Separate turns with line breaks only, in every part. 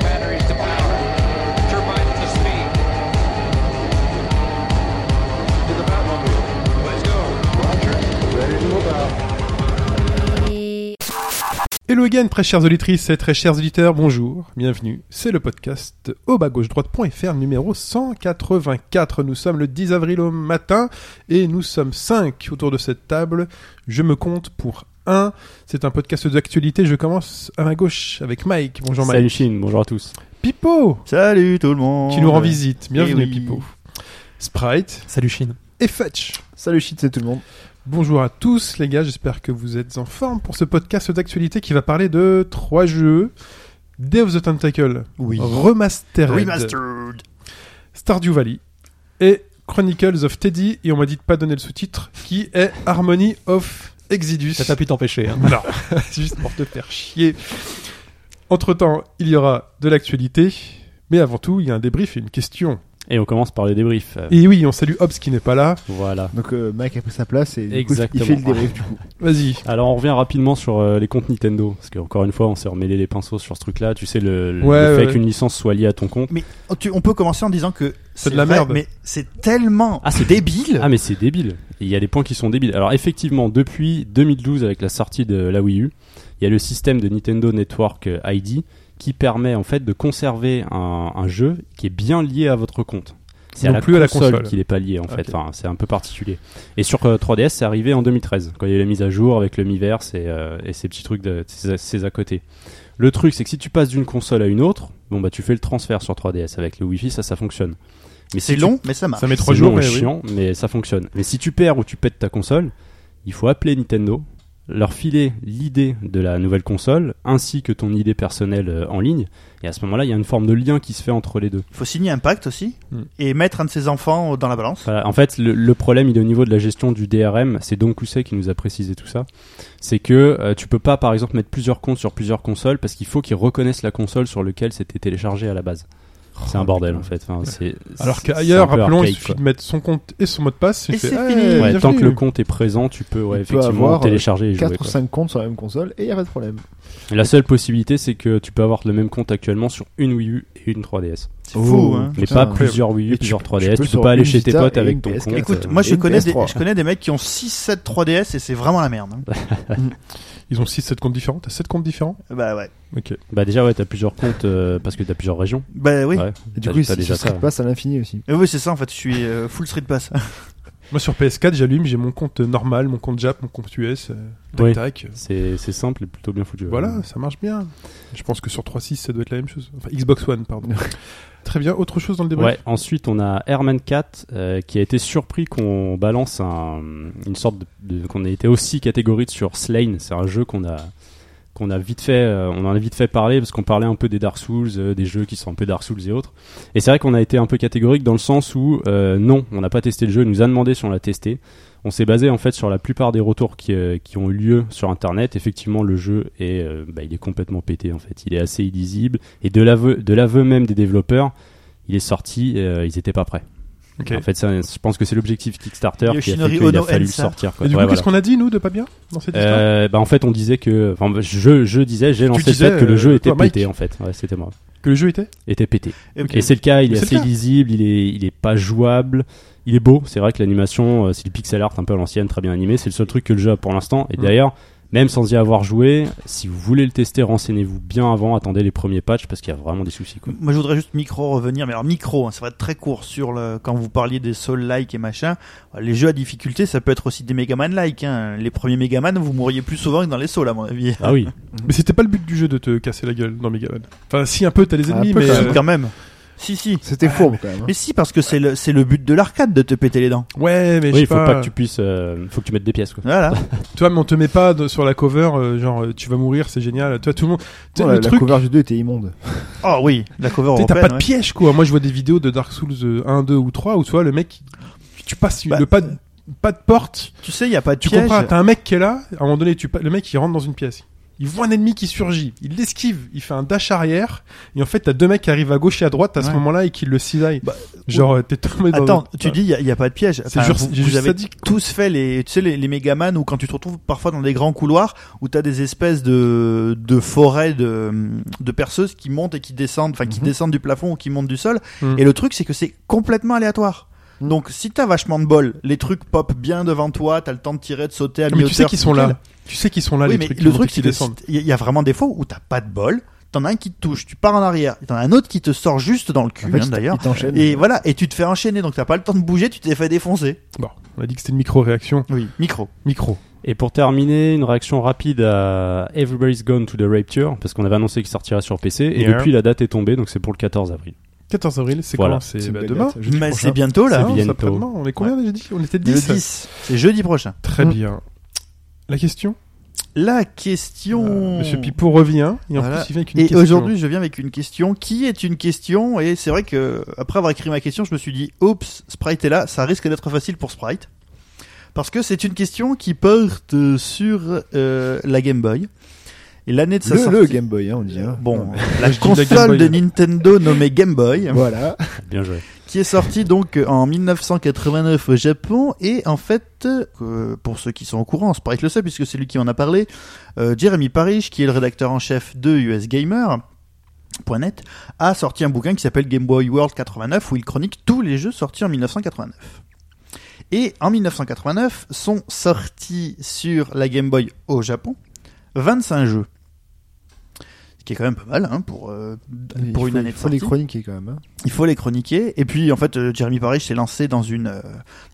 batteries to power. Turbines to speed. To the Batmobile. Let's go.
Hello again, très chères auditrices et très chers auditeurs, bonjour, bienvenue. C'est le podcast au bas gauche droite.fr numéro 184. Nous sommes le 10 avril au matin et nous sommes 5 autour de cette table. Je me compte pour 1. C'est un podcast d'actualité. Je commence à ma gauche avec Mike. Bonjour Mike.
Salut Chine, bonjour à tous.
Pipo
Salut tout le monde
qui nous rend visite. Bienvenue
Eh oui.
Pipo. Sprite
Salut Chine.
et Fetch.
Salut shit, c'est tout le monde.
Bonjour à tous les gars, j'espère que vous êtes en forme pour ce podcast d'actualité qui va parler de trois jeux. Day of the Tentacle,
Oui.
Remastered,
Remastered
Stardew Valley et Chronicles of Teddy, et on m'a dit de pas donner le sous-titre, qui est Harmony of Exidus.
Ça t'a pu t'empêcher. hein.
Non, c'est juste pour te faire chier. Entre-temps, il y aura de l'actualité, mais avant tout, il y a un débrief et une question.
Et on commence par le débrief. Euh,
Et oui, on salue Hobbs qui n'est pas là.
Voilà.
Donc euh, Mike a pris sa place et du coup,
Exactement.
il fait le dérive du coup.
Vas-y.
Alors on revient rapidement sur euh, les comptes Nintendo, parce qu'encore une fois on s'est remêlé les pinceaux sur ce truc-là. Tu sais, le, le-
Ouais,
le fait
ouais.
qu'une licence soit liée à ton compte.
Mais oh, tu- on peut commencer en disant que
C'est de la
vrai,
merde.
Mais c'est tellement
Ah, c'est-
débile.
Ah mais c'est débile. Il y a des points qui sont débiles. Alors effectivement, depuis 2012 avec la sortie de la Wii U, il y a le système de Nintendo Network euh, ID qui permet en fait de conserver un, un jeu qui est bien lié à votre compte. C'est à
Non
la,
plus à la console.
console qu'il n'est pas lié en fait. Enfin, c'est un peu particulier. Et sur euh, 3DS, c'est arrivé en 2013 quand il y a eu la mise à jour avec le Miiverse et, euh, et ces petits trucs, de, ces, ces à côté. Le truc, c'est que si tu passes d'une console à une autre, bon bah tu fais le transfert sur 3DS avec le Wi-Fi, ça, ça fonctionne. Mais si
c'est
tu
long, mais ça marche.
Ça met trois
c'est
jours,
long
mais
et
oui.
chiant, mais ça fonctionne. Mais si tu perds ou tu pètes ta console, il faut appeler Nintendo, leur filer l'idée de la nouvelle console ainsi que ton idée personnelle euh, en ligne. Et à ce moment-là, il y a une forme de lien qui se fait entre les deux.
Il faut signer un pacte aussi
Hmm.
et mettre un de ses enfants dans la balance.
Voilà. En fait, le, le problème, il est au niveau de la gestion du DRM. C'est Don Cousset qui nous a précisé tout ça. C'est que euh, tu peux pas, par exemple, mettre plusieurs comptes sur plusieurs consoles parce qu'il faut qu'ils reconnaissent la console sur laquelle c'était téléchargé à la base. C'est un bordel en fait. Enfin, c'est-
Alors
c'est-
qu'ailleurs,
c'est un peu
rappelons, il
archaïque,
suffit
quoi.
de mettre son compte et son mot de passe. il
Et
fait,
c'est
Eh,
fini.
Ouais,
bienvenue.
tant que le compte est présent, tu peux ouais,
peut
effectivement
avoir, euh,
télécharger et jouer.
4 ou
quoi.
5 comptes sur la même console et il n'y a pas de problème.
La seule possibilité, c'est que tu peux avoir le même compte actuellement sur une Wii U et une 3DS.
C'est
Oh.
fou. Hein.
Mais
Putain,
pas plusieurs Wii U,
Mais tu-
plusieurs
tu
3DS.
peux
Tu peux
sur
pas aller
une
chez tes
Vita
potes
et
avec
une
ton
PS4.
compte.
Écoute,
euh,
moi je
une
connais, des,
PS3.
je connais des mecs qui ont 6, 7, 3DS et c'est vraiment la merde. hein.
Ils ont 6-7 comptes différents. T'as 7 comptes différents
Bah ouais.
Ok.
Bah déjà, ouais, t'as plusieurs comptes euh, parce que t'as plusieurs régions.
Bah oui.
Ouais.
Et du
T'as-
coup,
t'as
ça
déjà
déjà
ça.
ça passe à l'infini aussi.
Et oui, c'est ça en fait, je suis euh, full street pass.
Moi sur PS4, j'allume, j'ai mon compte normal, mon compte Jap, mon compte US. euh, tac
Oui.
tac.
C'est c'est simple et plutôt bien foutu.
Voilà, ça marche bien. Je pense que sur 3.6, ça doit être la même chose. Enfin, Xbox One, pardon. Très bien. Autre chose dans le débat
Ouais, ensuite on a Airman 4 euh, qui a été surpris qu'on balance un- une sorte de, de- qu'on ait été aussi catégorique sur Slain, c'est un jeu qu'on a qu'on a vite fait euh, on en a vite fait parler parce qu'on parlait un peu des Dark Souls, euh, des jeux qui sont un peu Dark Souls et autres. Et c'est vrai qu'on a été un peu catégorique dans le sens où euh, non, on n'a pas testé le jeu, il nous a demandé si on l'a testé. On s'est basé en fait sur la plupart des retours qui, euh, qui ont eu lieu sur internet. Effectivement, le jeu est, euh, bah, il est complètement pété en fait. Il est assez illisible et de l'aveu de l'aveu même des développeurs, il est sorti, euh, ils étaient pas prêts.
Ok.
En fait, ça, je pense que c'est l'objectif Kickstarter qui a fait
Yoshinori
qu'il a
Ono
fallu le
Elsa.
sortir. quoi.
Et du coup,
Ouais,
qu'est-ce
voilà.
qu'on a dit, nous, de pas bien dans cette histoire
Euh, bah, en fait, on disait que, enfin, je, je disais, j'ai lancé
disais,
le fait que le
euh,
jeu était
toi, Mike.
pété en fait. Ouais, c'était moi.
Que le jeu était
Était pété.
Ok.
Et c'est le cas. Il
Mais
est
c'est
assez
le cas.
lisible. Il est, il est pas jouable. Il est beau. C'est vrai que l'animation, euh, c'est le pixel art un peu à l'ancienne, très bien animé. C'est le seul truc que le jeu a pour l'instant. Et
Mm.
d'ailleurs, même sans y avoir joué, si vous voulez le tester, renseignez-vous bien avant. Attendez les premiers patchs parce qu'il y a vraiment des soucis. Quoi.
Moi, je voudrais juste micro revenir, mais alors micro, hein, ça va être très court sur le, quand vous parliez des Soul-like et machin. Les jeux à difficulté, ça peut être aussi des Megaman-like. Hein. Les premiers Megaman, vous mourriez plus souvent que dans les Souls, à mon avis.
Ah oui.
Mais c'était pas le but du jeu de te casser la gueule dans Megaman. Enfin, si, un peu, t'as les
Un
ennemis,
peu
mais.
quand
Si,
euh,
quand même. Si, si.
C'était fourbe quand même. hein.
Mais si, parce que c'est le, c'est le but de l'arcade de te péter les dents.
Ouais, mais je
Oui,
sais
faut
pas. Mm.
pas que tu puisses, euh, faut que tu mettes des pièces. Quoi.
Voilà.
Tu vois, mais on te met pas de- sur la cover, euh, genre, euh, tu vas mourir, c'est génial. Toi, tout le monde. Tu
Oh,
sais,
la,
le
la
truc.
cover du 2 était immonde.
Oh oui, la cover
T'sais,
européenne.
T'as pas de
ouais.
piège quoi. Moi je vois des vidéos de Dark Souls euh, 1, 2 ou 3 où tu vois le mec, tu passes
Bah,
le pas de, pas de porte,
Tu sais, il y a pas de
tu
piège.
comprends, t'as un mec qui est là, à un moment donné tu, pa- le mec il rentre dans une pièce. il voit un ennemi qui surgit, il l'esquive, il fait un dash arrière, et en fait, t'as deux mecs qui arrivent à gauche et à droite à ce
Ouais.
moment-là et qui le cisaillent.
Bah,
Genre, euh, t'es tombé dans
Attends,
un-
tu dis, il n'y a, pas de piège.
C'est
Enfin,
juste-
vous,
c'est
vous
juste
avez
sadique,
tous fait les, tu sais, les, les Megaman ou quand tu te retrouves parfois dans des grands couloirs où t'as des espèces de, de forêts de, de perceuses qui montent et qui descendent, enfin, qui descendent du plafond ou qui montent du sol.
Mhm.
Et le truc, c'est que c'est complètement aléatoire. Donc, si t'as vachement de bol, les trucs pop bien devant toi, t'as le temps de tirer, de sauter à
Ah, mais
mi-hauteur.
tu sais qu'ils sont
nickel.
là. Tu sais qu'ils sont là,
Oui,
les
mais
trucs qui
le
montent
truc,
et qui
c'est que
descendent.
il y a vraiment des fois où t'as pas de bol, t'en as un qui te touche, tu pars en arrière, t'en as un autre qui te sort juste dans le
Ah,
cul,
En fait,
hein,
il-
d'ailleurs.
il t'enchaîne.
Et voilà, et tu te fais enchaîner, donc t'as pas le temps de bouger, tu t'es fait défoncer.
Bon, on a dit que c'était une micro-réaction.
Oui. Micro.
Micro.
Et pour terminer, une réaction rapide à Everybody's Gone to the Rapture, parce qu'on avait annoncé qu'il sortira sur PC, et
Yeah.
depuis la date est tombée, donc c'est pour le 14 avril.
14 avril, c'est
Voilà.
quand C'est
une
bah,
belle
demain
date, jeudi
Mais
prochain.
c'est bientôt Oh là. hein,
C'est
Ah non,
bientôt.
ça prend- non, On est combien, j'ai dit On était
Le
10.
10. C'est jeudi prochain.
Très
Mm.
bien. La question
La question.
Euh, Monsieur Pipou revient, et en
Mmh. Voilà.
plus il vient avec une
Et
question.
aujourd'hui, je viens avec une question qui est une question, et c'est vrai que après avoir écrit ma question, je me suis dit, oups, Sprite est là, ça risque d'être facile pour Sprite, parce que c'est une question qui porte euh, sur euh, la Game Boy et l'année de sa
Le,
sortie.
le Game Boy, hein, on dit. hein.
Bon, la
je dis la Game
console
Boy.
de Nintendo nommée Game Boy,
Voilà.
Bien joué.
qui est sortie donc euh, en 1989 au Japon, et en fait, euh, pour ceux qui sont au courant, Sprite le sait puisque c'est lui qui en a parlé, euh, Jeremy Parish, qui est le rédacteur en chef de US Gamer, .net, a sorti un bouquin qui s'appelle Game Boy World 89 où il chronique tous les jeux sortis en 1989. Et en 1989 sont sortis sur la Game Boy au Japon 25 jeux. Ce qui est quand même pas mal hein, pour, euh,
Il
pour une
faut-
année de
Il faut les
sortie
chroniquer quand même. hein.
il faut les chroniquer. Et puis, en fait, euh, Jeremy Parish s'est lancé dans, une, euh,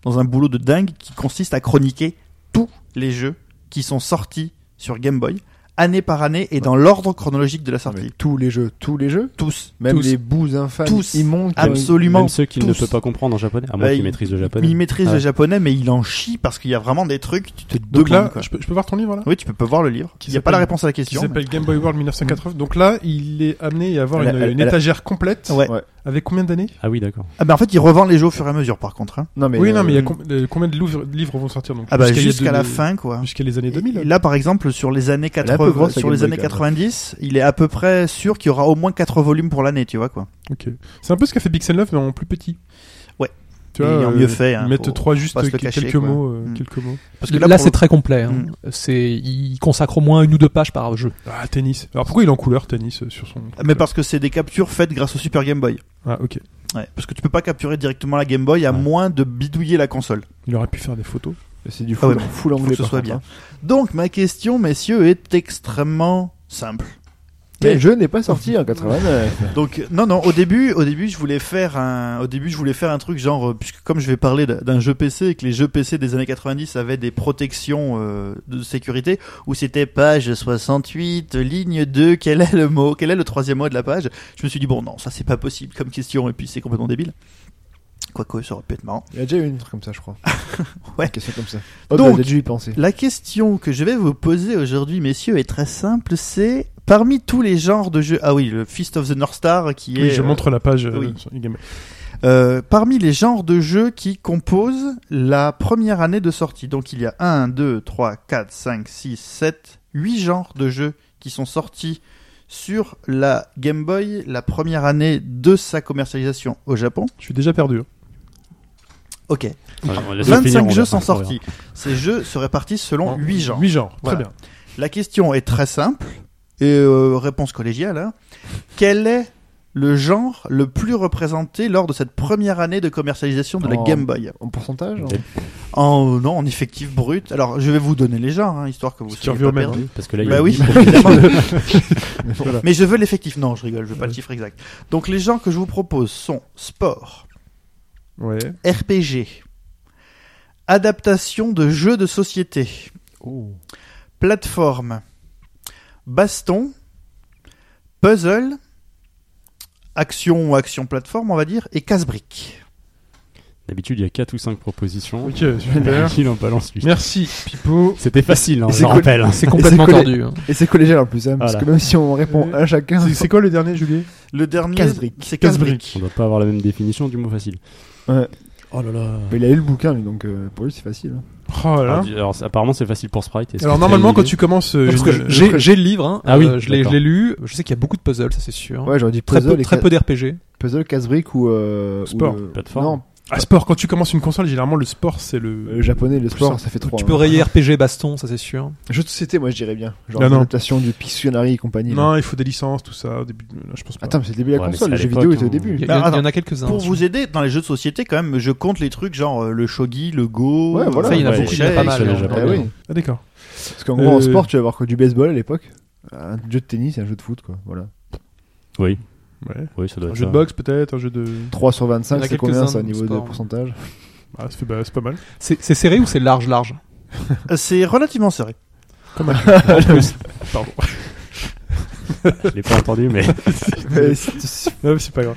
dans un boulot de dingue qui consiste à chroniquer tous les jeux qui sont sortis sur Game Boy, année par année et dans l'ordre chronologique de la sortie.
Mais tous les jeux, tous les jeux,
Tous.
même
tous.
les bouts infâmes,
Tous.
immondes. qui-
Ah, Absolument.
Même ceux qui ne
tous.
peuvent pas comprendre en japonais, Ah, à moins
Bah,
qu'ils
il-
maîtrisent le
Il
japonais.
maîtrise
Ah.
le japonais, mais il en chie parce qu'il y a vraiment des trucs. Tu te
Donc
demandes,
là,
quoi.
je peux, je peux voir ton livre là
Oui, tu peux pas voir le livre.
Qui
Il n'y a pas
s'appelle-
la réponse à la
qui
question.
s'appelle Game Boy World 1980. Donc là, il est amené à avoir
Elle a-
une,
elle-
une
elle a-
étagère complète.
Ouais.
Avec combien d'années
Ah oui, d'accord.
Ah ben, en fait, il revend les jeux au fur et à mesure, par contre. hein.
Non mais
Oui,
euh,
non, mais il y a com- euh, combien de louvres- de livres vont sortir donc
Ah bah,
il y a
jusqu'à
deux-
la fin, quoi.
Jusqu'à les années 2000
Et Là, par exemple, sur les années
est un peu
80,
grosse, la
sur
Game
les
Boy,
années
quand même.
90, il est à peu près sûr qu'il y aura au moins 4 volumes pour l'année, tu vois, quoi.
Ok. C'est un peu ce qu'a fait Pixel 9, mais en plus petit.
Ouais.
Tu
Et
vois, euh,
en mieux fait, hein,
ils mettent
faut
trois juste
pas se le
que-
cacher,
quelques,
quoi.
mots, euh,
Mm.
quelques mots.
Parce
Là, c'est très complet. Hein.
Mm.
C'est, il consacre au moins une ou deux pages par jeu.
Ah, tennis. Alors pourquoi il est en couleur, tennis, euh, sur son.
Ah, Mais parce que c'est des captures faites grâce au Super Game Boy.
Ah, ok.
Ouais, parce que tu peux pas capturer directement la Game Boy à moins de bidouiller la console.
Il aurait pu faire des photos.
c'est du
Ah
full,
ouais,
full
Faut
anglais.
que ce
par
soit
contre,
bien.
hein.
Donc ma question, messieurs, est extrêmement simple.
Quel jeu n'est pas sorti en 89
Donc non non, au début, au début, je voulais faire un au début, je voulais faire un truc genre euh, puisque comme je vais parler d- d'un jeu PC et que les jeux PC des années 90 avaient des protections euh, de sécurité où c'était page 68, ligne 2, quel est le mot, quel est le troisième mot de la page Je me suis dit bon non, ça c'est pas possible comme question et puis c'est complètement débile. Quoique ça aurait pu être marrant.
Il y a déjà eu une truc comme ça, je crois.
Ouais.
Une question comme ça.
Donc-
Donc, j'ai déjà y pensé.
La question que je vais vous poser aujourd'hui, messieurs, est très simple. C'est parmi tous les genres de jeux. Ah oui, le Fist of the North Star qui est.
Oui, je
euh,
montre la page. euh,
oui.
sur eGamer.
euh, parmi les genres de jeux qui composent la première année de sortie. Donc il y a 1, 2, 3, 4, 5, 6, 7, 8 genres de jeux qui sont sortis sur la Game Boy la première année de sa commercialisation au Japon.
Je suis déjà perdu. hein.
Ok.
Voilà, on laisse le
25
finir, on verra
jeux sont
après, on verra.
sortis. Ces jeux se répartissent
Ah,
selon 8 genres.
8 genres,
Voilà.
très bien.
La question est très simple et euh, réponse collégiale. hein. Quel est le genre le plus représenté lors de cette première année de commercialisation de la
En-
Game Boy
En pourcentage hein. en-
Des-
En non, en effectif brut. Alors je vais vous donner les genres, hein, histoire que vous
Qui
soyez
revient
pas
au même,
perdus.
Parce que là, il y a
Bah oui,
dix-
évidemment.
Voilà.
mais je veux l'effectif. Non, je rigole, je veux pas le chiffre exact. Donc les genres que je vous propose sont sport,
Ouais.
RPG, adaptation de jeux de société,
Oh.
plateforme, baston, puzzle, action ou action plateforme, on va dire, et casse-brique.
D'habitude, il y a 4 ou 5 propositions.
Ok, super.
Il en balance huit.
Merci, Pipo.
C'était facile, hein,
Et
je
c'est cool.
rappelle.
C'est complètement
collé.
tordu. hein.
Et c'est collégial en plus, hein, parce
Voilà.
que même si on répond
Euh,
à
Ah.
chacun,
C'est- C'est quoi le dernier, Julien
Le dernier,
Casse-brique.
c'est casse-brique.
On doit pas avoir la même définition du mot facile.
Ouais.
Oh là là.
Mais il a eu le bouquin, lui, donc euh, pour lui c'est facile. hein.
Oh là
Alors,
là.
du- alors, apparemment, c'est facile pour Sprite. Ah, Est-ce
Alors
que t'as
normalement
une
quand
idée
tu commences euh,
Parce que
une-
j'ai j'ai le livre, hein.
Ah oui,
Euh, je l'ai je
d'accord.
l'ai lu. Je sais qu'il y a beaucoup de puzzles, ça c'est
Hein
sûr.
Ouais, j'aurais dit
très
puzzle
peu,
et
très
ca- Oh
peu d'RPG.
puzzle, casse-brique ou. euh,
Sport.
ou, euh,
Plateforme.
Non,
Ah, sport quand tu commences une console généralement le sport c'est
Euh,
le
le japonais, le
Plus
sport,
simple.
ça fait trois.
Tu peux
hein.
rayer RPG baston, ça c'est sûr.
Jeux de société, moi je dirais bien. Genre
Ah, non.
adaptation du Pictionary et compagnie. là.
Non, il faut des licences tout ça au début non, je pense pas.
Attends, mais c'est le début de la
Ouais, mais
console,
c'est à
le jeu
l'époque,
vidéo était
hein.
au
Il y,
début.
a- il y
Bah,
en a quelques-uns.
Pour vous aider, dans les jeux de société, quand même, je compte les trucs genre euh, le shogi, le go.
Ouais, voilà.
Ça, il y en a
Ouais,
beaucoup, il y en a
l'échec,
pas mal.
c'est
hein.
déjà pas
Ah
mal.
oui.
Ah, d'accord.
Parce qu'en gros, en
Euh,
sport, tu vas avoir quoi Du baseball à l'époque Un jeu de tennis et un jeu de foot, quoi. Voilà.
Oui,
Ouais.
oui, ça doit
Un
être
jeu de
ça.
boxe peut-être, un jeu de
3 sur
Il y en
25,
a
c'est combien
quelques-uns
ça au
de
niveau de
sport.
pourcentage
ah, c'est bah, c'est pas mal.
C'est c'est serré ou c'est large large
Euh, C'est relativement serré.
Pardon.
Je l'ai pas entendu, mais
Ouais, C'est
Non, c'est pas grave.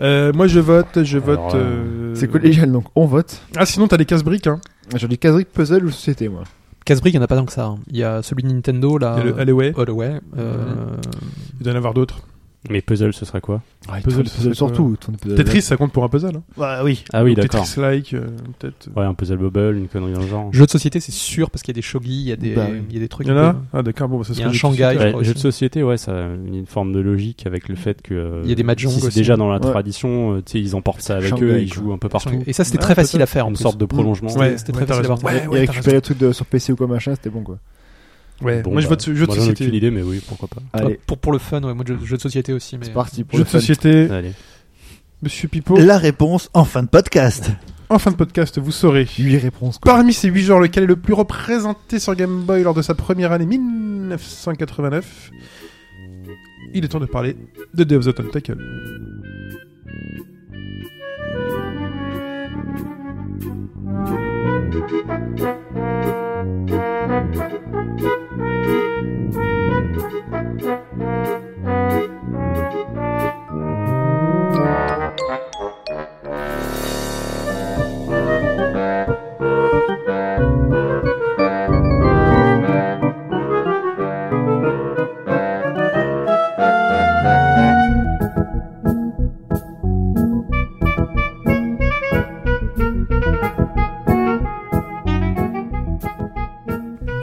Euh, moi je vote, je
Alors,
vote
euh,
euh,
c'est collégial, donc on vote.
Ah sinon t'as les casse-briques hein.
J'aurais dit casse-brique, puzzle ou société, moi.
Casbrick, il n'y en a pas tant que ça. hein. Il y a celui de Nintendo
Ah.
là.
Il y a le E Alleyway,
Holloway, euh,
il doit y en avoir d'autres.
mais puzzle, ce serait quoi
Ah,
Ouais,
Puzzle,
puzzle,
puzzle,
puzzle surtout. tourne puzzle.
Tetris ça compte pour un puzzle hein.
Bah oui.
Euh, Ah oui,
Donc,
d'accord.
Tetris-like euh, peut-être.
Ouais, un puzzle bubble, une connerie dans le genre.
Jeux de société, c'est sûr, parce qu'il y a des shogi, il y a des,
Bah oui.
il y a des trucs.
Il y en a
un peu-
Ah d'accord, bon bah, ça
Il y
serait
a un
des-
Shanghai, je
Ouais,
crois,
jeu de
aussi.
société, ouais, ça a une forme de logique avec le fait que euh,
Il y a des mahjong
si c'est
aussi.
déjà dans la
Ouais.
tradition, euh, tu sais, ils emportent ça avec
Shanghai,
eux, ils
quoi.
jouent un peu partout.
Et ça, c'était
Ouais,
très facile
peut-être.
à faire. En
Une
plus.
sorte de prolongement.
C'était- c'était très
Ouais,
facile à
t'as
voir.
raison.
Il
Ouais, t'as
récupérait le truc de, sur PC ou quoi machin, c'était bon quoi.
Ouais,
Bon,
moi je
bah,
vote jeu de
moi, j'en ai aucune
société.
idée, mais oui, pourquoi pas.
Enfin,
Allez,
Pour, pour le fun, ouais, moi, jeu, jeu de société aussi. Mais...
c'est parti pour
Jeu
le
de
fun.
société,
Allez.
monsieur Pipo.
La réponse en fin de podcast.
En fin de podcast, vous saurez.
8 réponses quoi.
Parmi ces 8 genres, lequel est le plus représenté sur Game Boy lors de sa première année 1989 Il est temps de parler de Day of the Tentacle.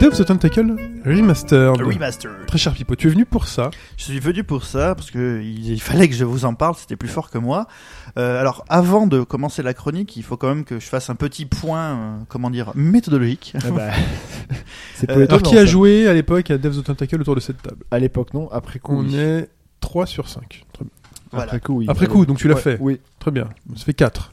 Day of the Tentacle
Ah
Remastered.
bah.
Remastered.
Très cher Pipo, tu es venu pour ça.
Je suis venu pour ça parce que il il fallait que je vous en parle, c'était plus fort que moi. Euh, alors avant de commencer la chronique, il faut quand même que je fasse un petit point, euh, comment dire, méthodologique.
Ah bah, c'est
Euh,
pas
Alors
étonnant,
qui a
ça.
joué à l'époque à Day of the Tentacle autour de cette table
À l'époque non, après coup.
On
oui.
est 3 sur 5. Très bien.
Voilà.
Après coup, oui.
Après coup, donc tu l'as
Ouais,
fait.
Oui.
Très bien. Ça fait 4.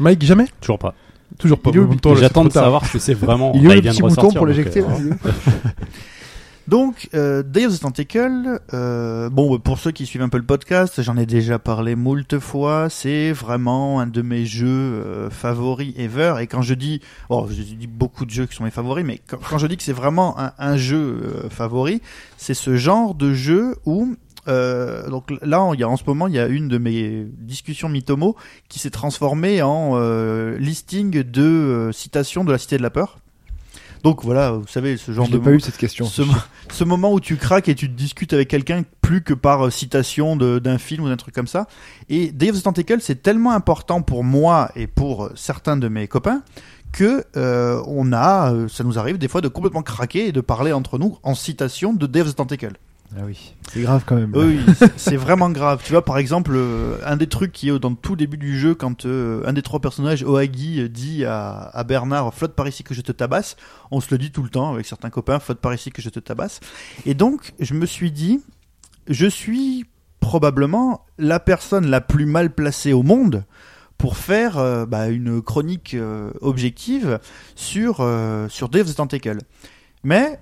Mike, jamais
Toujours pas.
Toujours pas.
Il est
En
où,
même temps, là,
J'attends
c'est
de
trop tard.
savoir ce que c'est vraiment.
Il y
Bah,
a eu le
vient de
petit bouton
ressortir,
pour
donc,
l'éjecter.
euh,
là, il est où
Donc euh, Day of the Tentacle, euh, bon pour ceux qui suivent un peu le podcast, j'en ai déjà parlé moult fois. C'est vraiment un de mes jeux euh, favoris ever. Et quand je dis, bon, je dis beaucoup de jeux qui sont mes favoris, mais quand, quand je dis que c'est vraiment un, un jeu euh, favori, c'est ce genre de jeu où euh, donc là, il y a, en ce moment, il y a une de mes discussions Mitomo qui s'est transformée en euh, listing de euh, citations de la Cité de la Peur. Donc voilà, vous savez, ce genre
Je
de
n'ai pas eu cette question.
ce, mo- ce moment où tu craques et tu discutes avec quelqu'un plus que par euh, citation de- d'un film ou d'un truc comme ça. Et Day of the Tentacle, c'est tellement important pour moi et pour euh, certains de mes copains que euh, on a, euh, ça nous arrive des fois de complètement craquer et de parler entre nous en citation de Day of the Tentacle.
Ah oui. C'est grave quand même.
Oui, c'est- c'est vraiment grave. Tu vois, par exemple, euh, un des trucs qui est dans tout début du jeu, quand euh, un des trois personnages, Oagi, euh, dit à, à Bernard Flotte par ici que je te tabasse, on se le dit tout le temps avec certains copains Flotte par ici que je te tabasse. Et donc, je me suis dit, je suis probablement la personne la plus mal placée au monde pour faire euh, bah, une chronique euh, objective sur, euh, sur Day of the Tentacle. Mais.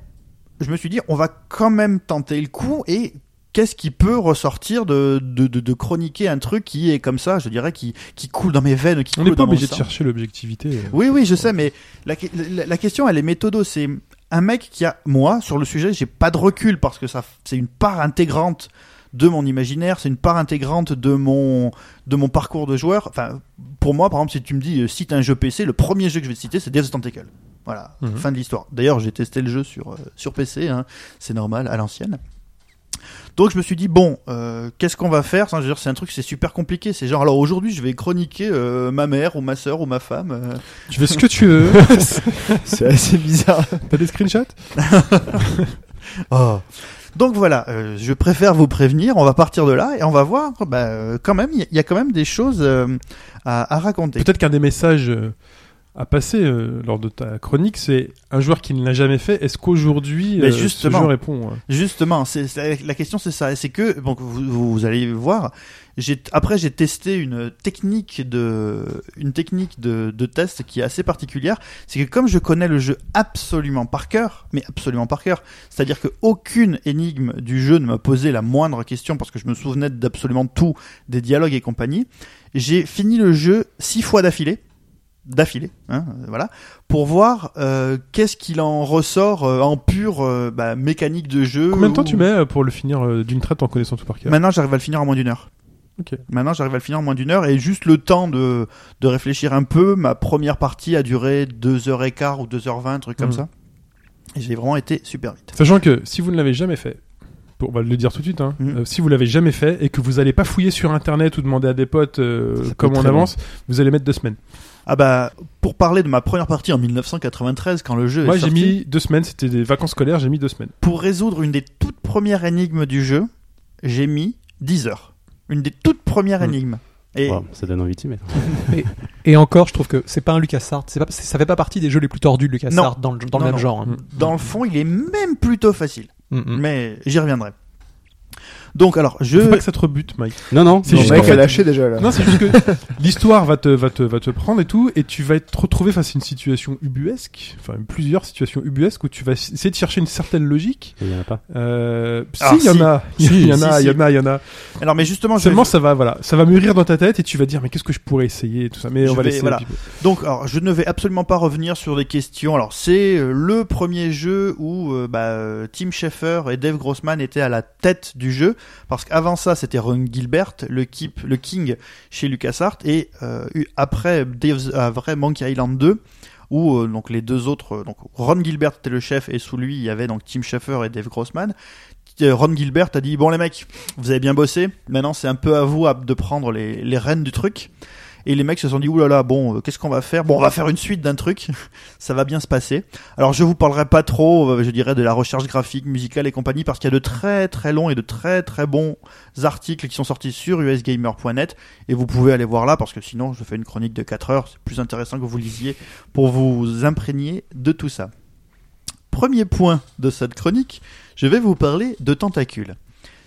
Je me suis dit, on va quand même tenter le coup et qu'est-ce qui peut ressortir de, de, de, de chroniquer un truc qui est comme ça, je dirais, qui, qui coule dans mes veines, qui
On
coule
n'est pas
dans mon
obligé de
sang.
chercher l'objectivité. euh.
Oui, oui, je sais, mais la, que- la- la question, elle est méthodo. C'est un mec qui a, moi, sur le sujet, j'ai pas de recul parce que ça, c'est une part intégrante de mon imaginaire, c'est une part intégrante de mon, de mon parcours de joueur. Enfin, pour moi, par exemple, si tu me dis euh, cite un jeu PC, le premier jeu que je vais te citer, c'est Death Tentacle. Voilà,
Mhm.
fin de l'histoire. D'ailleurs, j'ai testé le jeu sur, euh, sur PC, hein. c'est normal, à l'ancienne. Donc je me suis dit bon, euh, qu'est-ce qu'on va faire Enfin, je veux dire, C'est un truc, c'est super compliqué. C'est genre alors aujourd'hui je vais chroniquer euh, ma mère ou ma sœur ou ma femme. euh.
Tu fais ce que tu veux.
C'est assez bizarre.
T'as des screenshots
Oh. Donc voilà, euh, je préfère vous prévenir. On va partir de là et on va voir. Bah, euh, quand même, il y- il y, a quand même des choses euh, à, à raconter.
Peut-être qu'un des messages euh, à passer euh, lors de ta chronique, c'est un joueur qui ne l'a jamais fait. Est-ce qu'aujourd'hui,
Mais
euh,
justement.
ce jeu répond euh,
Justement, c'est- c'est- la question c'est ça, c'est que donc vous, vous allez voir. J'ai après j'ai testé une technique de une technique de, de test qui est assez particulière. C'est que comme je connais le jeu absolument par cœur, mais absolument par cœur, c'est-à-dire que aucune énigme du jeu ne m'a posé la moindre question parce que je me souvenais d'absolument tout des dialogues et compagnie. J'ai fini le jeu six fois d'affilée, d'affilée, hein, euh, voilà, pour voir euh, qu'est-ce qu'il en ressort euh, en pure euh, bah, mécanique de jeu.
Combien de temps
ou-
tu mets euh, pour le finir euh, d'une traite en connaissant tout par cœur
Maintenant, j'arrive à le finir en moins d'une heure.
Ok.
Maintenant, j'arrive à le finir en moins d'une heure et juste le temps de, de réfléchir un peu. Ma première partie a duré 2h15 ou 2h20, truc comme
Mhm.
ça. Et j'ai vraiment été super vite.
Sachant que si vous ne l'avez jamais fait, pour bah, le dire tout de suite, hein,
Mm.
Mhm.
euh, si vous l'avez jamais fait et que vous n'allez pas fouiller sur internet ou demander à des potes euh,
Ça peut
comment
être
on
très
avance, vous allez mettre deux semaines.
Ah bah, pour parler de ma première partie en 1993, quand le jeu
Moi
est
j'ai
sorti,
mis deux semaines, c'était des vacances scolaires, j'ai mis deux semaines.
pour résoudre une des toutes premières énigmes du jeu, j'ai mis 10 heures. Une des toutes premières
Mhm.
énigmes. Et
Wow, ça donne envie d'y mettre.
Et encore, je trouve que c'est pas un LucasArts. C'est pas, c'est- ça fait pas partie des jeux les plus tordus de
Non.
LucasArts dans le, dans le
Non,
même
non.
genre. hein.
dans le fond, il est même plutôt facile.
Mm, mm.
Mais j'y reviendrai. Donc alors, je...
Mhm.
Euh,
Faut pas que ça te rebute, Mike.
Non, non,
C'est
non,
Le
juste
mais-
qu'en
mec a
fait-
lâché déjà là.
Non, c'est juste que l'histoire va te, va, te, va te prendre et tout, et tu vas te retrouver face à une situation ubuesque, enfin plusieurs situations ubuesques où tu vas essayer de chercher une certaine logique.
Il y en a pas.
Euh,
Ah,
si, il y en
si.
a, il
Si,
y en a,
si,
il y
si.
en a, il y en a.
Alors mais justement, je vais-
Seulement, ça va, voilà, ça va mûrir dans ta tête et tu vas dire, mais qu'est-ce que je pourrais essayer et tout ça. Mais
Je
on va
vais-
laisser.
voilà.
puis-
Donc, alors, je ne vais absolument pas revenir sur des questions. Alors, c'est euh, le premier jeu où euh, bah, euh, Tim Schafer et Dave Grossman étaient à la tête du jeu, parce qu'avant ça, c'était Ron Gilbert, le, keep- le king chez LucasArts, et euh, eu- après Dave's, après Monkey Island 2, où euh, donc les deux autres, euh, donc Ron Gilbert était le chef, et sous lui, il y avait donc Tim Schafer et Dave Grossman. Euh, Ron Gilbert a dit bon les mecs vous avez bien bossé maintenant c'est un peu à vous à- de prendre les, les rênes du truc et les mecs se sont dit, oulala, bon, euh, qu'est-ce qu'on va faire Bon, on va faire une suite d'un truc, ça va bien se passer. Alors, je vous parlerai pas trop, euh, je dirais, de la recherche graphique, musicale et compagnie, parce qu'il y a de très très longs et de très très bons articles qui sont sortis sur usgamer.net, et vous pouvez aller voir là, parce que sinon, je fais une chronique de 4 heures, c'est plus intéressant que vous lisiez pour vous imprégner de tout ça. Premier point de cette chronique, je vais vous parler de tentacules.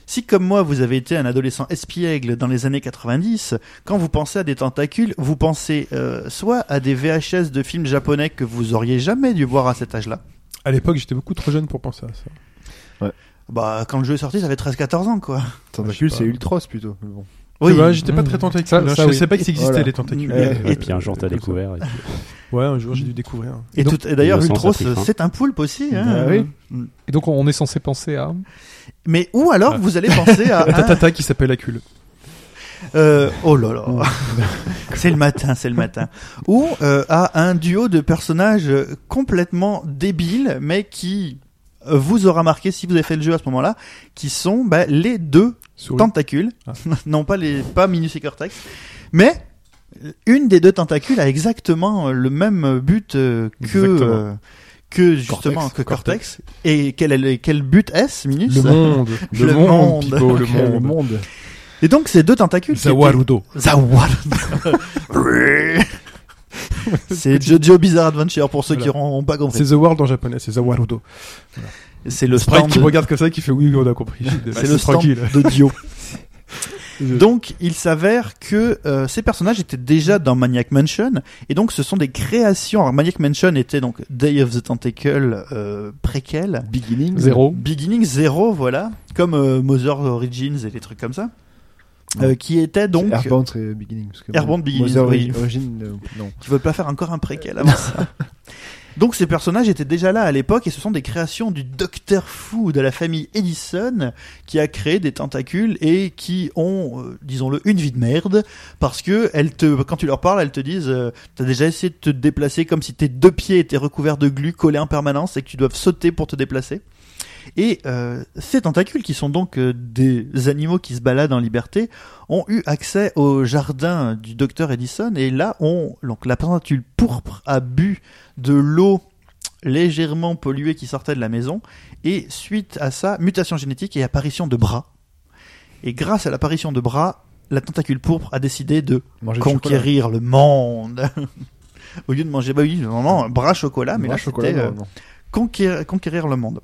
Si comme moi vous avez été un adolescent espiègle dans les années 90, quand vous pensez à des tentacules, vous pensez euh, soit à des VHS de films japonais que vous auriez jamais dû voir à cet âge-là.
À l'époque, j'étais beaucoup trop jeune pour penser à ça.
Bah, quand le jeu est sorti, ça fait 13-14 ans, quoi.
je
Tentacule,
sais
c'est
pas.
Ultros plutôt. mais bon.
Oui, bah, j'étais pas
Mmh.
très tentacule.
Ça-
hein.
ça,
je
oui.
savais pas que ça existait
Voilà.
les tentacules.
Euh,
Et puis un jour, t'as découvert. et puis-
Ouais, un jour j'ai dû découvrir.
Et,
Donc,
tout- et d'ailleurs,
le sens
Ultros,
Afrique, hein.
c'est un poulpe aussi. Hein.
Bah oui.
Et donc, on est censé penser à.
Mais ou alors,
Ah.
vous allez penser
La
à... un-
tatata qui s'appelle Acule.
Euh, oh là là. c'est le matin, c'est le matin. Ou euh, à un duo de personnages euh, complètement débiles, mais qui euh, vous aura marqué si vous avez fait le jeu à ce moment-là, qui sont bah, les deux
Souris.
tentacules.
Ah.
non, pas, les, pas Minus et Cortex. Mais une des deux tentacules a exactement euh, le même but euh, que.
Exactement.
euh, que justement
Cortex.
que Cortex, et quel, est le- quel but est-ce Minus
Le monde. Le,
Le
monde,
monde.
Pipo, Oh, le
Quel
monde.
euh, monde.
et donc ces deux tentacules qui étaient-
Zawarudo.
Zawad. c'est Jojo Bizarre Adventure pour ceux
Voilà.
qui n'auront pas compris.
C'est The World en japonais, c'est Zawarudo.
C'est le
Sprite
stand.
qui me regarde comme ça, qui fait oui, oui, on a compris.
C'est le stand
tranquille.
de Dio. donc, il s'avère que euh, ces personnages étaient déjà dans Maniac Mansion, et donc ce sont des créations. Alors, Maniac Mansion était donc Day of the Tentacle euh, préquel,
Beginning.
Zéro.
Beginning Zero, voilà, comme euh, Mother Origins et les trucs comme ça, euh, qui était donc.
C'est Airbound c'est Beginning. parce que
Airbound, Beginning,
Mother
oui.
Origin, euh, non.
Tu veux pas faire encore un préquel avant ça Donc ces personnages étaient déjà là à l'époque et ce sont des créations du Docteur Fou de la famille Edison qui a créé des tentacules et qui ont, euh, disons-le, une vie de merde parce que elles te, quand tu leur parles, elles te disent euh, t'as déjà essayé de te déplacer comme si tes deux pieds étaient recouverts de glu collés en permanence et que tu dois sauter pour te déplacer. Et euh, ces tentacules, qui sont donc euh, des animaux qui se baladent en liberté, ont eu accès au jardin du docteur Edison. Et là, on, donc, la tentacule pourpre a bu de l'eau légèrement polluée qui sortait de la maison. Et suite à ça, mutation génétique et apparition de bras. Et grâce à l'apparition de bras, la tentacule pourpre a décidé de
Manger du
conquérir le monde. Au lieu de manger, bah oui, normalement, un bras chocolat,
chocolat.
mais
Moi,
là,
chocolat,
c'était euh,
normalement.
conquérir, conquérir le monde.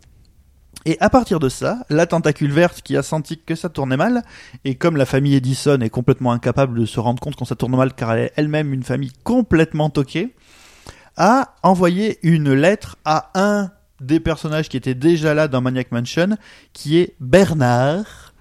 Et à partir de ça, la tentacule verte qui a senti que ça tournait mal, et comme la famille Edison est complètement incapable de se rendre compte quand ça tourne mal, car elle est elle-même une famille complètement toquée, a envoyé une lettre à un des personnages qui était déjà là dans Maniac Mansion, qui est Bernard,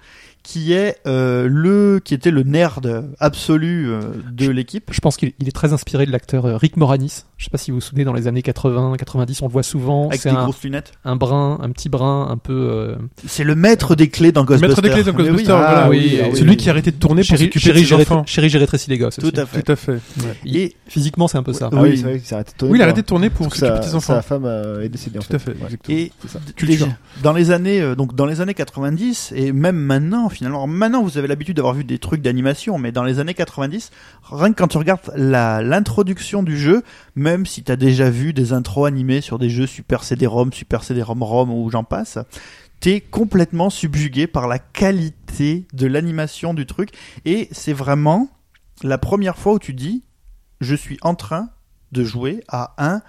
qui est euh, le, qui était le nerd absolu euh, de l'équipe.
Je pense qu'il il est très inspiré de l'acteur euh, Rick Moranis. Je sais pas si vous vous souvenez, dans les années 80, 90, on le voit souvent.
Avec
C'est
des
un,
grosses lunettes.
un brun, un petit brun, un peu. euh,
C'est le maître des clés dans Ghostbusters.
Maître des clés de
Mais oui. hein,
Ghostbusters,
Ah
voilà.
oui, ah oui.
C'est lui qui a arrêté de tourner pour
Chérie,
s'occuper
chérie,
des
j'ai rétréci-
enfants.
chérie, j'ai rétréci les gosses.
Tout
aussi.
à fait.
Tout à fait.
Il-
Et-
Physiquement, c'est un peu ça.
Ah
Ah
oui.
oui, c'est vrai que c'est arrêté de tourner,
Oui, il a
quoi.
arrêté de tourner pour
Parce que
s'occuper des
sa,
petits
sa
enfants.
femme euh, est décédée en
Tout à fait,
fait. Ouais.
exactement.
Et
C'est ça.
Culture.
les- dans les années euh, donc dans les années 90 et même maintenant finalement maintenant vous avez l'habitude d'avoir vu des trucs d'animation mais dans les années 90 rien que quand tu regardes la l'introduction du jeu même si t'as déjà vu des intros animées sur des jeux Super CD-ROM Super CD-ROM ROM ou j'en passe t'es complètement subjugué par la qualité de l'animation du truc et c'est vraiment la première fois où tu dis je suis en train de jouer à un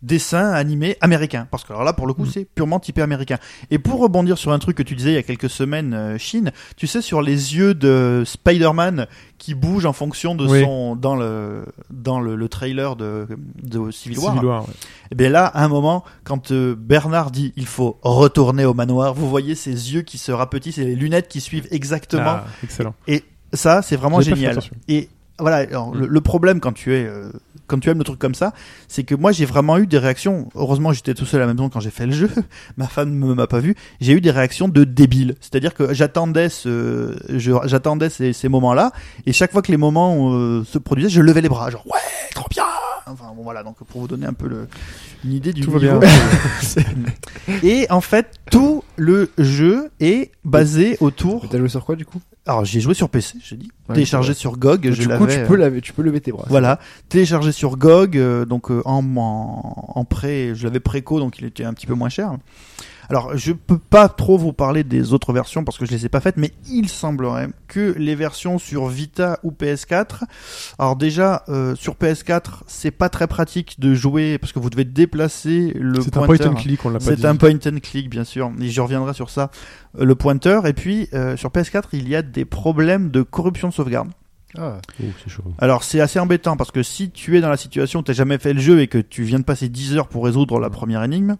dessin animé américain. Parce que alors là, pour le coup,
Mm.
c'est purement typé américain. Et pour rebondir sur un truc que tu disais il y a quelques semaines, euh, Chine, tu sais, sur les yeux de Spider-Man qui bouge en fonction de
Oui.
son. dans le, dans le, le trailer de, de Civil War.
Civil War, ouais.
Et bien là, à un moment, quand euh, Bernard dit il faut retourner au manoir, vous voyez ses yeux qui se rapetissent et les lunettes qui suivent exactement
Ah, excellent.
ça, c'est vraiment
J'avais pas fait
génial.
attention.
Et voilà, alors,
Mm.
le, le problème quand tu es, euh, quand tu aimes le truc comme ça, c'est que moi j'ai vraiment eu des réactions. Heureusement, j'étais tout seul à la maison quand j'ai fait le jeu. Ma femme ne m'a pas vu. J'ai eu des réactions de débile. C'est-à-dire que j'attendais ce, je- j'attendais ces, ces moments-là, et chaque fois que les moments euh, se produisaient, je levais les bras, genre ouais, trop bien. Enfin bon voilà, donc pour vous donner un peu le, une idée du
Tout va
niveau.
bien.
et en fait, tout le jeu est basé autour.
Mais T'as joué sur quoi du coup
Alors j'ai joué sur PC, j'ai dit.
Ouais,
téléchargé
ouais.
sur GOG,
Donc,
je
Du
l'avais.
coup, tu
euh,
peux, laver- tu peux lever
Ah,
tes bras.
voilà, téléchargé sur GOG, euh, donc euh, en, en, en pré, je l'avais préco, donc il était un petit peu moins cher. Alors, je peux pas trop vous parler des autres versions parce que je les ai pas faites, mais il semblerait que les versions sur Vita ou PS4, alors déjà euh, sur PS4, c'est pas très pratique de jouer parce que vous devez déplacer le
C'est un point
pointeur.
and click, on l'a pas dit.
C'est un point and click, bien sûr. Et je reviendrai sur ça, euh, le pointeur. Et puis, euh, sur PS4, il y a des problèmes de corruption de sauvegarde.
Ah,
Ouh, c'est chaud.
Alors c'est assez embêtant parce que si tu es dans la situation où t'as jamais fait le jeu et que tu viens de passer 10 heures pour résoudre la première énigme,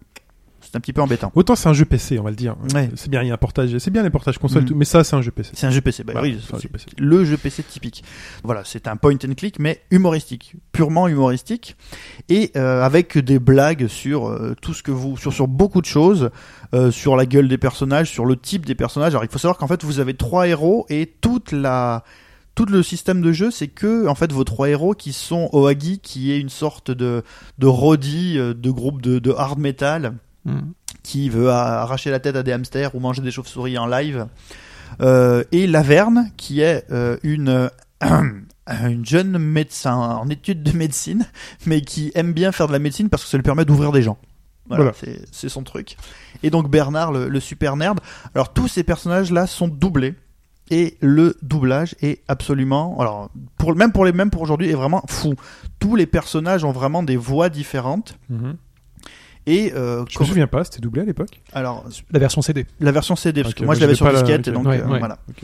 c'est un petit peu embêtant.
Autant c'est un jeu PC, on va le dire.
Ouais.
C'est bien, il y a un portage, c'est bien les portages console,
Mm.
tout, mais ça c'est un jeu PC.
C'est un jeu PC, bah
Voilà,
oui,
c'est un
c'est
jeu PC.
le jeu PC typique. Voilà, c'est un point and click mais humoristique, purement humoristique et euh, avec des blagues sur euh, tout ce que vous sur sur beaucoup de choses, euh, sur la gueule des personnages, sur le type des personnages. Alors il faut savoir qu'en fait vous avez trois héros et toute la tout le système de jeu, c'est que en fait vos trois héros qui sont Oagi, qui est une sorte de de Roddy euh, de groupe de, de hard metal,
Mm.
qui veut a- arracher la tête à des hamsters ou manger des chauves-souris en live. Euh, et Laverne, qui est euh, une, euh, une jeune médecin en études de médecine, mais qui aime bien faire de la médecine parce que ça lui permet d'ouvrir des gens. Voilà,
Voilà.
c'est- c'est son truc. Et donc Bernard, le, le super nerd. Alors tous ces personnages-là sont doublés. Et le doublage est absolument, alors pour, même pour les mêmes pour aujourd'hui, est vraiment fou. Tous les personnages ont vraiment des voix différentes.
Mhm.
Et euh,
Je me souviens pas, c'était doublé à l'époque.
alors
La version CD.
la version CD, parce
Ok,
que moi
moi,
je l'avais
je
sur
l'ai pas,
disquette,
la-
donc
ouais,
euh,
ouais.
voilà.
Ok.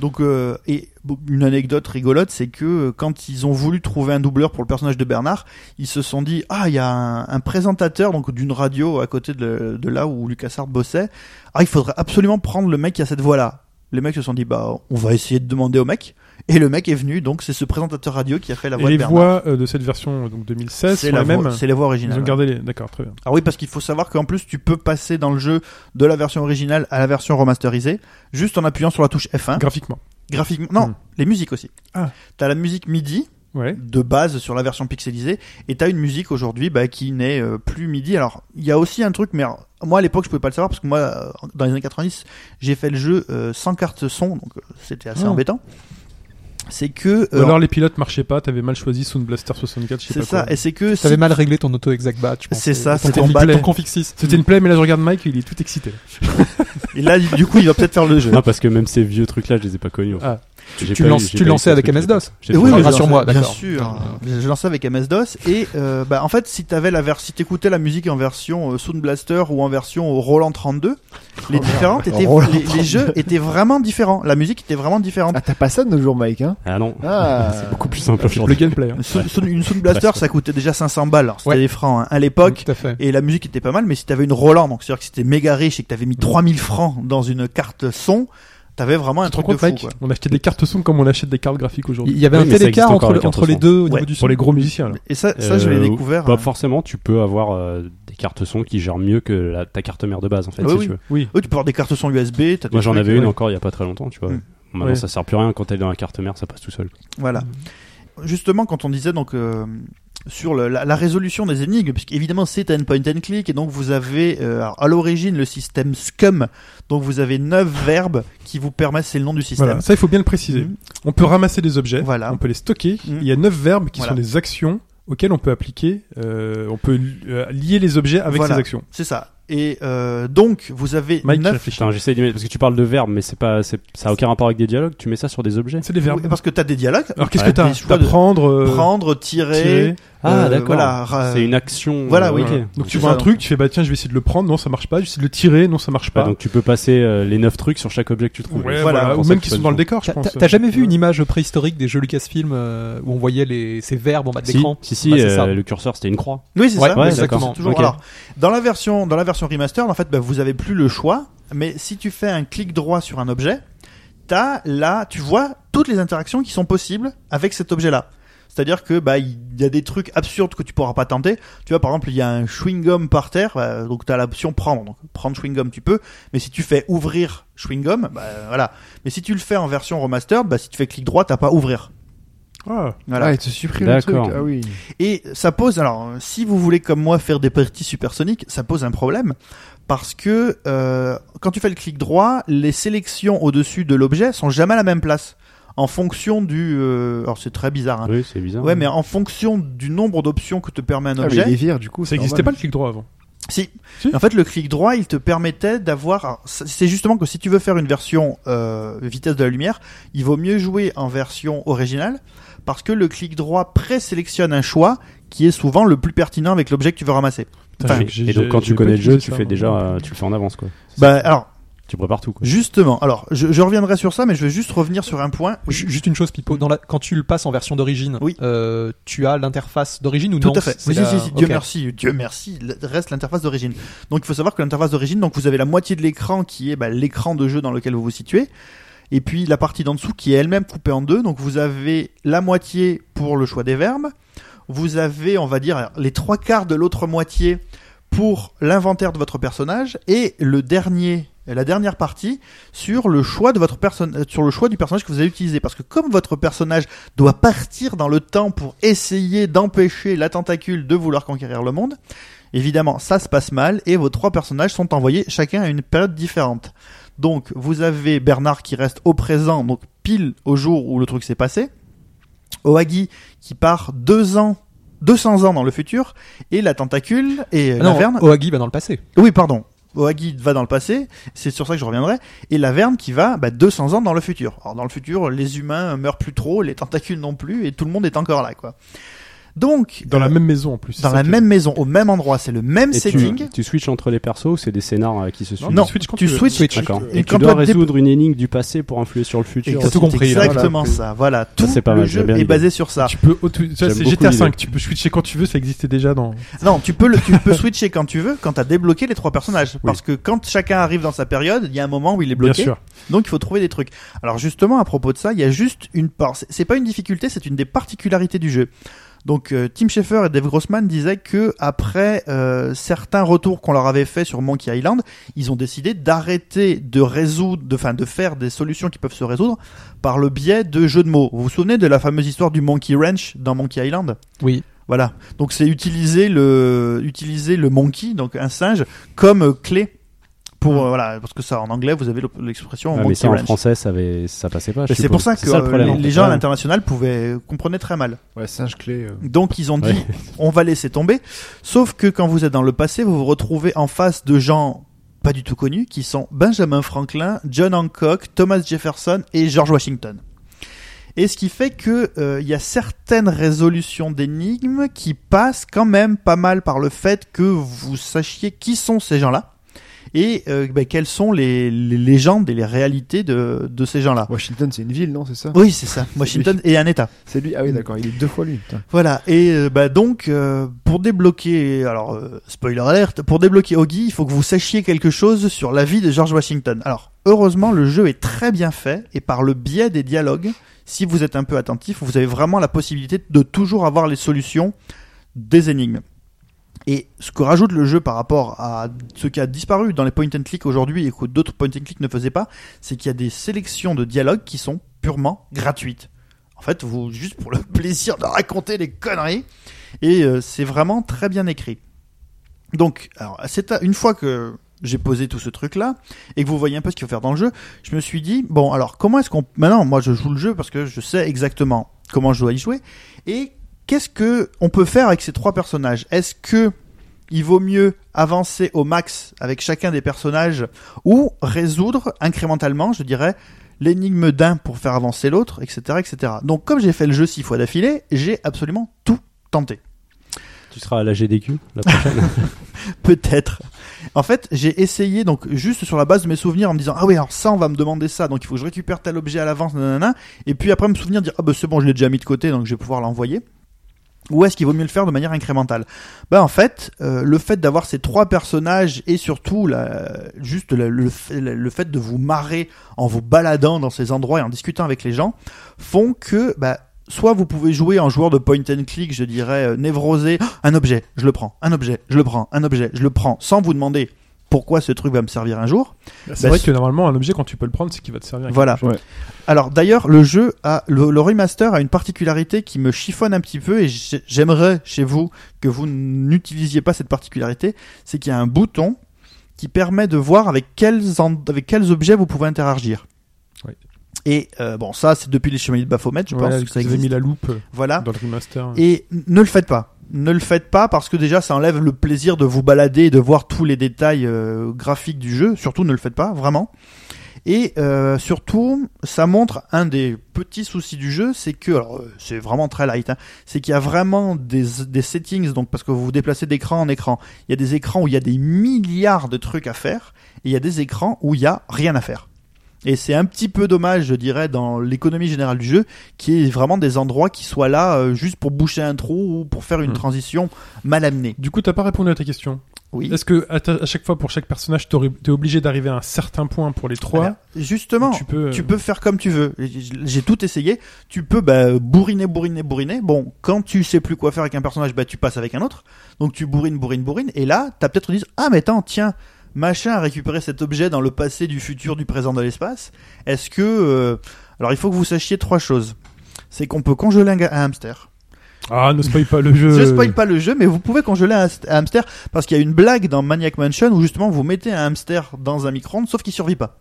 Donc, euh, et bon, une anecdote rigolote, c'est que euh, quand ils ont voulu trouver un doubleur pour le personnage de Bernard, ils se sont dit Ah, il y a un, un présentateur donc d'une radio à côté de, de là où LucasArts bossait. Ah, il faudrait absolument prendre le mec qui a cette voix-là. Les mecs se sont dit Bah, on va essayer de demander au mec. Et le mec est venu, donc c'est ce présentateur radio qui a fait la voix
Et les
de Bernard.
voix euh, de cette version euh, donc 2016
c'est
sont
la
les mêmes.
voix, c'est les voix
Ils
originales.
ont gardé les. D'accord, très bien.
Ah oui, parce qu'il faut savoir qu'en plus, tu peux passer dans le jeu de la version originale à la version remasterisée, juste en appuyant sur la touche F1.
Graphiquement.
Graphiquement, non,
Hmm.
les musiques aussi.
Ah.
T'as la musique MIDI,
Ouais.
de base sur la version pixelisée et t'as une musique aujourd'hui bah, qui n'est euh, plus midi alors il y a aussi un truc mais alors, moi à l'époque je pouvais pas le savoir parce que moi euh, dans les années 90 j'ai fait le jeu euh, sans carte son donc euh, c'était assez
Ah.
embêtant c'est que euh,
Ou alors les pilotes marchaient pas, t'avais mal choisi Sound Blaster 64, je sais
c'est
pas
ça
quoi.
et c'est que
T'avais
si-
mal réglé ton auto exact bat, je pense.
C'est ça,
Ton
c'est ton
config-
bat,
ton
ton-
config 6.
C'était une plaie, mais là je regarde Mike, il est tout excité.
et là du coup il va peut-être faire le jeu
Non, parce que même ces vieux trucs-là, je les ai pas connus. en fait.
Ah.
J'ai
Tu,
pas eu-
lances,
j'ai
tu
pas eu ce
lançais avec
truc-là.
MS-DOS.
J'ai
Oui,
pas-
oui,
rassure-moi,
bien
d'accord.
sûr. Je lançais avec MS-DOS et euh, bah, en fait, si t'avais la ver- si t'écoutais la musique en version euh, Sound Blaster ou en version Roland 32, les différentes étaient,
Roland
les, les jeux étaient vraiment différents. La musique était vraiment différente.
Ah, t'as pas ça de nos jours, Mike, hein
Ah non.
Ah.
C'est beaucoup plus simple
Le
aujourd'hui.
gameplay. hein.
Sou- sou- Une Sound Blaster, ça coûtait déjà 500 balles. Alors, C'était
Ouais. Mm.
des francs hein, à l'époque.
Tout à fait.
Et la musique était pas mal, mais si t'avais une Roland, donc c'est-à-dire que c'était méga riche et que t'avais mis 3000 francs dans une carte son, t'avais vraiment un
Tu te rends
truc de
compte,
fou.
Mike
quoi.
On achetait des cartes son comme on achète des cartes graphiques aujourd'hui.
Il y avait
Oui,
un
mais ça
tel
existe
écart
encore,
entre,
les
le-
cartes
entre les
son.
deux au niveau
Ouais,
du son.
Pour les gros musiciens, là.
Et ça, ça je l'ai
Euh,
découvert.
Pas
euh,
forcément, tu peux avoir euh, des cartes son qui gèrent mieux que la- ta carte mère de base en fait.
Oui,
si
oui.
tu veux.
oh, tu peux avoir des cartes son USB. t'as des
Moi j'en
trucs, euh,
avais une
ouais.
encore il y a pas très longtemps, tu vois.
Mm.
Maintenant
Ouais.
ça sert plus à rien quand t'es dans la carte mère, ça passe tout seul.
Voilà.
Mmh.
Justement, quand on disait donc euh, sur le- la, la résolution des énigmes, puisque évidemment c'est un point and click, et donc vous avez euh, alors, à l'origine le système Scum, donc vous avez neuf verbes qui vous permettent, c'est le nom du système.
Voilà, ça il faut bien le préciser.
Mhm.
On peut ramasser des objets,
Voilà.
on peut les stocker.
Mhm.
Il y a neuf verbes qui
Voilà.
sont des actions auxquelles on peut appliquer. euh, on peut li- euh, lier les objets avec
Voilà.
ces actions.
C'est ça. Et euh, donc vous avez
Mike,
neuf.
réfléchis.
Putain, j'essaie d'imaginer parce que tu parles de verbes, mais c'est pas, c'est- ça a aucun rapport avec des dialogues. Tu mets ça sur des objets.
C'est des
Oui,
verbes.
parce que t'as des dialogues.
Alors qu'est-ce
Ouais.
que t'as
Des choix
T'as
de
prendre, euh,
prendre, tirer.
tirer.
euh, voilà, ra-
c'est une action.
voilà,
euh,
Ah oui.
ok.
Ouais.
Donc tu
C'est
vois
ça.
un truc, tu fais bah tiens, je vais essayer de le prendre. Non, ça marche pas. J'essaie de le tirer. Non, ça marche
Bah,
Ouais,
pas.
donc tu peux passer euh, les 9 trucs sur chaque objet que tu trouves.
Ouais,
C'est
voilà.
pour
Ou
ça
même
que
qui
tu
sont
peux
dans le
le
décor, je
T'as-
pense.
T'as
euh,
t'as jamais vu une image préhistorique des jeux Lucasfilm euh, où on voyait les, ces verbes en bas de
Si,
l'écran
si, si,
Bah, c'est
euh,
ça.
le curseur c'était une croix.
Oui, c'est
Ouais,
ça,
ouais,
exactement.
d'accord.
Toujours.
Ok.
Alors, dans la version, dans la version remaster, en fait, bah, vous avez plus le choix. Mais si tu fais un clic droit sur un objet, t'as là, tu vois toutes les interactions qui sont possibles avec cet objet-là. C'est-à-dire que bah il y a des trucs absurdes que tu pourras pas tenter. Tu vois par exemple il y a un chewing gum par terre, bah, donc t'as l'option prendre. Donc prendre chewing gum tu peux, mais si tu fais ouvrir chewing gum, bah voilà. Mais si tu le fais en version remastered, bah si tu fais clic droit t'as pas ouvrir.
Ah,
Voilà.
Ah, il te supprime le truc.
D'accord.
Ah oui.
Et ça pose, alors, si vous voulez comme moi faire des parties supersoniques, ça pose un problème. Parce que euh, quand tu fais le clic droit, les sélections au-dessus de l'objet sont jamais à la même place. En fonction du... euh, alors c'est très bizarre. Hein.
Oui, c'est bizarre.
Ouais, mais en fonction du nombre d'options que te permet un
Ah, mais il
objet.
les vire, du coup.
ça existait pas le clic droit avant.
Si.
Si.
En fait, le clic droit, il te permettait d'avoir. alors, c- C'est justement que si tu veux faire une version euh, vitesse de la lumière, il vaut mieux jouer en version originale parce que le clic droit présélectionne un choix qui est souvent le plus pertinent avec l'objet que tu veux ramasser.
Putain,
Enfin,
j'ai- j'ai-
Et donc quand
j'ai
tu
pas
connais le
utilisé
jeu, tu
ça,
fais
moi.
déjà, euh, tu le fais en avance quoi.
Bah alors,
Tu prépares tout quoi.
justement, alors je, je reviendrai sur ça, mais je vais juste revenir sur un point.
Ju- Juste une chose, Pipo, dans la- quand tu le passes en version d'origine,
Oui.
euh, tu as l'interface d'origine ou
Tout
non
à fait.
C'est
Oui, si,
la-
si, si, Dieu
Ok.
merci, Dieu merci. le- Reste l'interface d'origine. Donc, il faut savoir que l'interface d'origine, donc vous avez la moitié de l'écran qui est bah, l'écran de jeu dans lequel vous vous situez, et puis la partie d'en dessous qui est elle-même coupée en deux. Donc, vous avez la moitié pour le choix des verbes. Vous avez, on va dire, alors, les trois quarts de l'autre moitié pour l'inventaire de votre personnage et le dernier, la dernière partie sur le choix de votre personne, euh, sur le choix du personnage que vous allez utiliser. Parce que comme votre personnage doit partir dans le temps pour essayer d'empêcher la tentacule de vouloir conquérir le monde. Évidemment, ça se passe mal et vos trois personnages sont envoyés chacun à une période différente. Donc, vous avez Bernard qui reste au présent, donc pile au jour où le truc s'est passé. Oagi qui part deux ans, 200 ans dans le futur et la tentacule et
Ah
la
Non,
verne.
Oagi va dans le passé.
Oui, pardon. Oagi va dans le passé, c'est sur ça que je reviendrai, et Laverne qui va bah, 200 ans dans le futur. Alors dans le futur, les humains meurent plus trop, les tentacules non plus, et tout le monde est encore là, quoi. Donc,
Dans la
euh,
même maison en plus. c'est
dans
ça
la
qui-
même maison, au même endroit, c'est le même
Et
setting.
tu, tu switches entre les persos ou c'est des scénars euh, qui se suivent
Non,
tu switches quand
tu
tu veux.
switches.
Switch,
D'accord.
tu-
Et
quand
tu dois
toi, dé-
résoudre une énigme du passé pour influer sur le futur.
T'as tout compris, là,
Exactement
voilà.
ça, voilà. Tout
c'est pas
le
mal,
jeu
j'ai bien
est
l'idée.
basé sur ça.
Tu peux auto- ça,
J'aime
c'est
beaucoup
GTA V,
l'idée.
tu peux switcher quand tu veux, ça existait déjà dans.
Non, tu peux, le, tu peux switcher quand tu veux, quand t'as débloqué les trois personnages. Parce que quand chacun arrive dans sa période, il y a un moment où il est
Bien
bloqué.
sûr.
Donc il faut trouver des trucs. Alors justement à propos de ça, il y a juste une part. c'est- C'est pas une difficulté, c'est une des particularités du jeu. Donc euh, Tim Schafer et Dave Grossman disaient que après euh, certains retours qu'on leur avait fait sur Monkey Island, ils ont décidé d'arrêter de résoudre, de, enfin, de faire des solutions qui peuvent se résoudre par le biais de jeux de mots. Vous vous souvenez de la fameuse histoire du Monkey Wrench dans Monkey Island
Oui.
Voilà. Donc c'est utiliser le utiliser le monkey, donc un singe, comme euh, clé pour euh, voilà parce que ça en anglais vous avez l'op- l'expression
Ah, mais
monkey
ça en
wrench.
français, ça, avait... ça passait pas. je
Mais C'est pour
suppose.
ça que
le
euh,
problème,
les,
en
les
fait. Ah.
gens à l'international pouvaient comprenaient très mal.
Ouais, singe clé. euh.
Donc ils ont dit
Ouais.
on va laisser tomber. Sauf que quand vous êtes dans le passé, vous vous retrouvez en face de gens pas du tout connus qui sont Benjamin Franklin, John Hancock, Thomas Jefferson et George Washington. Et ce qui fait que euh, il y a certaines résolutions d'énigmes qui passent quand même pas mal par le fait que vous sachiez qui sont ces gens-là et euh, ben, quelles sont les, les légendes et les réalités de, de ces gens-là.
Washington, c'est une ville, non C'est ça
Oui, c'est ça. Washington et un État.
C'est lui. Ah oui, d'accord. Il est deux fois lui. putain.
Voilà, et euh, bah donc, euh, pour débloquer, alors, euh, spoiler alerte, pour débloquer Oggy, il faut que vous sachiez quelque chose sur la vie de George Washington. Alors, heureusement, le jeu est très bien fait, et par le biais des dialogues, si vous êtes un peu attentif, vous avez vraiment la possibilité de toujours avoir les solutions des énigmes. Et ce que rajoute le jeu par rapport à ce qui a disparu dans les point and click aujourd'hui et que d'autres point and click ne faisaient pas, c'est qu'il y a des sélections de dialogues qui sont purement gratuites. En fait, vous juste pour le plaisir de raconter des conneries. Et euh, c'est vraiment très bien écrit. Donc, alors, c'est à- une fois que j'ai posé tout ce truc-là et que vous voyez un peu ce qu'il faut faire dans le jeu, je me suis dit bon, alors comment est-ce qu'on Maintenant, moi, je joue le jeu parce que je sais exactement comment je dois y jouer et qu'est-ce que on peut faire avec ces trois personnages Est-ce que il vaut mieux avancer au max avec chacun des personnages ou résoudre incrémentalement, je dirais, l'énigme d'un pour faire avancer l'autre, etc., etc. Donc, comme j'ai fait le jeu six fois d'affilée, j'ai absolument tout tenté.
Tu seras à la GDQ la prochaine.
Peut-être. En fait, j'ai essayé, donc, juste sur la base de mes souvenirs, en me disant, ah oui, alors ça, on va me demander ça, donc il faut que je récupère tel objet à l'avance, nanana, et puis après me souvenir, dire, ah bah c'est bon, je l'ai déjà mis de côté, donc je vais pouvoir l'envoyer. Ou est-ce qu'il vaut mieux le faire de manière incrémentale Bah en fait, euh, le fait d'avoir ces trois personnages et surtout la, juste le, le fait- le fait de vous marrer en vous baladant dans ces endroits et en discutant avec les gens font que bah, soit vous pouvez jouer en joueur de point and click, je dirais euh, névrosé, un objet, je le prends, un objet, je le prends, un objet, je le prends, sans vous demander pourquoi ce truc va me servir un jour.
C'est
Bah,
vrai
si-
que normalement, un objet, quand tu peux le prendre, c'est qu'il va te servir. à
Voilà.
chose. Ouais.
Alors d'ailleurs, le jeu a le, le remaster a une particularité qui me chiffonne un petit peu et j'ai- j'aimerais chez vous que vous n'utilisiez pas cette particularité, c'est qu'il y a un bouton qui permet de voir avec quels en- avec quels objets vous pouvez interagir.
Ouais.
Et euh, bon, ça c'est depuis les chevaliers de Baphomet, je
Voilà,
pense que ça
ils avaient
existe.
mis la loupe euh,
Voilà.
dans le remaster.
Ah. Et n- ne le faites pas. Ne le faites pas parce que déjà ça enlève le plaisir de vous balader et de voir tous les détails euh, graphiques du jeu. Surtout ne le faites pas, vraiment. Et euh, surtout, ça montre un des petits soucis du jeu, c'est que, alors euh, c'est vraiment très light, hein, c'est qu'il y a vraiment des, des settings, donc parce que vous vous déplacez d'écran en écran, il y a des écrans où il y a des milliards de trucs à faire, et il y a des écrans où il y a rien à faire. Et c'est un petit peu dommage, je dirais, dans l'économie générale du jeu, qui est vraiment des endroits qui soient là euh, juste pour boucher un trou ou pour faire une
Mm.
transition mal amenée.
Du coup, t'as pas répondu à ta question.
Oui.
Est-ce que à, ta- à chaque fois pour chaque personnage, t'aurais- t'es obligé d'arriver à un certain point pour les
Alors,
trois
Justement,
Tu peux. euh,
tu peux faire comme tu veux. J'ai tout essayé. Tu peux bah, bourriner, bourriner, bourriner. Bon, quand tu sais plus quoi faire avec un personnage, bah, tu passes avec un autre. Donc tu bourrines, bourrines, bourrines. Et là, t'as peut-être dit Ah, mais attends, tiens, machin a récupéré cet objet dans le passé, du futur, du présent, de l'espace. Est-ce que. euh, Alors il faut que vous sachiez trois choses. C'est qu'on peut congeler un, ga- un hamster.
Ah, ne spoil pas le jeu.
Je spoil pas le jeu, mais vous pouvez congeler un hast- un hamster parce qu'il y a une blague dans Maniac Mansion où justement vous mettez un hamster dans un micro-ondes, sauf qu'il survit pas.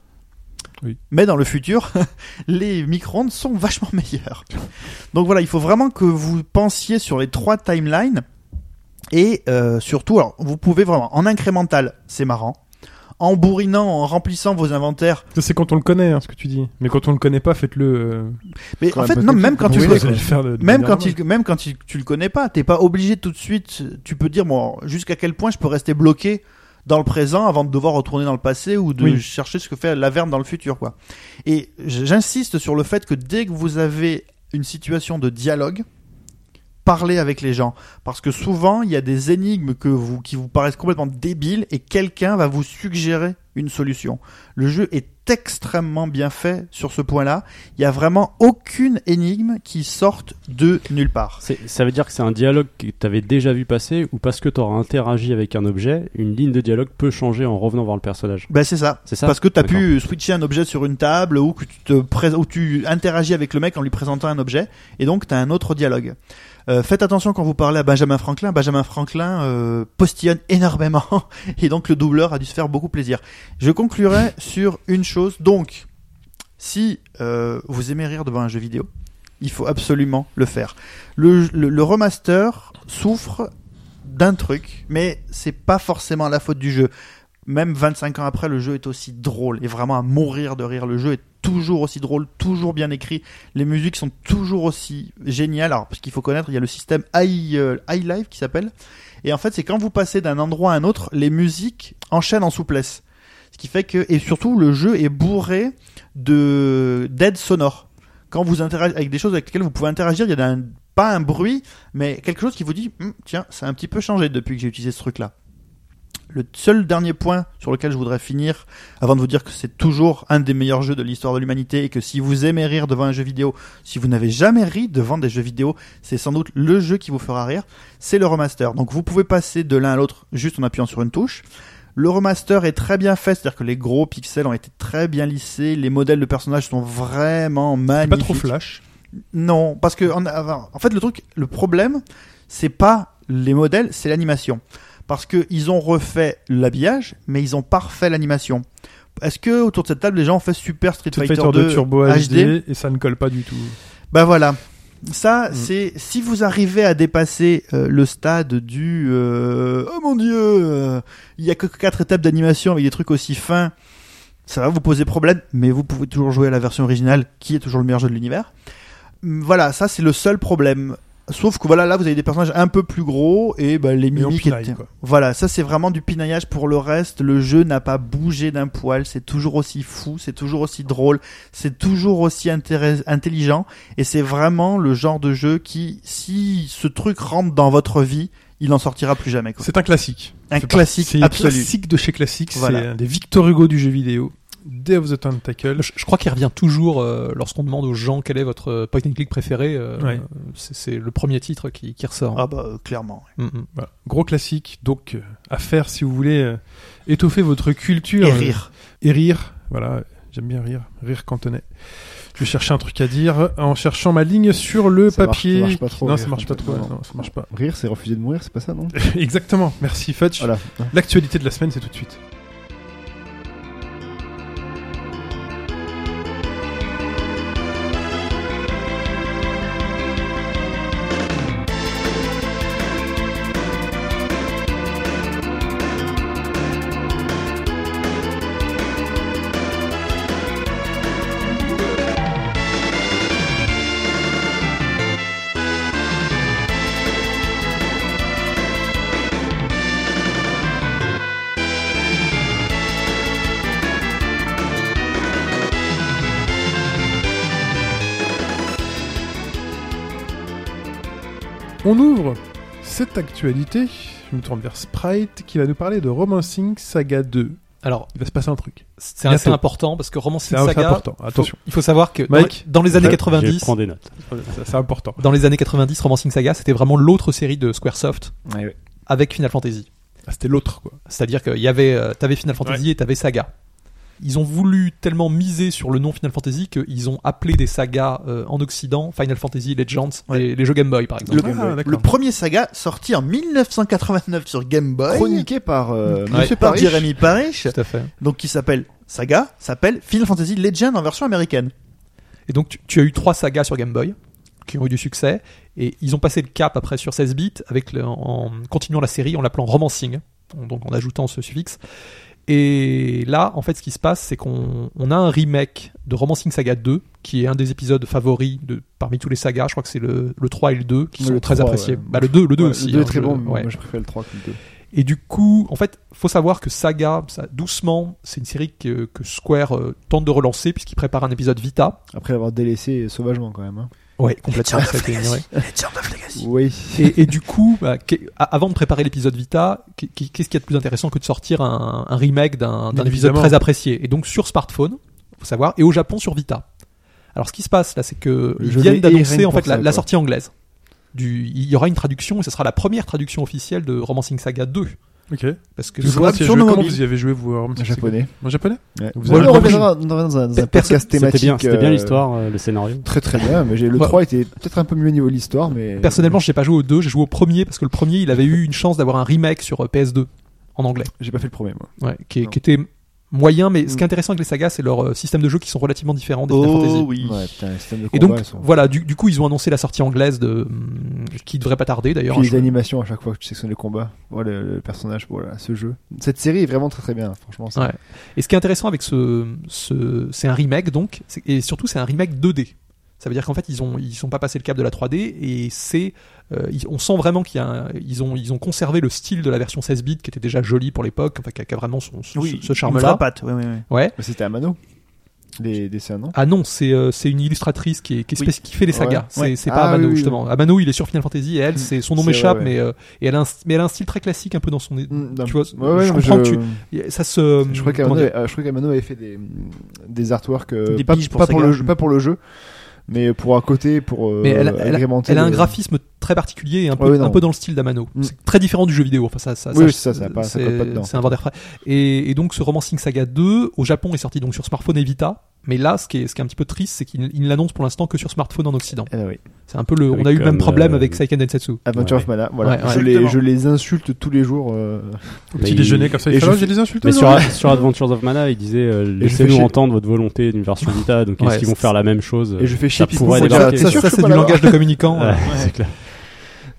Oui.
Mais dans le futur, les micro-ondes sont vachement meilleurs. Donc voilà, il faut vraiment que vous pensiez sur les trois timelines et euh, surtout, alors vous pouvez vraiment en incrémental, c'est marrant. En bourrinant, en remplissant vos inventaires.
Ça, C'est quand on le connaît, hein, ce que tu dis. Mais quand on le connaît pas, faites-le. euh,
Mais
Quand
en
même,
fait, non,
peut-être
même quand tu
oui,
le
vous allez le faire de- de
même
manière
quand,
normale.
il, même quand il- tu le connais pas, t'es pas obligé tout de suite. Tu peux dire bon, jusqu'à quel point je peux rester bloqué dans le présent avant de devoir retourner dans le passé ou de
Oui.
chercher ce que fait l'averne dans le futur, quoi. Et j'insiste sur le fait que dès que vous avez une situation de dialogue, parlez avec les gens parce que souvent il y a des énigmes que vous qui vous paraissent complètement débiles et quelqu'un va vous suggérer une solution. Le jeu est extrêmement bien fait sur ce point-là. Il y a vraiment aucune énigme qui sorte de nulle part.
C'est- Ça veut dire que c'est un dialogue que t'avais déjà vu passer ou parce que t'auras interagi avec un objet, une ligne de dialogue peut changer en revenant voir le personnage.
Ben c'est ça.
C'est ça
Parce que t'as pu switcher un objet sur une table ou que tu te pré- ou tu interagis avec le mec en lui présentant un objet et donc t'as un autre dialogue. Euh, faites attention quand vous parlez à Benjamin Franklin. Benjamin Franklin euh, postillonne énormément et donc le doubleur a dû se faire beaucoup plaisir. Je conclurai sur une chose. Donc, si euh, vous aimez rire devant un jeu vidéo, il faut absolument le faire. Le, le- le remaster souffre d'un truc, mais c'est pas forcément la faute du jeu. Même 25 ans après, le jeu est aussi drôle et vraiment à mourir de rire. Le jeu est toujours aussi drôle, toujours bien écrit. Les musiques sont toujours aussi géniales. Alors, parce qu'il faut connaître, il y a le système i euh, iLive qui s'appelle. Et en fait, c'est quand vous passez d'un endroit à un autre, les musiques enchaînent en souplesse. Ce qui fait que, et surtout, le jeu est bourré de d'aides sonores. Quand vous interagissez avec des choses avec lesquelles vous pouvez interagir, il y a un- pas un bruit, mais quelque chose qui vous dit Hum, tiens, ça a un petit peu changé depuis que j'ai utilisé ce truc-là. Le seul dernier point sur lequel je voudrais finir, avant de vous dire que c'est toujours un des meilleurs jeux de l'histoire de l'humanité et que si vous aimez rire devant un jeu vidéo, si vous n'avez jamais ri devant des jeux vidéo, c'est sans doute le jeu qui vous fera rire, c'est le remaster. Donc vous pouvez passer de l'un à l'autre juste en appuyant sur une touche. Le remaster est très bien fait, c'est-à-dire que les gros pixels ont été très bien lissés, les modèles de personnages sont vraiment
C'est
magnifiques.
pas trop flash.
Non, parce que en, en fait le truc, le problème, c'est pas les modèles, c'est l'animation. Parce que ils ont refait l'habillage, mais ils ont pas refait l'animation. Est-ce que autour de cette table, les gens ont fait Super Street,
Street Fighter 2 Turbo
HD
HD et ça ne colle pas du tout.
Bah voilà.
Mm.
Ça, c'est si vous arrivez à dépasser euh, le stade du euh, oh mon dieu, euh, il y a que quatre étapes d'animation avec des trucs aussi fins, ça va vous poser problème, mais vous pouvez toujours jouer à la version originale, qui est toujours le meilleur jeu de l'univers. Hum, Voilà, ça c'est le seul problème. Sauf que voilà, là vous avez des personnages un peu plus gros et bah, les
Et on
mimiques
pinaille,
étaient-
quoi.
Voilà, ça c'est vraiment du pinaillage pour le reste. Le jeu n'a pas bougé d'un poil, c'est toujours aussi fou, c'est toujours aussi drôle, c'est toujours aussi intéress- intelligent. Et c'est vraiment le genre de jeu qui, si ce truc rentre dans votre vie, il en sortira plus jamais. Quoi.
C'est un classique.
Un
C'est
classique
C'est un
absolu.
classique de chez classique. C'est
Voilà.
un des Victor Hugo du jeu vidéo. Day of the Tentacle.
Je, je crois qu'il revient toujours euh, lorsqu'on demande aux gens quel est votre euh, point and click préféré. euh,
Ouais.
c'est, c'est le premier titre qui, qui ressort.
Ah bah euh, clairement.
Mm, mm.
Voilà. Bah, Gros classique. Donc, euh, à faire si vous voulez euh, étoffer votre culture. Euh,
Et rire.
et rire. Voilà, j'aime bien rire, rire cantonais. Je vais chercher un truc à dire en cherchant ma ligne sur le
Ça marche-
papier.
ça marche pas trop,
non,
rire
ça marche pas trop.
cantonais,
ouais,
non.
non, ça marche pas.
Rire, c'est refuser de mourir, c'est pas ça, non
Exactement. Merci Fudge.
Voilà.
L'actualité de la semaine, c'est tout de suite. On ouvre cette actualité. Je me tourne vers Sprite qui va nous parler de Romancing Saga 2.
Alors,
Il va se passer un truc.
c'est assez
Bientôt.
important parce que Romancing
C'est un- c'est
Saga,
important. Attention.
il faut savoir que dans
Mike,
les- dans les années
je- je
Je
90,
prends des notes.
Ça, C'est important.
dans les années 90, Romancing Saga, c'était vraiment l'autre série de Squaresoft avec Final Fantasy.
Ah, C'était l'autre, quoi.
C'est-à-dire qu'il y avait, euh, t'avais Final Fantasy et t'avais Saga. Ils ont voulu tellement miser sur le nom Final Fantasy qu'ils ont appelé des sagas euh, en Occident Final Fantasy Legends
Ouais.
et les jeux Game Boy par exemple.
Le,
Ah,
le-
d'accord.
le premier saga sorti en 1989 sur Game Boy.
Chroniqué par euh,
Ouais.
Monsieur
Par
Parish.
Jeremy Parish,
Tout à fait.
donc qui s'appelle Saga, s'appelle Final Fantasy Legend en version américaine.
Et donc, tu, tu as eu trois sagas sur Game Boy qui ont eu du succès. Et ils ont passé le cap après sur 16 bits avec le- en continuant la série en l'appelant Romancing, en- donc en ajoutant ce suffixe. Et là, en fait, ce qui se passe, c'est qu'on on a un remake de Romancing Saga 2, qui est un des épisodes favoris de, parmi tous les sagas. Je crois que c'est le, le 3 et le 2 qui
Ouais,
sont
le
très
3,
appréciés.
ouais.
Bah, le 2, le 2
Ouais,
aussi.
Le 2
hein,
est très
je-
bon, mais
ouais.
moi je préfère le 3 que le 2.
Et du coup, en fait, faut savoir que Saga, ça, doucement, c'est une série que, que Square euh, tente de relancer puisqu'il prépare un épisode Vita.
Après l'avoir délaissé sauvagement quand même. hein.
Ouais, complètement. ça a été ignoré.
Legend of Legacy.
Oui.
et, et du coup, bah, qu'est- a- avant de préparer l'épisode Vita, qu'est- qu'est- qu'est-ce qu'il y a de plus intéressant que de sortir un, un remake d'un d'un
Bien
épisode
évidemment.
très apprécié Et donc sur smartphone, faut savoir, et au Japon sur Vita. Alors ce qui se passe là, c'est que
Je
ils
l'ai
viennent
et
d'annoncer
rien
en
que
fait
pour
la,
ça,
la
quoi.
sortie anglaise. Du, il y aura une traduction et ce sera la première traduction officielle de Romancing Saga 2
Ok.
parce que
Vous,
jouable
commencez à
sur
jouer-
nos
comment
mobiles.
vous y avez joué, vous Worms
En japonais.
En japonais
Ouais.
Vous
Bon,
avez
on
compris.
reviendra dans, dans un- dans un
Personne-
podcast
C'était
thématique.
bien, c'était bien
euh,
l'histoire, euh, le scénario.
Très très bien, mais j'ai- le
Ouais.
3 était peut-être un peu mieux au niveau de l'histoire, mais.
personnellement j'ai pas joué au 2 j'ai joué au premier parce que le premier il avait eu une chance d'avoir un remake sur euh, PS2 en anglais
J'ai pas fait le premier, moi.
Ouais, qui, est-
Non.
qui était moyen, mais ce
Mm.
qui est intéressant avec les sagas, c'est leurs euh, systèmes de jeu qui sont relativement différents des Final Fantasy.
Oh oui.
Ouais, putain, les systèmes de
Et
combat,
donc,
elles sont-
voilà, du, du coup, ils ont annoncé la sortie anglaise de, hum, qui devrait pas tarder d'ailleurs. hein,
Puis
Je-
les animations à chaque fois que tu sectionnes les combats. Ouais, le, le personnage, voilà, ce jeu. Cette série est vraiment très très bien, franchement. ça.
Ouais. Et ce qui est intéressant avec ce, ce- c'est un remake donc, c'est- et surtout c'est un remake 2D. Ça veut dire qu'en fait ils ont ils sont pas passé le cap de la 3D et c'est euh, ils- on sent vraiment qu'il y a un- ils ont ils ont conservé le style de la version 16 bits qui était déjà jolie pour l'époque, enfin qui a, qui a vraiment son, son-
Oui,
ce, ce
une
charme-là.
frappate, ouais, ouais, ouais.
Ouais.
Mais c'était à Mano Les dessins, non
Ah non, c'est euh, c'est une illustratrice qui, est, qui, est
Oui.
spéc- qui fait les sagas.
Ouais.
C'est
Ouais.
c'est pas
Ah,
Amano
oui, oui,
justement. Amano il est sur Final Fantasy et elle, c'est son nom
C'est
m'échappe,
vrai, ouais.
mais euh, et elle a un, st- mais elle a un style très classique un peu dans son.
Mm, non.
Ah, Tu vois,
Ouais, ouais,
je
mais
comprends que tu- Ça se.
Je crois
comment
qu'Amano,
dire
euh, je crois qu'Amano avait fait des, mm, des artworks, euh,
Des
pas,
piges pour
pas pour
Saga.
le jeu, pas pour le jeu, mais pour à côté, pour euh,
Mais elle- elle-
agrémenter.
Elle a un
le-
graphisme très particulier et un peu,
Ouais, ouais, non.
un peu dans le style d'Amano.
Mm.
C'est très différent du jeu vidéo. Enfin, ça, ça,
Oui, oui, ça, ça a pas- ça
c'est-
colle pas dedans.
c'est un vendeur frais. Et, et donc, ce Romancing Saga 2, au Japon, est sorti donc sur smartphone et Vita. Mais là, ce qui est, ce qui est un petit peu triste, c'est qu'il il ne l'annonce pour l'instant que sur smartphone en Occident.
Ah oui.
C'est un peu le, on
Avec
a eu le même
comme,
problème
euh,
avec Seiken Densetsu.
Adventure of Mana, voilà.
Ouais,
je,
ouais.
les, je les insulte tous les jours. euh,
Au
Mais
petit
il-
déjeuner comme ça, il
et
fait
je
Ah,
fais-
j'ai des insultes.
Mais
non
sur, sur Adventures of Mana, il disait euh,
je fais
laissez-nous
chier.
entendre votre volonté d'une version Vita. Donc
Ouais,
est-ce qu'ils vont
c'est-
faire la même chose
et je fais chier.
ça
Pipou,
pourrait
ça,
débarquer.
t'es sûr
Ça,
que je
ça
suis
c'est
pas
du
là-bas
langage de communicant.
Ouais,
euh,
c'est clair.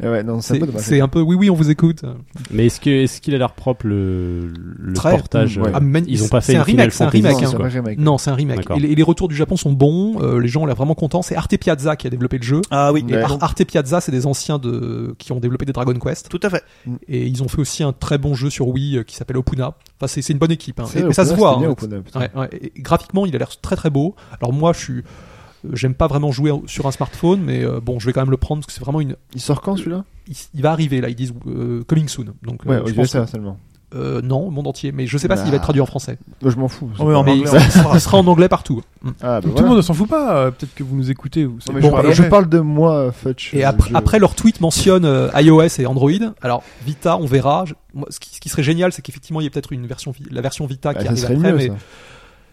Ouais, non, c'est un peu
C'est
dommage.
c'est un peu, oui, oui, on vous écoute.
Euh, Mais est-ce que est-ce qu'il a leur propre le, le
Très.
portage
Mm, ouais.
euh,
Ah, man-
Ils ont pas fait
c'est
une
un remake,
Final
c'est un
Fantasy,
Non,
remake.
c'est
hein.
un vrai remake.
Non, c'est un remake.
D'accord.
Et les, et les retours du Japon sont bons. euh, les gens ont l'air vraiment contents. C'est Arte Piazza qui a développé le jeu.
Ah oui,
Et
Ouais.
Ar- Arte Piazza, c'est des anciens de qui ont développé des Dragon Quest.
tout à fait.
Et ils ont fait aussi un très bon jeu sur Wii euh, qui s'appelle Opuna. Enfin, c'est c'est une bonne équipe. Hein.
C'est
Et,
vrai,
mais ça
Opuna,
se voit.
c'était bien,
hein.
Opuna, putain.
Ouais, ouais. Et graphiquement, il a l'air très très beau. Alors moi, je suis euh, J'aime pas vraiment jouer en- sur un smartphone, mais euh, bon, je vais quand même le prendre parce que c'est vraiment une.
Il sort quand celui-là
Il, il va arriver là, ils disent euh, coming soon. Donc, euh,
Ouais,
je
au
pense-
ça seulement.
euh, non, au monde entier. Mais je sais pas
Bah. Ah.
s'il va être traduit en français.
Moi, je m'en fous. c'est
Ouais,
pas-
en
Mais
anglais,
il sera- il sera, il sera en anglais partout. Mm.
Ah, bah
Tout le
voilà.
monde ne s'en fout pas. euh, Peut-être que vous nous écoutez. ou-
Non, mais
Bon,
je, parle,
et-
je parle de moi, euh, Fudge.
Et
Je-
après,
je-
après leur tweet mentionne euh, iOS et Android. Alors Vita, on verra. Je- moi, ce, qui, ce qui serait génial, c'est qu'effectivement il y ait peut-être une version vi- la version Vita
Bah,
qui
ça
arrive
serait
après.
mieux,
mais
ça.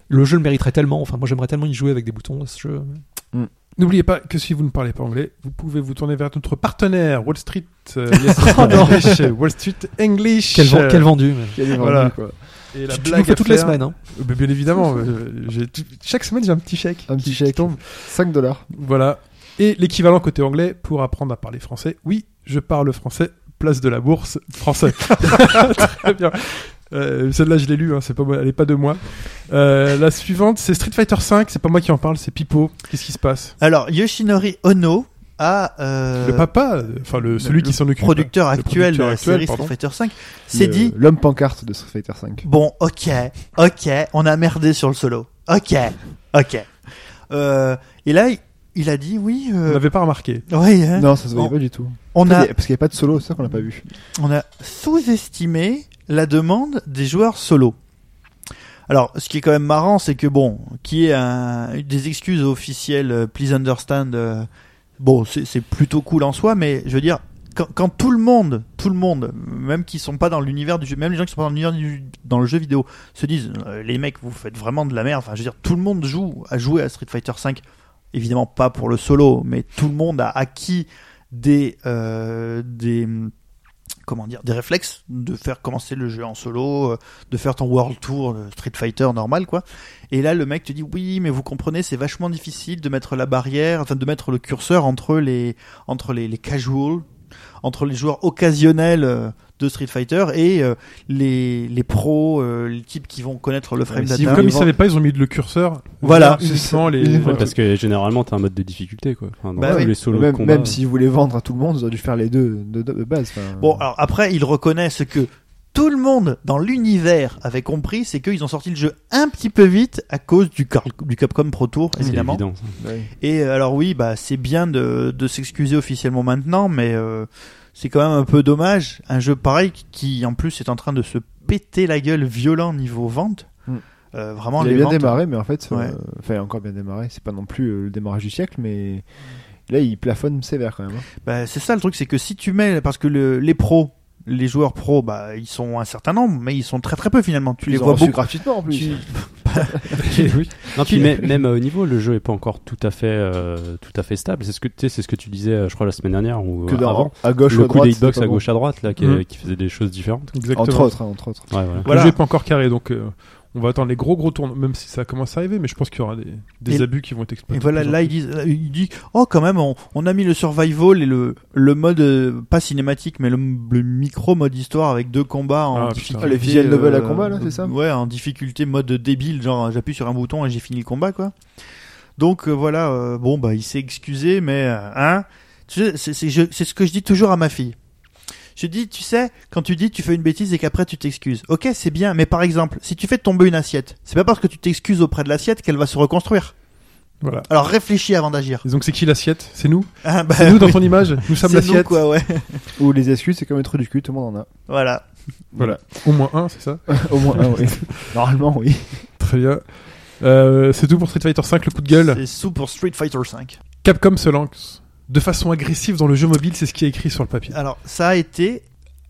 le jeu le mériterait tellement. Enfin, moi j'aimerais tellement y jouer avec des boutons. Ce jeu.
N'oubliez pas que si vous ne parlez pas anglais, vous pouvez vous tourner vers notre partenaire Wall Street. euh, yes,
Oh non.
English, euh, Wall Street English.
Quel, ven-
euh,
quel vendu. mais-
Quel est
Voilà.
vendu, quoi.
Et la
Tu- tu nous
blague
fais
à
toutes les
faire-
semaines. hein.
Euh, ben, Bien évidemment. euh, j'ai- tu- Chaque semaine, j'ai un petit chèque.
Un
qui-
petit
qui
chèque.
tombe.
5 dollars.
Voilà. Et l'équivalent côté anglais pour apprendre à parler français. Oui, je parle français, place de la bourse, français. Très bien. Euh, Celle-là, je l'ai lue, hein, c'est pas moi- elle est pas de moi. Euh, la suivante, c'est Street Fighter V, c'est pas moi qui en parle, c'est Pipo. Qu'est-ce qui se passe
Alors, Yoshinori Ono a euh,
Le papa, euh, enfin le, celui
le
qui s'en occupe.
producteur actuel de
producteur
la
actuel,
série
pardon.
Street Fighter V, s'est
Le-
dit
L'homme pancarte de Street Fighter 5.
Bon, ok, ok, on a merdé sur le solo. Ok, ok. Euh, et là, il- il a dit oui.
On
Euh,
l'avait pas remarqué.
oui, hein,
Non, ça se voyait
on-
pas du tout.
on a,
Parce qu'il n'y a pas de solo, c'est ça qu'on l'a pas vu.
on a sous-estimé la demande des joueurs solo. Alors, ce qui est quand même marrant, c'est que bon, qui est un, des excuses officielles, euh, please understand. euh, bon, c'est c'est plutôt cool en soi, mais je veux dire, quand, quand tout le monde, tout le monde, même qui sont pas dans l'univers du jeu, même les gens qui sont pas dans l'univers du dans le jeu vidéo, se disent, euh, les mecs, vous faites vraiment de la merde. Enfin, je veux dire, tout le monde joue à jouer à Street Fighter 5. Évidemment pas pour le solo, mais tout le monde a acquis des euh, des comment dire des réflexes de faire commencer le jeu en solo, euh, de faire ton world tour le Street Fighter normal quoi. Et là le mec te dit oui mais vous comprenez c'est vachement difficile de mettre la barrière, enfin de mettre le curseur entre les entre les, les casuals, entre les joueurs occasionnels euh, de Street Fighter et euh, les les pros, euh, les types qui vont connaître le frame
si
data.
vous-
Comme ils
vivant.
savaient pas, ils ont mis le curseur.
Ah, Voilà.
Uniquement les.
Une-
Ouais, parce que généralement, t'as un mode de difficulté quoi. Enfin, dans
Bah
tous
oui.
les solos de
Même,
combat.
même s'ils voulaient vendre à tout le monde, ils auraient dû faire les deux de, de- de base. enfin.
Bon, alors après, ils reconnaissent que tout le monde dans l'univers avait compris, c'est qu'ils ont sorti le jeu un petit peu vite à cause du, Car- du Capcom Pro Tour,
C'est
évidemment.
évident.
Ouais.
Et euh, alors oui, bah c'est bien de, de s'excuser officiellement maintenant, mais euh, c'est quand même un peu dommage. Un jeu pareil qui en plus est en train de se péter la gueule violent niveau vente.
Mm.
euh, vraiment
il a
les
bien
ventes-
démarré, mais en fait, euh,
Ouais.
enfin encore bien démarré. C'est pas non plus euh, le démarrage du siècle, mais là il plafonne sévère quand même. hein.
Bah, c'est ça le truc, c'est que si tu mets, parce que le- les pros, les joueurs pros, bah, ils sont un certain nombre, mais ils sont très très peu finalement. Tu les
Ils ont
vois
reçu
beaucoup.
gratuitement en plus.
Tu-
oui.
Non, puis mê- même à haut niveau, le jeu est pas encore tout à fait, euh, tout à fait stable. C'est ce que tu sais, c'est ce que tu disais, euh, je crois, la semaine dernière ou
Que
euh, avant.
d'avant, à gauche ou
le
à
coup
droite.
des hitbox
c'est pas
à
bon.
gauche à droite là, qui,
Mhm.
qui faisait des choses différentes.
Exactement.
Entre autres, hein, entre autres.
Ouais, voilà.
Voilà.
Le jeu n'est pas encore carré, donc euh, on va attendre les gros gros tournois, même si ça commence à arriver, mais je pense qu'il y aura des, des
Et-
abus qui vont être exploités.
Et voilà,
de plus en
là il, dit, il dit, oh quand même, on, on a mis le survival et le, le mode, euh, pas cinématique, mais le, le micro mode histoire avec deux combats en
Ah, putain.
difficulté. euh,
Ah,
les visual novel à combat, là, c'est ça
Ouais, en difficulté mode débile, genre j'appuie sur un bouton et j'ai fini le combat, quoi. Donc euh, voilà, euh, bon, bah il s'est excusé, mais euh, hein, tu sais, c'est- c'est je- c'est ce que je dis toujours à ma fille. Je dis, tu sais, quand tu dis tu fais une bêtise et qu'après tu t'excuses. Ok, c'est bien, mais par exemple, si tu fais tomber une assiette, c'est pas parce que tu t'excuses auprès de l'assiette qu'elle va se reconstruire.
Voilà.
Alors réfléchis avant d'agir.
Et donc c'est qui l'assiette C'est nous
Ah, bah,
C'est nous dans
oui.
ton image Nous sommes
C'est nous,
l'assiette
quoi, ouais.
Ou les excuses, c'est comme être du cul, tout le monde en a.
Voilà.
Voilà. Au moins un, c'est ça
Au moins un, oui. Normalement, oui.
Très bien. Euh, c'est tout pour Street Fighter V, le coup de gueule.
C'est sous pour Street Fighter 5.
Capcom se lance de façon agressive dans le jeu mobile, c'est ce qui est écrit sur le papier.
Alors, ça a été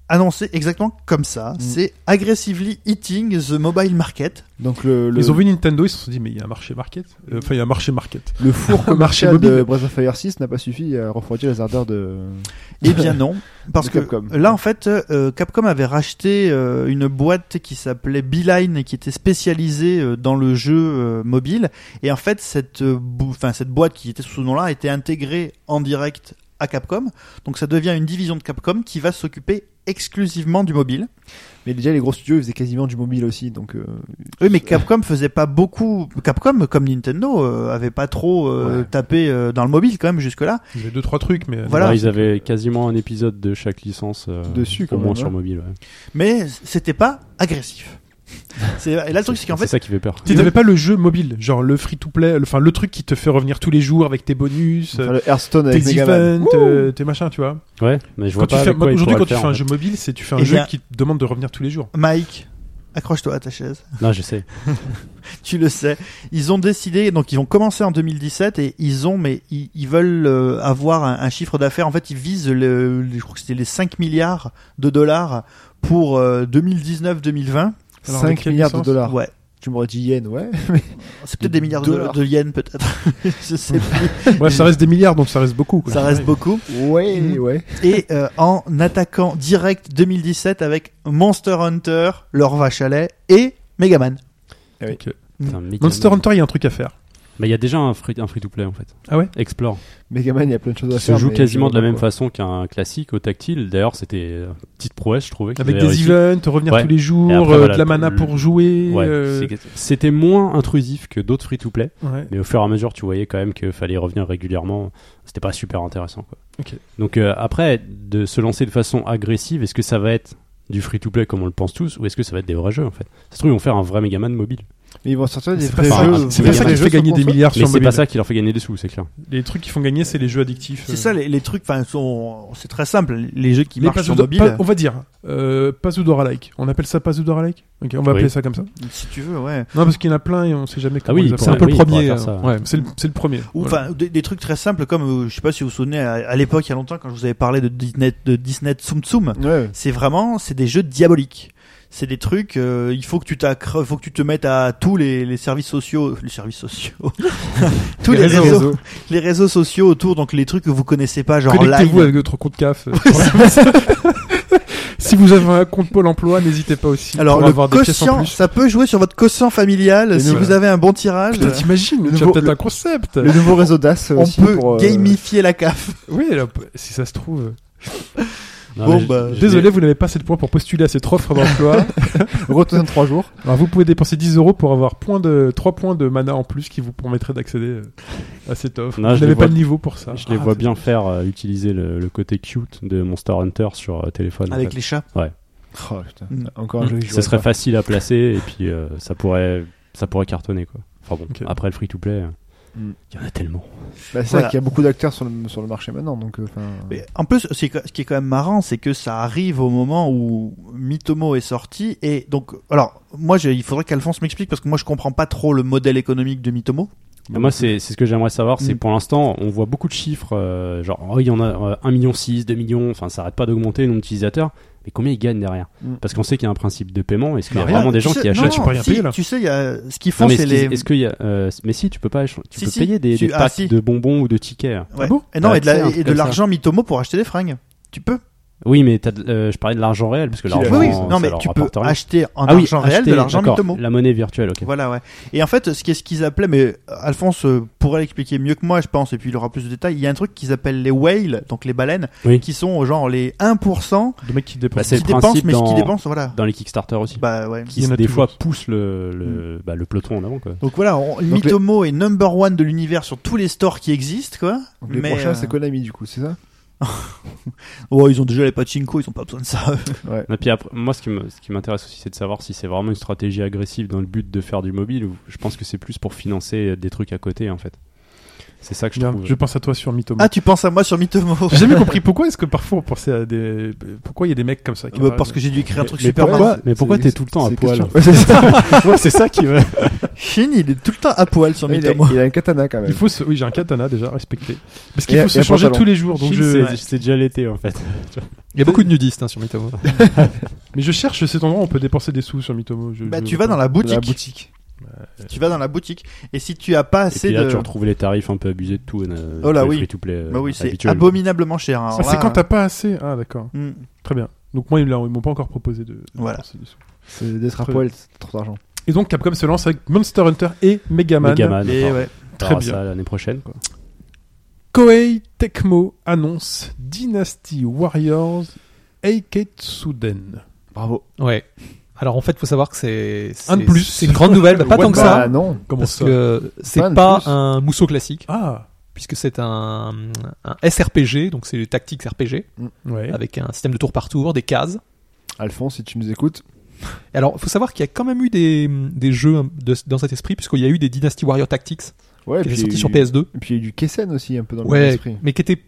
annoncé exactement comme ça.
Mm.
C'est aggressively eating the mobile market.
Donc le, le,
Ils ont vu Nintendo, ils se sont dit, mais il y a un marché market. Euh, Enfin, il y a un marché market.
le four
marché
commercial de
mobile.
Breath of Fire 6 n'a pas suffi à refroidir les ardeurs de.
Eh bien non, parce
De
que
Capcom.
là en fait, euh, Capcom avait racheté euh, une boîte qui s'appelait Beeline et qui était spécialisée euh, dans le jeu euh, mobile. Et en fait, cette, euh, bou- enfin, cette boîte qui était sous ce nom-là a été intégrée en direct à Capcom. Donc ça devient une division de Capcom qui va s'occuper exclusivement du mobile.
Mais déjà, les gros studios, ils faisaient quasiment du mobile aussi, donc. euh,
Oui, mais Capcom faisait pas beaucoup. Capcom, comme Nintendo, euh, avait pas trop euh,
Ouais.
tapé euh, dans le mobile quand même jusque-là.
Il y avait deux, trois trucs, mais.
Voilà.
Ouais, ils avaient quasiment un épisode de chaque licence euh,
Dessus, quand
au moins
même,
sur
hein.
mobile. ouais.
Mais c'était pas agressif. C'est- Et là, le truc, c'est qu'en fait,
ça qui fait peur.
Tu n'avais pas le jeu mobile, genre le free-to-play, le- enfin le truc qui te fait revenir tous les jours avec tes bonus,
enfin, le Hearthstone
tes
avec Megaman.
events, euh, tes machins, tu vois.
Ouais, mais je vois
Quand tu
pas
fais-
avec quoi ils
Aujourd'hui,
pourraient
quand tu
le
fais
faire,
un
en
jeu mobile, c'est tu fais un
Eh
jeu
bien-
qui te demande de revenir tous les jours.
Mike, accroche-toi à ta chaise.
fait. Non, je sais.
tu le sais. Ils ont décidé, donc ils ont commencé en 2017 et ils ont, mais ils, ils veulent euh, avoir un, un chiffre d'affaires. En fait, ils visent, le, le- je crois que c'était les 5 milliards de dollars pour euh, 2019-2020.
Alors,
5
avec quelle
milliards de
licence
dollars.
Ouais,
Tu m'aurais dit yen, ouais.
c'est peut-être des milliards Ah. de,
Dollars.
de yens, peut-être. je sais plus.
Ouais, ça reste des milliards, donc ça reste beaucoup. quoi.
Ça reste beaucoup.
Ouais,
Mhm.
ouais.
Et euh, en attaquant direct 2017 avec Monster Hunter, leur vache à lait et Megaman.
Putain, Megaman.
Monster Hunter, il y a un truc à faire.
Mais il y a déjà un free, un free to play en fait.
Ah ouais
Explore.
Megaman, il y a plein de choses à
Qui
faire.
se joue
mais
quasiment
je
de la
vois
même
pas,
façon qu'un classique au tactile. D'ailleurs, c'était euh, une petite prouesse, je trouvais. qu'ils
Avec
avaient
des
réussi.
events, revenir
Ouais.
tous les jours,
après,
euh,
voilà,
de la mana
le-
pour jouer.
Ouais,
euh,
c'est- c'était moins intrusif que d'autres free to play.
ouais.
Mais au fur et à mesure, tu voyais quand même qu'il fallait revenir régulièrement. C'était pas super intéressant. Quoi.
Ok.
Donc euh, après, de se lancer de façon agressive, est-ce que ça va être du free-to-play comme on le pense tous, ou est-ce que ça va être des vrais jeux en fait Ça se trouve, ils vont faire un vrai Megaman mobile.
ouais. Mais ils vont sortir des
C'est pas,
vrais
ça.
jeux.
c'est
c'est
pas
vrais
ça
vrai
qui
jeux
fait gagner
sur
des
console.
milliards
Mais
sur
c'est
mobile.
pas ça qui leur fait gagner des sous, c'est clair.
Les trucs qui font gagner, c'est les jeux addictifs.
C'est
euh.
ça, les, les trucs, enfin, sont- c'est très simple. Les jeux qui
Les
marchent sur
Pazudora-
mobile.
pas- on va dire, euh, Pazudora like. On appelle ça Pazudora like Ok, on va
Oui.
appeler ça comme ça.
Si tu veux, ouais.
Non, parce qu'il y en a plein et on sait jamais comment
oui,
ils
c'est
C'est
appellent.
un peu
oui,
le
on pourrait
premier.
faire ça.
euh, ouais.
C'est le, c'est le premier.
Ou
Voilà.
enfin des, des trucs très simples comme euh, je sais pas si vous vous souvenez à, à l'époque il y a longtemps quand je vous avais parlé de Disney de Disney Tsum Tsum,
Ouais.
c'est vraiment c'est des jeux diaboliques. C'est des trucs euh, il faut que tu t'accro- faut que tu te mettes à tous les, les services sociaux, les services sociaux. tous les, réseaux, les réseaux sociaux autour donc les trucs que vous connaissez pas genre
Connectez-vous
Line.
avec notre compte CAF. si vous avez un compte Pôle emploi, n'hésitez pas aussi.
Alors
pour
le
avoir des pièces en
quotient,
plus.
ça peut jouer sur votre quotient familial
Et
si
nous,
vous avez un bon tirage.
Putain, t'imagines,
le
tu as
nouveau-
peut-être
le-
un concept.
Le nouveau réseau DAS
On
aussi
peut
pour, euh,
gamifier la CAF.
Oui, là, si ça se trouve.
Non,
Bon,
mais je-
bah,
je-
Désolé, vous n'avez pas assez de points pour postuler à cette offre d'emploi.
Retourner dans 3 jours.
Alors, vous pouvez dépenser 10 euros pour avoir point de, 3 points de mana en plus qui vous permettraient d'accéder euh, à cette offre.
Non,
vous
je les
n'avez pas le
vois-
niveau pour ça.
Je les
Ah,
vois
c'est-
bien faire euh, utiliser le, le côté cute de Monster Hunter sur euh, téléphone. en
Avec
fait.
les chats.
Oh, putain.
Mm.
Encore un jeu que je
Ce
jouerais
serait
pas.
facile à placer et puis euh, ça pourrait ça pourrait cartonner quoi. Enfin bon,
Ok.
après le free to play.
Mm.
Il y en a tellement.
Bah, c'est
Voilà.
vrai qu'il y a beaucoup d'acteurs sur le, sur le marché maintenant. Donc, euh, 'fin,
Mais en plus, c'est que- ce qui est quand même marrant, c'est que ça arrive au moment où Mitomo est sorti. Et donc, alors, moi, j'ai- il faudrait qu'Alphonse m'explique parce que moi, je comprends pas trop le modèle économique de Mitomo.
Et moi, c'est c'est ce que j'aimerais savoir. C'est
Mm.
pour l'instant, on voit beaucoup de chiffres, euh, genre oh, il y en a euh, 1,6 million, 2 millions, enfin ça arrête pas d'augmenter le nombre d'utilisateurs. Mais combien ils gagnent derrière
Mm.
Parce qu'on sait qu'il y a un principe de paiement. Est-ce qu'il y a
Bah,
vraiment
Ah,
des
tu
gens
sais-
qui
non,
achètent
tu peux rien
si,
payer, là.
Tu sais, il y a, ce qu'ils font,
Non, mais
c'est
est-ce
les.
qu'il- est-ce qu'il y a, euh, mais si tu peux pas échan- tu
Si,
peux
si.
payer des,
Tu-
des
ah,
packs
si.
de bonbons ou de tickets.
Ouais.
bon
et non,
Bah,
et de, la-
tu sais, un
et
truc
de
comme ça.
l'argent Mitomo pour acheter des fringues. Tu peux.
Oui, mais t'as de- euh, je parlais de l'argent réel parce que
Qu'il a-
l'argent euh,
Oui, oui.
ça
Non, mais
leur
tu peux
rapporte rien.
acheter en
Ah oui,
argent réel de
acheter,
l'argent
d'accord,
Mitomo.
La monnaie virtuelle, ok.
Voilà, ouais. Et en fait, ce qu'est-ce qu'ils appelaient, mais euh, Alphonse euh, pourrait l'expliquer mieux que moi, je pense, et puis il aura plus de détails. Il y a un truc qu'ils appellent les whales, donc les baleines,
Oui.
qui sont euh, genre les 1%
De mecs qui
Bah,
dépensent.
c'est
qui
le principe
dépensent, mais ce
dans-
qui dépensent, voilà.
Dans les Kickstarter aussi.
Bah ouais.
qui
Il y en a
des
toujours.
fois poussent le, le, bah, le peloton en avant. Quoi.
Donc voilà, on-
les-
Mitomo est number one de l'univers sur tous les stores qui existent, quoi.
donc les
mais
prochains,
euh,
c'est Konami, du coup, c'est ça
oh, ils ont déjà les pachinko, ils ont pas besoin de ça.
Ouais.
Et puis après, moi, ce qui me- ce qui m'intéresse aussi, c'est de savoir si c'est vraiment une stratégie agressive dans le but de faire du mobile ou je pense que c'est plus pour financer euh, des trucs à côté en fait. C'est ça que je
Bien,
trouve.
je pense à toi sur Mythomo.
ah, tu penses à moi sur Mitomo
J'ai jamais compris pourquoi est-ce que parfois on pensait à des pourquoi il y a des mecs comme ça. qui
Bah,
apparaissent.
Parce que j'ai dû écrire un
Mais-
truc
mais
super
pourquoi-
mal.
mais pourquoi
C'est-
t'es tout le temps à
c'est
poil
question. Ouais, c'est ça.
Ouais, c'est ça qui.
Chine, il est tout le temps à poil sur
il, a,
Mitomo.
il a un katana quand même.
Il faut se- oui j'ai un katana déjà respecté parce qu'il
Et-
faut
et
se
un
changer
pantalon.
tous les jours donc
Chine,
je
c'est c'est déjà l'été en fait.
Il y a beaucoup de nudistes hein, sur Mitomo.
mais je cherche cet endroit où on peut dépenser des sous sur Mythomo. Je-
Bah,
je-
tu vas dans la boutique.
La boutique.
Tu vas dans la boutique. Et si tu as pas
Et
assez
puis là,
de.
tu retrouves les tarifs un peu abusés de tout. euh,
Oh là,
le
oui.
free-to-play, euh,
Bah oui, c'est
habituel.
abominablement cher. hein.
Ah,
Alors
c'est
là,
quand t'as pas assez ah d'accord
hmm,
très bien donc moi ils l'ont- ils m'ont pas encore proposé de, de
Voilà.
dépenser des sous.
C'est d'être à
Très-
poil, c'est trop d'argent.
et donc Capcom se lance avec Monster Hunter et Megaman,
Megaman,
et
enfin,
ouais.
on
Très
verra
bien.
ça l'année prochaine. Quoi.
Koei Tecmo annonce Dynasty Warriors Eiketsuden
Bravo.
Ouais. Alors en fait, faut savoir que c'est c'est-
Un de plus.
C'est une grande nouvelle, mais pas tant que
Bah
ça.
non.
comment
Parce
ça
que
Un
c'est
de
pas
plus.
un mousseau classique,
ah
puisque c'est un, un SRPG, donc c'est les tactiques RPG,
ouais
avec un système de tour par tour, des cases.
Alphonse, si tu nous écoutes,
Et Alors, faut savoir qu'il y a quand même eu des, des jeux de- dans cet esprit, puisqu'il y a eu des Dynasty Warrior Tactics
ouais,
qui étaient
puis il y a
sortis
eu-
sur PS2.
Et puis il y a eu du Kessen aussi, un peu dans le même
Ouais,
esprit.
mais qui étaient-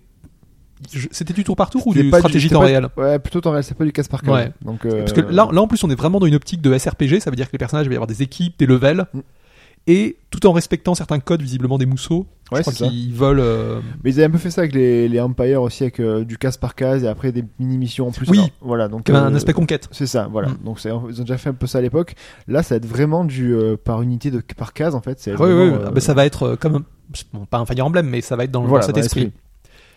je- C'était du tour par tour ou
C'était
du
pas
stratégie
c'était
temps
pas-
réel
Ouais, plutôt temps réel, c'est pas du casse par cœur.
Ouais.
Donc, euh,
Parce que là, là, en plus, on est vraiment dans une optique de SRPG, ça veut dire que les personnages, il va y avoir des équipes, des levels,
Mm.
et tout en respectant certains codes, visiblement des mousseaux,
ouais,
je
c'est ça.
crois qu'ils veulent... euh,
Mais ils avaient un peu fait ça avec les, les Empire aussi, avec euh, du casse par case et après des mini-missions en plus.
Oui.
Alors, voilà, donc.
comme un
euh,
aspect conquête.
C'est ça, voilà.
Mm.
Donc c'est- ils ont déjà fait un peu ça à l'époque. Là, ça va être vraiment du euh, par unité de par case en fait. c'est
Oui, oui,
vraiment, euh,
ah bah, ça va être euh, comme... un- bon, pas un Fire Emblem, mais ça va être dans, dans
voilà,
cet
dans
esprit.
l'esprit.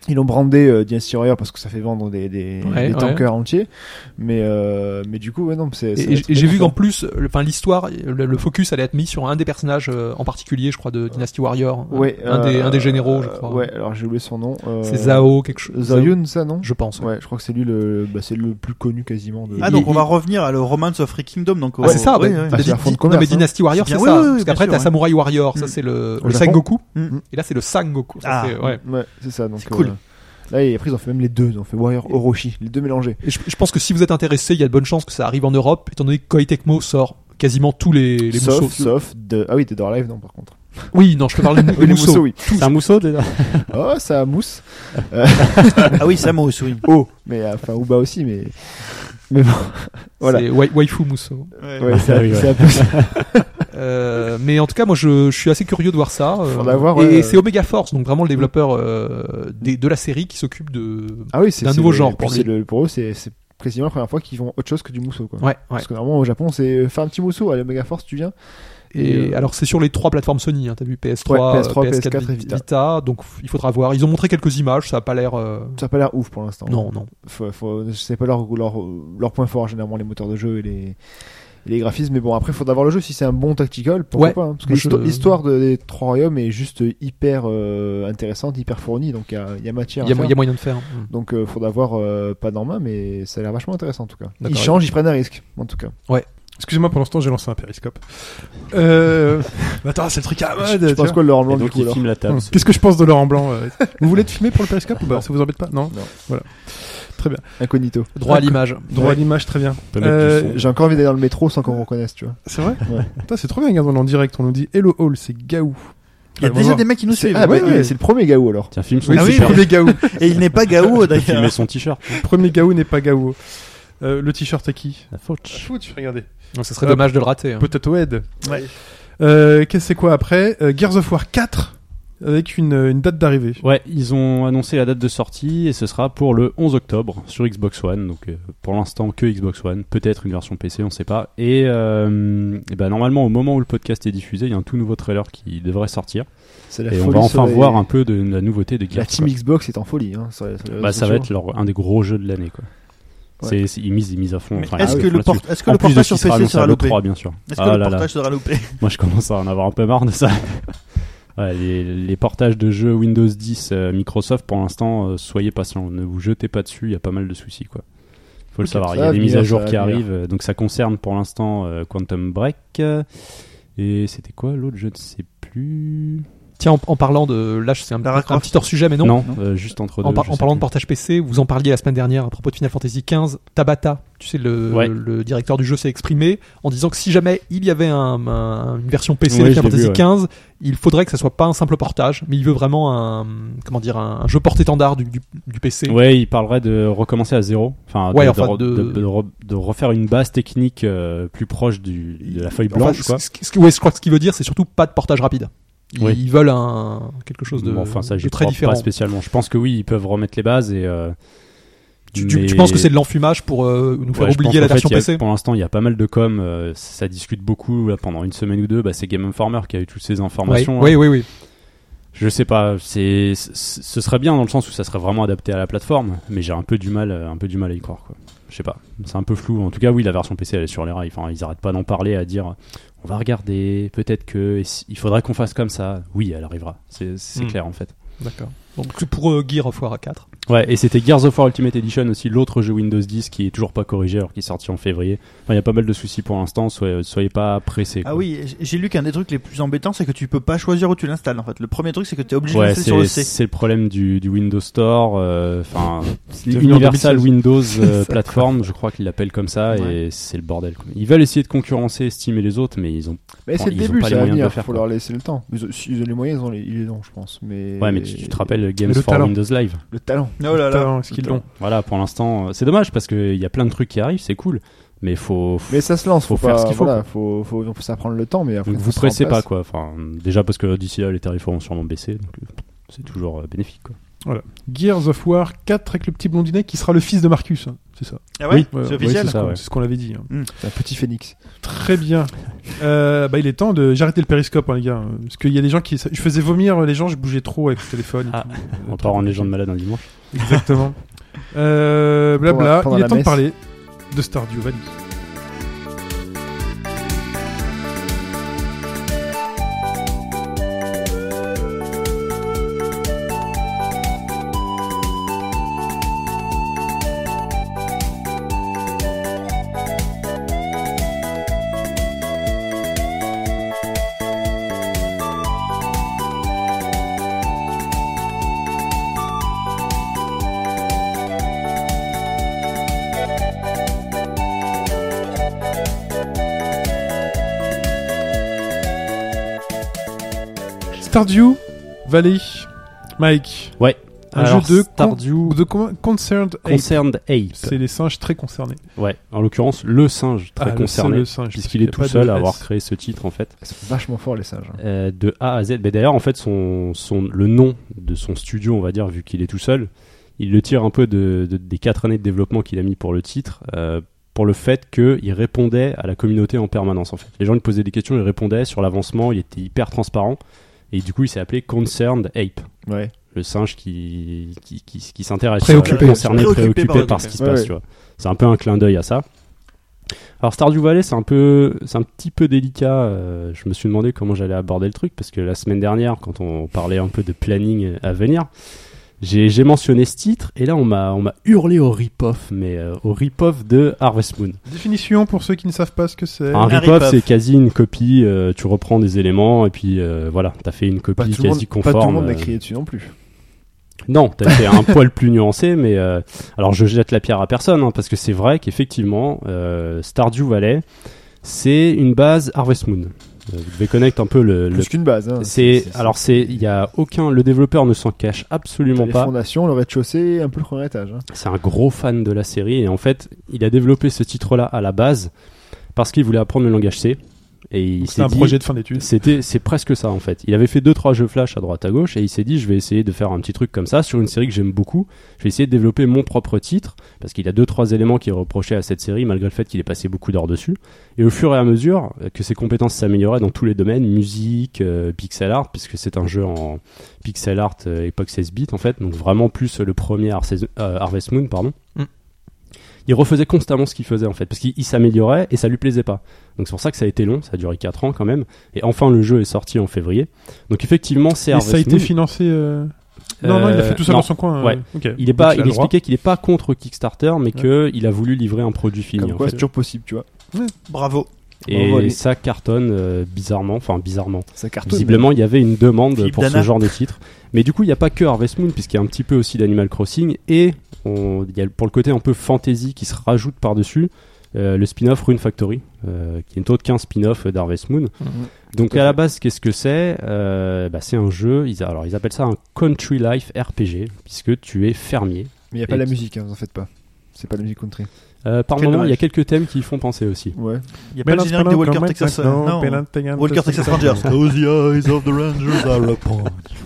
Ils l'ont brandé euh, Dynasty Warrior parce que ça fait vendre des, des,
Ouais,
des
ouais.
tankers entiers. Mais, euh, mais du coup, ouais, non, c'est. ça
Et,
va être
et j'ai vu
différent.
qu'en plus, le- enfin l'histoire, le, le focus allait être mis sur un des personnages euh, en particulier, je crois, de Dynasty Warrior, euh,
Ouais,
un, des,
euh,
un des généraux, je crois.
Ouais, alors j'ai oublié son nom. euh,
C'est Zao, quelque chose.
Zhao Yun, ça, non
je pense. ouais.
Ouais, je crois que c'est lui le, bah, c'est le plus connu quasiment. De...
Ah, donc on va revenir à le Romance of Free Kingdom. Donc,
Ah, c'est ça,
ouais,
ouais.
ouais.
T'as
c'est
dit-
un fond de
non,
commerce,
mais
hein.
Dynasty Warrior,
C'est
c'est
bien,
ça.
oui, oui, oui,
Parce qu'après,
bien sûr,
t'as
ouais.
Samurai Warrior,
Mm.
ça c'est le,
Au
le
Japon.
Sengoku.
Mm.
Et là, c'est le Sangoku. ça,
Ah.
c'est- ouais.
Ouais, c'est ça. Donc,
C'est cool.
euh, Là, et après, ils ont fait même les deux. Ils ont fait Warrior Orochi, les deux mélangés.
Et je, je pense que si vous êtes intéressé, il y a de bonnes chances que ça arrive en Europe, étant donné que Koei Tecmo sort quasiment tous les, les
sauf,
mousseaux.
sauf de. Ah oui, Dead or Alive, non, par contre.
Oui, non, je te parle des,
Oui, les
mousseaux.
oui.
C'est un mousseau déjà
Oh, ça mousse.
Ah oui, Samo oui.
Oh, mais euh, enfin, Uba aussi, mais. Mais bon, voilà.
C'est wa- waifu mousseau.
Ouais, c'est
Ah oui,
c'est un peu ça.
Euh, mais en tout cas, moi, je, je suis assez curieux de voir ça. euh,
Faudra voir,
et
ouais, euh.
c'est Omega Force, donc vraiment le développeur euh, des- de la série qui s'occupe de.
Ah oui, c'est
D'un
c'est
nouveau
le-
genre
puis
pour
c'est
lui.
le- Pour eux, c'est c'est quasiment la première fois qu'ils font autre chose que du mousseau, quoi.
Ouais, ouais.
Parce que normalement au Japon c'est euh, fais un petit mousseau, allez Mega Force tu viens.
Et
Et, euh,
alors c'est sur les trois plateformes Sony, hein, t'as vu PS3,
Ouais, PS3,
PS4,
PS4 et
Vita.
Vita.
donc f- il faudra voir. Ils ont montré quelques images, ça a pas l'air. euh,
Ça a pas l'air ouf pour l'instant.
Non, non.
Faut, faut, c'est pas leur, leur, leur point fort généralement les moteurs de jeu et les, et les graphismes. Mais bon après faut d'avoir le jeu si c'est un bon tactical, pourquoi
Ouais.
pas. hein, parce que
Moi, je-
l'histo- l'histoire de, des trois royaumes est juste hyper euh, intéressante, hyper fournie, donc il y a, il y a matière.
Il y,
à
a mo-
faire.
il y a moyen de faire. hein.
Donc euh, faudra voir euh, pas dans main, mais ça a l'air vachement intéressant en tout cas. Ils
D'accord.
changent, ils prennent un risque en tout cas.
excusez-moi pour l'instant j'ai lancé un périscope euh... attends c'est le truc à la
Je-
mode
je
tu
pense
vois.
quoi de Laurent
Et
Blanc du
donc
coup
il
alors
filme la table.
Hum. Qu'est-ce que je pense de Laurent Blanc euh Vous voulez être filmé pour le périscope ou pas
Non.
Ça vous embête pas Non
Non.
Voilà. Très bien.
Incognito.
Droit à
D'accord.
l'image.
Droit à
Ouais.
l'image, très bien.
peut mettre du
Euh,
son.
J'ai encore envie d'aller dans le métro sans qu'on reconnaisse, tu vois.
C'est vrai
Ouais.
Putain, C'est trop bien, regarde, on est en direct. On nous dit Hello Hall, c'est Gaou.
Il y a
Allons
déjà
voir.
des mecs qui nous
C'est
suivent.
ah, bah,
ouais,
oui,
ouais.
c'est le premier Gaou alors.
Tiens, filme son
Oui,
Ah oui,
t-shirt.
premier Gaou. Et il n'est pas Gaou
Tu peux filmer
d'ailleurs.
son t-shirt.
Premier Gaou n'est pas Gaou. Euh, le t-shirt à qui
La faute.
Foot, regardez.
Donc ce serait
Hop.
dommage de le rater. hein.
Potato Head.
Ouais.
Euh, Qu'est-ce que c'est quoi après Euh, Gears of War 4 avec une, euh, une date d'arrivée.
Ouais, ils ont annoncé la date de sortie et ce sera pour le 11 octobre sur Xbox One. Donc euh, pour l'instant que Xbox One, peut-être une version PC, on sait pas. Et, euh, eh ben, normalement au moment où le podcast est diffusé, il y a un tout nouveau trailer qui devrait sortir.
C'est la
et on
folie
va enfin
sur les-
voir un peu de, la nouveauté de Gears.
La team
quoi.
Xbox est en folie. Hein, sur les- sur les
Bah,
réseaux
ça va
sociaux.
être leur, un des gros jeux de l'année. quoi.
Ouais.
C'est- c'est- ils misent, ils misent à fond.
Mais
Enfin,
Est-ce
ils
que
font
le
là-dessus.
port- est-ce que
En
le
plus de
portage
ce
sur
qui sera
PC
annoncé à
sera loupé
l'E3, bien sûr.
Est-ce
Ah
que le
là là.
portage sera loupé
Moi, je commence à en avoir un peu marre de ça. Ouais, les, les portages de jeux Windows 10 euh, Microsoft, pour l'instant, euh, soyez patients. Ne vous jetez pas dessus, il y a pas mal de soucis. quoi. faut le
Ok,
savoir.
ça
Il y a
va
des
venir,
mises à
ça
jour
va
qui
venir.
arrivent. euh, donc, ça concerne pour l'instant euh, Quantum Break. euh, et c'était quoi l'autre Je ne sais plus.
Tiens, en, en parlant de. Là, c'est un,
Lara
un
Croft.
petit hors sujet, mais non.
Non, euh, juste entre deux.
en, par-
je
en
sais
parlant de
plus.
portage PC, vous en parliez la semaine dernière à propos de Final Fantasy XV. Tabata, tu sais, le,
Ouais.
le directeur du jeu s'est exprimé en disant que si jamais il y avait un- un- une version PC
Oui,
de
je
Final
l'ai vu,
Fantasy
ouais.
XV, il faudrait que ça soit pas un simple portage, mais il veut vraiment un, comment dire, un, un jeu porte-étendard du, du- du PC.
Ouais, il parlerait de recommencer à zéro. Enfin, de-
Ouais,
de,
enfin,
re-
de-
de- de re- de refaire une base technique euh, plus proche du, de la feuille
Enfin,
blanche. quoi.
ce- ce- ce- ouais, je crois que ce qu'il veut dire, c'est surtout pas de portage rapide. Ils,
Oui.
ils veulent un, quelque chose de,
Bon, enfin, ça,
de
j'y
très
crois
différent.
Pas spécialement. Je pense que oui, ils peuvent remettre les bases et. euh,
Tu, tu-
mais-
tu penses que c'est de l'enfumage pour euh, nous faire
Ouais, je pense
oublier la
qu'en fait,
version
il y a-
PC
Pour l'instant, il y a pas mal de com. euh, ça discute beaucoup là, pendant une semaine ou deux. Bah, c'est Game Informer qui a eu toutes ces
Ouais,
informations. hein.
Oui, oui, oui.
Je sais pas. C'est, c- ce serait bien dans le sens où ça serait vraiment adapté à la plateforme, mais j'ai un peu du mal, euh, un peu du mal à y croire. Quoi. Je sais pas. C'est un peu flou. En tout cas, oui, la version PC elle est sur les rails. Enfin, ils arrêtent pas d'en parler à dire. On va regarder. Peut-être que et si- il faudrait qu'on fasse comme ça. Oui, elle arrivera. C'est, c'est
Hmm.
clair en fait.
D'accord. Donc c'est pour euh, Gear of War 4.
Ouais, et c'était Gears of War Ultimate Edition aussi, l'autre jeu Windows 10 qui est toujours pas corrigé alors qu'il est sorti en février. Enfin, il y a pas mal de soucis pour l'instant, soyez, soyez pas pressés.
Ah
quoi.
oui, j- j'ai lu qu'un des trucs les plus embêtants, c'est que tu peux pas choisir où tu l'installes en fait. Le premier truc, c'est que tu es obligé de
Ouais,
l'installer sur le
c'est
C.
c'est le problème du, du Windows Store, euh, enfin
devenu en
Universal
2016.
Windows euh,
ça, quoi.
Platform, je crois qu'ils l'appellent comme ça, et c'est le bordel. quoi. Ils veulent essayer de concurrencer Steam et les autres, mais ils ont.
Mais
Bon,
c'est le
ils ont
début,
pas les
ça
moyens
va
de
venir.
le faire,
faut
quoi.
leur laisser le temps. Ils ont, s'ils ont les moyens, ils, ont les, ils les ont, je pense. Mais...
Ouais, mais tu, tu te rappelles Games
le
for
talent.
Windows Live
Le talent.
Oh là là.
Putain, est-ce qu'ils l'ont
Voilà, pour l'instant, euh, c'est dommage parce qu'il y a plein de trucs qui arrivent, c'est cool, mais faut. faut-
Mais ça se lance,
Faut
faut,
faire
pas-
ce qu'il faut,
Voilà, faut, faut, faut, ça prendre le temps, mais après.
donc
ça
vous
sera en
pressez pas
place.
quoi. Enfin, déjà parce que d'ici là, les tarifs auront sûrement baissé, donc euh, c'est toujours euh, bénéfique. Quoi.
Gears of War 4 avec le petit blondinet qui sera le fils de Marcus. hein. C'est ça.
Ah ouais,
Ouais,
c'est
ouais,
officiel.
c'est ça.
comme-
ouais.
C'est ce qu'on avait dit. hein.
C'est un petit phénix.
Très bien. Euh, bah, il est temps de. J'arrêtais le périscope, hein, les gars. hein, Parce qu'il y a des gens qui. Je faisais vomir les gens, je bougeais trop avec le téléphone. et
Ah,
tout.
On part en légende malade un dimanche.
Exactement. Euh, blabla.
Pendant la- pendant
il est
la
temps de
messe.
parler de Stardew Valley. Stardew Valley. Mike.
Ouais.
Un
Alors,
jeu de
Stardew
Ou de com- Concerned Ape.
Concerned Ape.
C'est les singes très concernés.
Ouais, en l'occurrence, le singe très
Ah, le
concerné,
seul singe,
puisqu'il
parce qu'il y
est
a
tout
pas de
seul à
S.
avoir créé ce titre en fait,
Ils sont vachement forts, les singes. hein.
euh, de A à Z. Mais d'ailleurs, en fait, son, son, le nom de son studio, on va dire, vu qu'il est tout seul, il le tire un peu de, de- des quatre années de développement qu'il a mis pour le titre, euh, pour le fait qu'il répondait à la communauté en permanence en fait. Les gens lui posaient des questions, il répondait sur l'avancement, il était hyper transparent, et du coup, il s'est appelé Concerned Ape.
Ouais.
le singe qui, qui, qui, qui s'intéresse,
Préoccupé.
euh, concerné, préoccupé,
Préoccupé
par,
par-
ce qui se
Ouais,
passe.
ouais.
tu vois. C'est un peu un clin d'œil à ça. Alors Stardew Valley, c'est un peu, c'est un petit peu délicat. euh, je me suis demandé comment j'allais aborder le truc parce que la semaine dernière, quand on parlait un peu de planning à venir, j'ai j'ai mentionné ce titre et là on m'a on m'a hurlé au rip-off, mais euh, au rip-off de Harvest Moon.
Définition pour ceux qui ne savent pas ce que
Euh,
c'est.
Un
Un
rip-off,
rip-off.
c'est quasi une copie. euh, tu reprends des éléments et puis euh, voilà, t'as fait une
Pas
copie quasi
tout, le monde, pas
conforme.
tout le monde n'a
euh,
crié dessus non plus.
non, t'as fait un poil plus nuancé, mais euh, alors je jette la pierre à personne, hein, parce que c'est vrai qu'effectivement, euh, Stardew Valley, c'est une base Harvest Moon. euh, déconnecte un peu le. le-
Plus qu'une base. hein.
C'est alors c'est il y a aucun le développeur ne s'en cache absolument
les
pas.
fondations, le rez-de-chaussée, un peu le premier étage. hein.
C'est un gros fan de la série et en fait, il a développé ce titre-là à la base parce qu'il voulait apprendre le langage C et il
C'est
s'est
un
dit
projet de fin d'études.
c'était c'est presque ça en fait. Il avait fait deux trois jeux flash à droite à gauche et il s'est dit je vais essayer de faire un petit truc comme ça sur une série que j'aime beaucoup. Je vais essayer de développer mon propre titre parce qu'il a deux trois éléments qui reprochaient à cette série malgré le fait qu'il ait passé beaucoup d'heures dessus. Et au fur et à mesure euh, que ses compétences s'amélioraient dans tous les domaines, musique, euh, pixel art puisque c'est un jeu en pixel art euh, époque 16 bits en fait, donc vraiment plus euh, le premier Arce- euh, Harvest Moon pardon.
Mm.
Il refaisait constamment ce qu'il faisait en fait parce qu'il il s'améliorait et ça lui plaisait pas. Donc c'est pour ça que ça a été long, ça a duré 4 ans quand même. Et enfin, le jeu est sorti en février. Donc effectivement, c'est
Et
Harvest
ça a été
Moon.
financé. euh, Non, non, il a
Euh,
fait tout ça
non.
dans son coin. euh,
Ouais.
ok.
Il est
Donc,
pas,
a
il,
le droit.
expliquait qu'il est pas contre Kickstarter, mais que il a voulu livrer un produit fini.
Comme
en
quoi,
fait.
c'est toujours possible, tu vois.
Bravo.
Et
Bravo, allez.
ça cartonne euh, bizarrement, enfin bizarrement.
Ça cartonne.
Visiblement, il y avait une demande
Philippe
pour
Dana.
ce genre de titre. Mais du coup, il n'y a pas que Harvest Moon, puisqu'il y a un petit peu aussi d'Animal Crossing, et on- il y a pour le côté un peu fantasy qui se rajoute par-dessus, euh, le spin-off Rune Factory, euh, qui est autre qu'un spin-off d'Harvest Moon. Donc
Tout à
à la
fait.
base, qu'est-ce que c'est Euh, bah, C'est un jeu, ils, alors ils appellent ça un Country Life RPG, puisque tu es fermier.
Mais il n'y a pas la
Et-
musique, hein, vous en faites pas. C'est pas la musique country.
Euh, par
Quel
moment, il y a
dommage.
quelques thèmes qui y font penser aussi.
Ouais.
Il n'y a pas le générique de Walker Texas. euh, non. Walker Texas Rangers. Those eyes of the Rangers are upon you.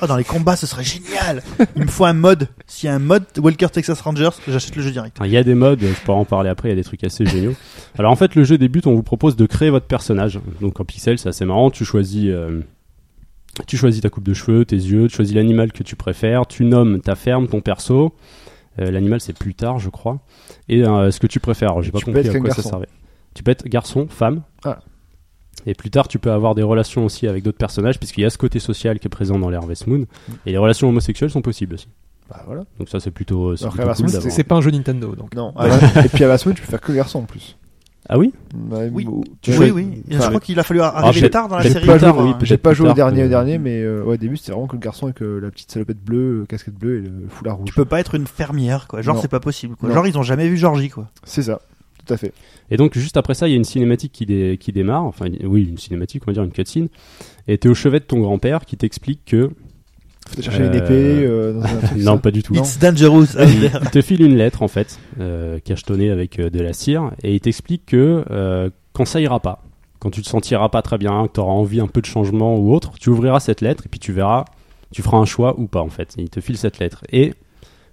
Oh, dans les combats, ce serait génial! Il me faut un mode. S'il y a un mode Walker Texas Rangers, j'achète le jeu direct.
Enfin, Il y a des modes, je pourrais en parler après, il y a des trucs assez géniaux. Alors en fait, le jeu débute, on vous propose de créer votre personnage. Donc en pixel, c'est assez marrant, tu choisis, euh, tu choisis ta coupe de cheveux, tes yeux, tu choisis l'animal que tu préfères, tu nommes ta ferme, ton perso. Euh, l'animal, c'est plus tard, je crois. Et euh, ce que tu préfères, Alors, j'ai pas
Tu peux
compris
être
à
qu'un
quoi ça
garçon. Ah.
servait. Tu peux être garçon, femme.
Voilà.
Et plus tard, tu peux avoir des relations aussi avec d'autres personnages, puisqu'il y a ce côté social qui est présent dans les Harvest Moon. Et les relations homosexuelles sont possibles aussi.
Bah voilà.
Donc ça, c'est plutôt, euh, c'est
Alors,
plutôt
Harvest
cool
Moon,
d'avoir.
C'est pas un jeu Nintendo, donc.
Non. ah ouais. Et puis à la semaine, tu peux faire que garçon en plus.
Ah oui
Bah,
Oui.
ou-
Tu
Ouais.
jouais-
Oui, oui. Je
Enfin,
crois qu'il a fallu
Alors, j'ai-
arriver tard dans la
j'ai
série.
pas
pour
joué,
voir,
oui,
hein.
peut-être
J'ai pas
plus
joué au
tard
dernier,
que-
au dernier, mais euh, ouais, au début c'était vraiment que le garçon avec euh, la petite salopette bleue, euh, casquette bleue et le foulard rouge.
Tu peux pas être une fermière, quoi. Genre,
Non.
c'est pas possible, quoi.
Non.
Genre, ils ont jamais vu Georgie, quoi.
C'est ça, tout à fait.
Et donc juste après ça, il y a une cinématique qui, dé- qui démarre, enfin une- oui, une cinématique, on va dire une cutscene, et t'es au chevet de ton grand-père qui t'explique que...
Faut te chercher
Euh,
une épée euh, dans un truc.
non,
ça.
pas du tout.
Non.
It's dangerous out
Il
there.
il te file une lettre en fait, euh, cachetonnée avec euh, de la cire, et il t'explique que euh, quand ça ira pas, quand tu te sentiras pas très bien, que t'auras envie un peu de changement ou autre, tu ouvriras cette lettre et puis tu verras, tu feras un choix ou pas en fait. Et il te file cette lettre. Et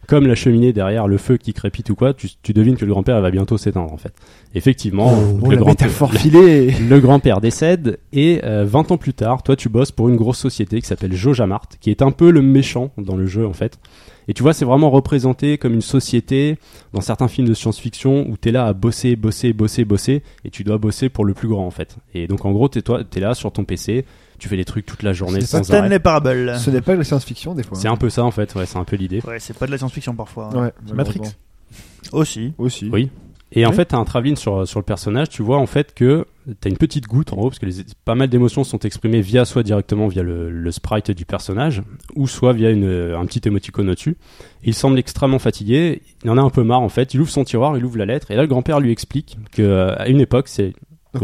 comme la cheminée derrière le feu qui crépite ou quoi, tu, tu devines que le grand-père il va bientôt s'éteindre en fait. Effectivement,
Oh, Bon,
le
la
grand-
métaphore filée.
Le grand-père décède et euh, 20 ans plus tard, toi tu bosses pour une grosse société qui s'appelle Jojamart, qui est un peu le méchant dans le jeu en fait. Et tu vois, c'est vraiment représenté comme une société dans certains films de science-fiction où t'es là à bosser, bosser, bosser, bosser, et tu dois bosser pour le plus grand en fait. Et donc en gros, t'es toi, t'es là sur ton PC, tu fais des trucs toute la journée
C'est
sans arrêt.
Stanley Parable.
Ce n'est pas de la science-fiction des fois.
C'est un peu ça en fait, ouais, c'est un peu l'idée.
Ouais, c'est pas de la science-fiction parfois. hein.
Ouais,
Matrix.
malheureusement.
Aussi.
Aussi.
Oui. Et en
Oui.
fait, t'as un travelling sur, sur le personnage, tu vois en fait que t'as une petite goutte en haut, parce que les- pas mal d'émotions sont exprimées via soit directement via le, le sprite du personnage, ou soit via une, un petit émoticône au-dessus. Il semble extrêmement fatigué, il en a un peu marre en fait, il ouvre son tiroir, il ouvre la lettre, et là le grand-père lui explique que euh, à une époque c'est
Donc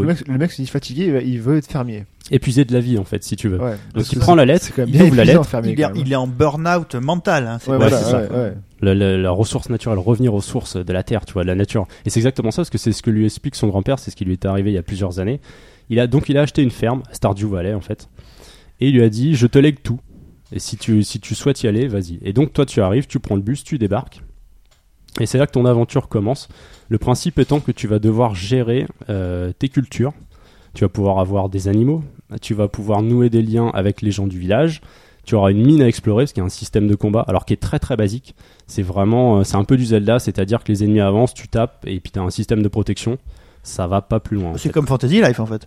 Oui.
le, mec, le mec se dit fatigué, il va- il veut être fermier.
épuisé de la vie en fait, si tu veux.
Ouais.
Euh, Donc
Parce
il
que
prend
c'est-
la lettre,
c'est quand même
il
bien
ouvre la
épuisant,
lettre,
fermier,
Il est,
Ah, quand même.
il est en burn-out mental. Hein. C'est
Ouais,
pas-
voilà,
c'est ça.
ouais, ouais.
la, la- la ressource naturelle, revenir aux sources de la terre, tu vois, de la nature. Et c'est exactement ça, parce que c'est ce que lui explique son grand-père, c'est ce qui lui est arrivé il y a plusieurs années. Il a donc il a acheté une ferme, à Stardew Valley en fait, et il lui a dit je te lègue tout. Et si tu si tu souhaites y aller, vas-y. Et donc toi tu arrives, tu prends le bus, tu débarques. Et c'est là que ton aventure commence. Le principe étant que tu vas devoir gérer euh, tes cultures. Tu vas pouvoir avoir des animaux, tu vas pouvoir nouer des liens avec les gens du village. Tu auras une mine à explorer parce qu'il y a un système de combat, alors qui est très très basique. C'est vraiment, euh, c'est un peu du Zelda, c'est-à-dire que les ennemis avancent, tu tapes et puis t'as un système de protection. Ça va pas plus loin. en
C'est
fait.
comme Fantasy Life, en fait.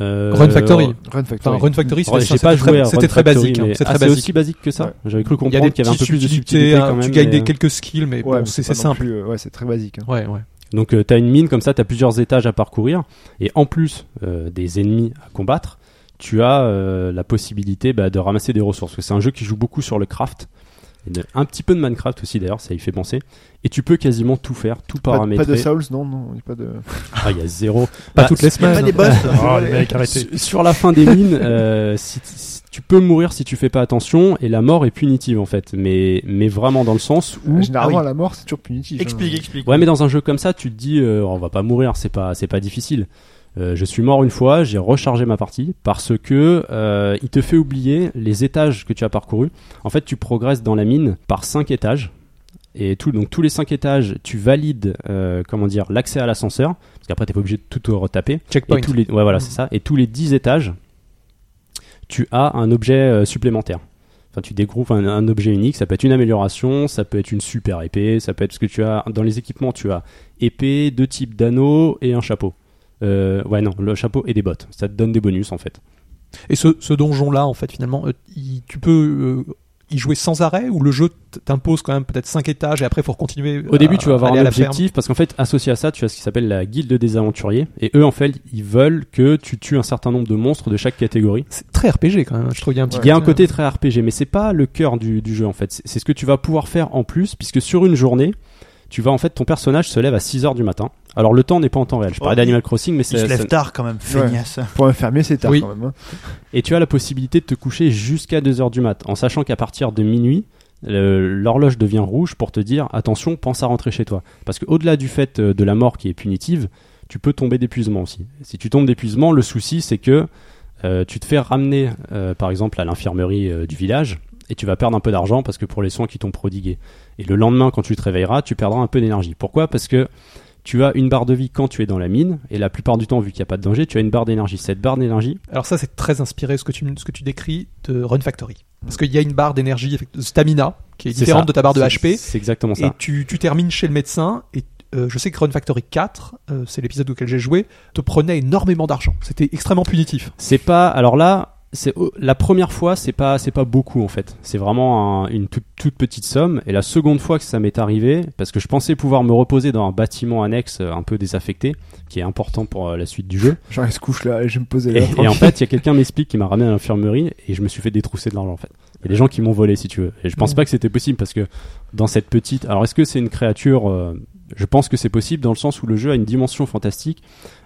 Euh,
Run Factory.
Run
Enfin,
Factory.
Run Factory,
Ouais,
c'était
j'ai
c'était
pas joué
très,
à Run
c'était très
Factory,
basique. hein,
mais- ah,
c'est très
c'est
basique.
aussi basique que ça.
Ouais.
J'avais cru
Il y a des
comprendre qu'il y avait un peu
petites
plus de
subtilités,
subtilité
hein,
quand même.
tu gagnes
mais- euh,
des quelques skills, mais
Ouais,
bon,
mais
c'est
pas
c'est
non
simple.
plus, euh, ouais, c'est très basique. hein.
Ouais, ouais.
Donc tu as une mine comme ça, tu as plusieurs étages à parcourir, et en plus euh, des ennemis à combattre, tu as euh, la possibilité bah, de ramasser des ressources. Parce que c'est un jeu qui joue beaucoup sur le craft. et de- un petit peu de Minecraft aussi d'ailleurs, ça y fait penser. Et tu peux quasiment tout faire, tout
Pas, pas
paramétrer.
de Souls, non, non, y a pas de.
Ah, il y a zéro.
Pas
Bah,
toutes
Y
les
a
semaines.
pas des boss.
Oh, les mecs, arrêtez.
Sur- Sur la fin des mines, euh, si, si- tu peux mourir si tu fais pas attention et la mort est punitive en fait, mais mais vraiment dans le sens où
Généralement,
Ah
la mort, c'est toujours punitif. hein.
Explique, explique.
ouais mais dans un jeu comme ça tu te dis euh, on va pas mourir c'est pas c'est pas difficile. Euh, je suis mort une fois, j'ai rechargé ma partie parce que euh, il te fait oublier les étages que tu as parcourus. En fait, tu progresses dans la mine par cinq étages et tout donc tous les cinq étages tu valides euh, comment dire l'accès à l'ascenseur parce qu'après t'es pas obligé de tout retaper.
Checkpoint.
Et tous les, ouais, voilà, c'est ça. Et tous les 10 étages, tu as un objet euh, supplémentaire. Enfin, tu dégroupes un, un objet unique. Ça peut être une amélioration, ça peut être une super épée, ça peut être ce que tu as dans les équipements. Tu as épée, deux types d'anneaux et un chapeau. Euh, ouais, non, le chapeau et des bottes. Ça te donne des bonus en fait.
Et ce, ce donjon-là, en fait, finalement, euh, il- tu peux euh, y jouer sans arrêt ou le jeu t- t'impose quand même peut-être 5 étages et après, il faut euh, continuer.
Au début, tu vas avoir un
l'objectif
objectif parce qu'en fait, associé à ça, tu as ce qui s'appelle la guilde des aventuriers. Et eux, en fait, ils veulent que tu tues un certain nombre de monstres de chaque catégorie.
C'est très RPG quand même. Je trouve qu'il y a un petit.
Il y a un côté très RPG, mais c'est pas le cœur du, du jeu en fait. C'est- C'est ce que tu vas pouvoir faire en plus, puisque sur une journée, tu vas en fait, ton personnage se lève à 6 heures du matin. Alors le temps n'est pas en temps réel. Je parlais
Oh,
d'Animal Crossing, mais
Il
c'est.
se lève
ça-
tard quand même, feignasse.
Pour un fermier, c'est tard
Oui.
quand même. hein.
Et tu as la possibilité de te coucher jusqu'à 2 heures du mat, en sachant qu'à partir de minuit, le- l'horloge devient rouge pour te dire attention, pense à rentrer chez toi. Parce qu'au-delà du fait euh, de la mort qui est punitive, tu peux tomber d'épuisement aussi. Si tu tombes d'épuisement, le souci c'est que euh, tu te fais ramener euh, par exemple à l'infirmerie euh, du village et tu vas perdre un peu d'argent parce que pour les soins qui t'ont prodigués. Et le lendemain, quand tu te réveilleras, tu perdras un peu d'énergie. Pourquoi Parce que tu as une barre de vie quand tu es dans la mine et la plupart du temps, vu qu'il n'y a pas de danger, tu as une barre d'énergie. Cette barre d'énergie,
Alors ça, c'est très inspiré ce que tu ce que tu décris de Run Factory, parce qu'il y a une barre d'énergie, effect- de stamina, qui est
C'est
différente
ça.
de ta barre de
C'est-
HP,
C'est exactement
et
ça.
tu, tu termines chez le médecin. Et euh, je sais que Run Factory 4, euh, c'est l'épisode auquel j'ai joué, te prenait énormément d'argent. C'était extrêmement punitif.
C'est pas. Alors là, c'est oh, la première fois, c'est pas, c'est pas beaucoup en fait. C'est vraiment un- une toute, toute petite somme. Et la seconde fois que ça m'est arrivé, parce que je pensais pouvoir me reposer dans un bâtiment annexe euh, un peu désaffecté, qui est important pour euh, la suite du jeu.
Genre, il se couche là, et je vais me poser là.
Et, et en
tranquille.
fait, il y a quelqu'un m'explique qui m'a ramené à l'infirmerie et je me suis fait détrousser de l'argent en fait. Il y a des gens qui m'ont volé si tu veux. Et je pense
Ouais.
pas que c'était possible parce que dans cette petite. Alors est-ce que c'est une créature euh, Je pense que c'est possible dans le sens où le jeu a une dimension fantastique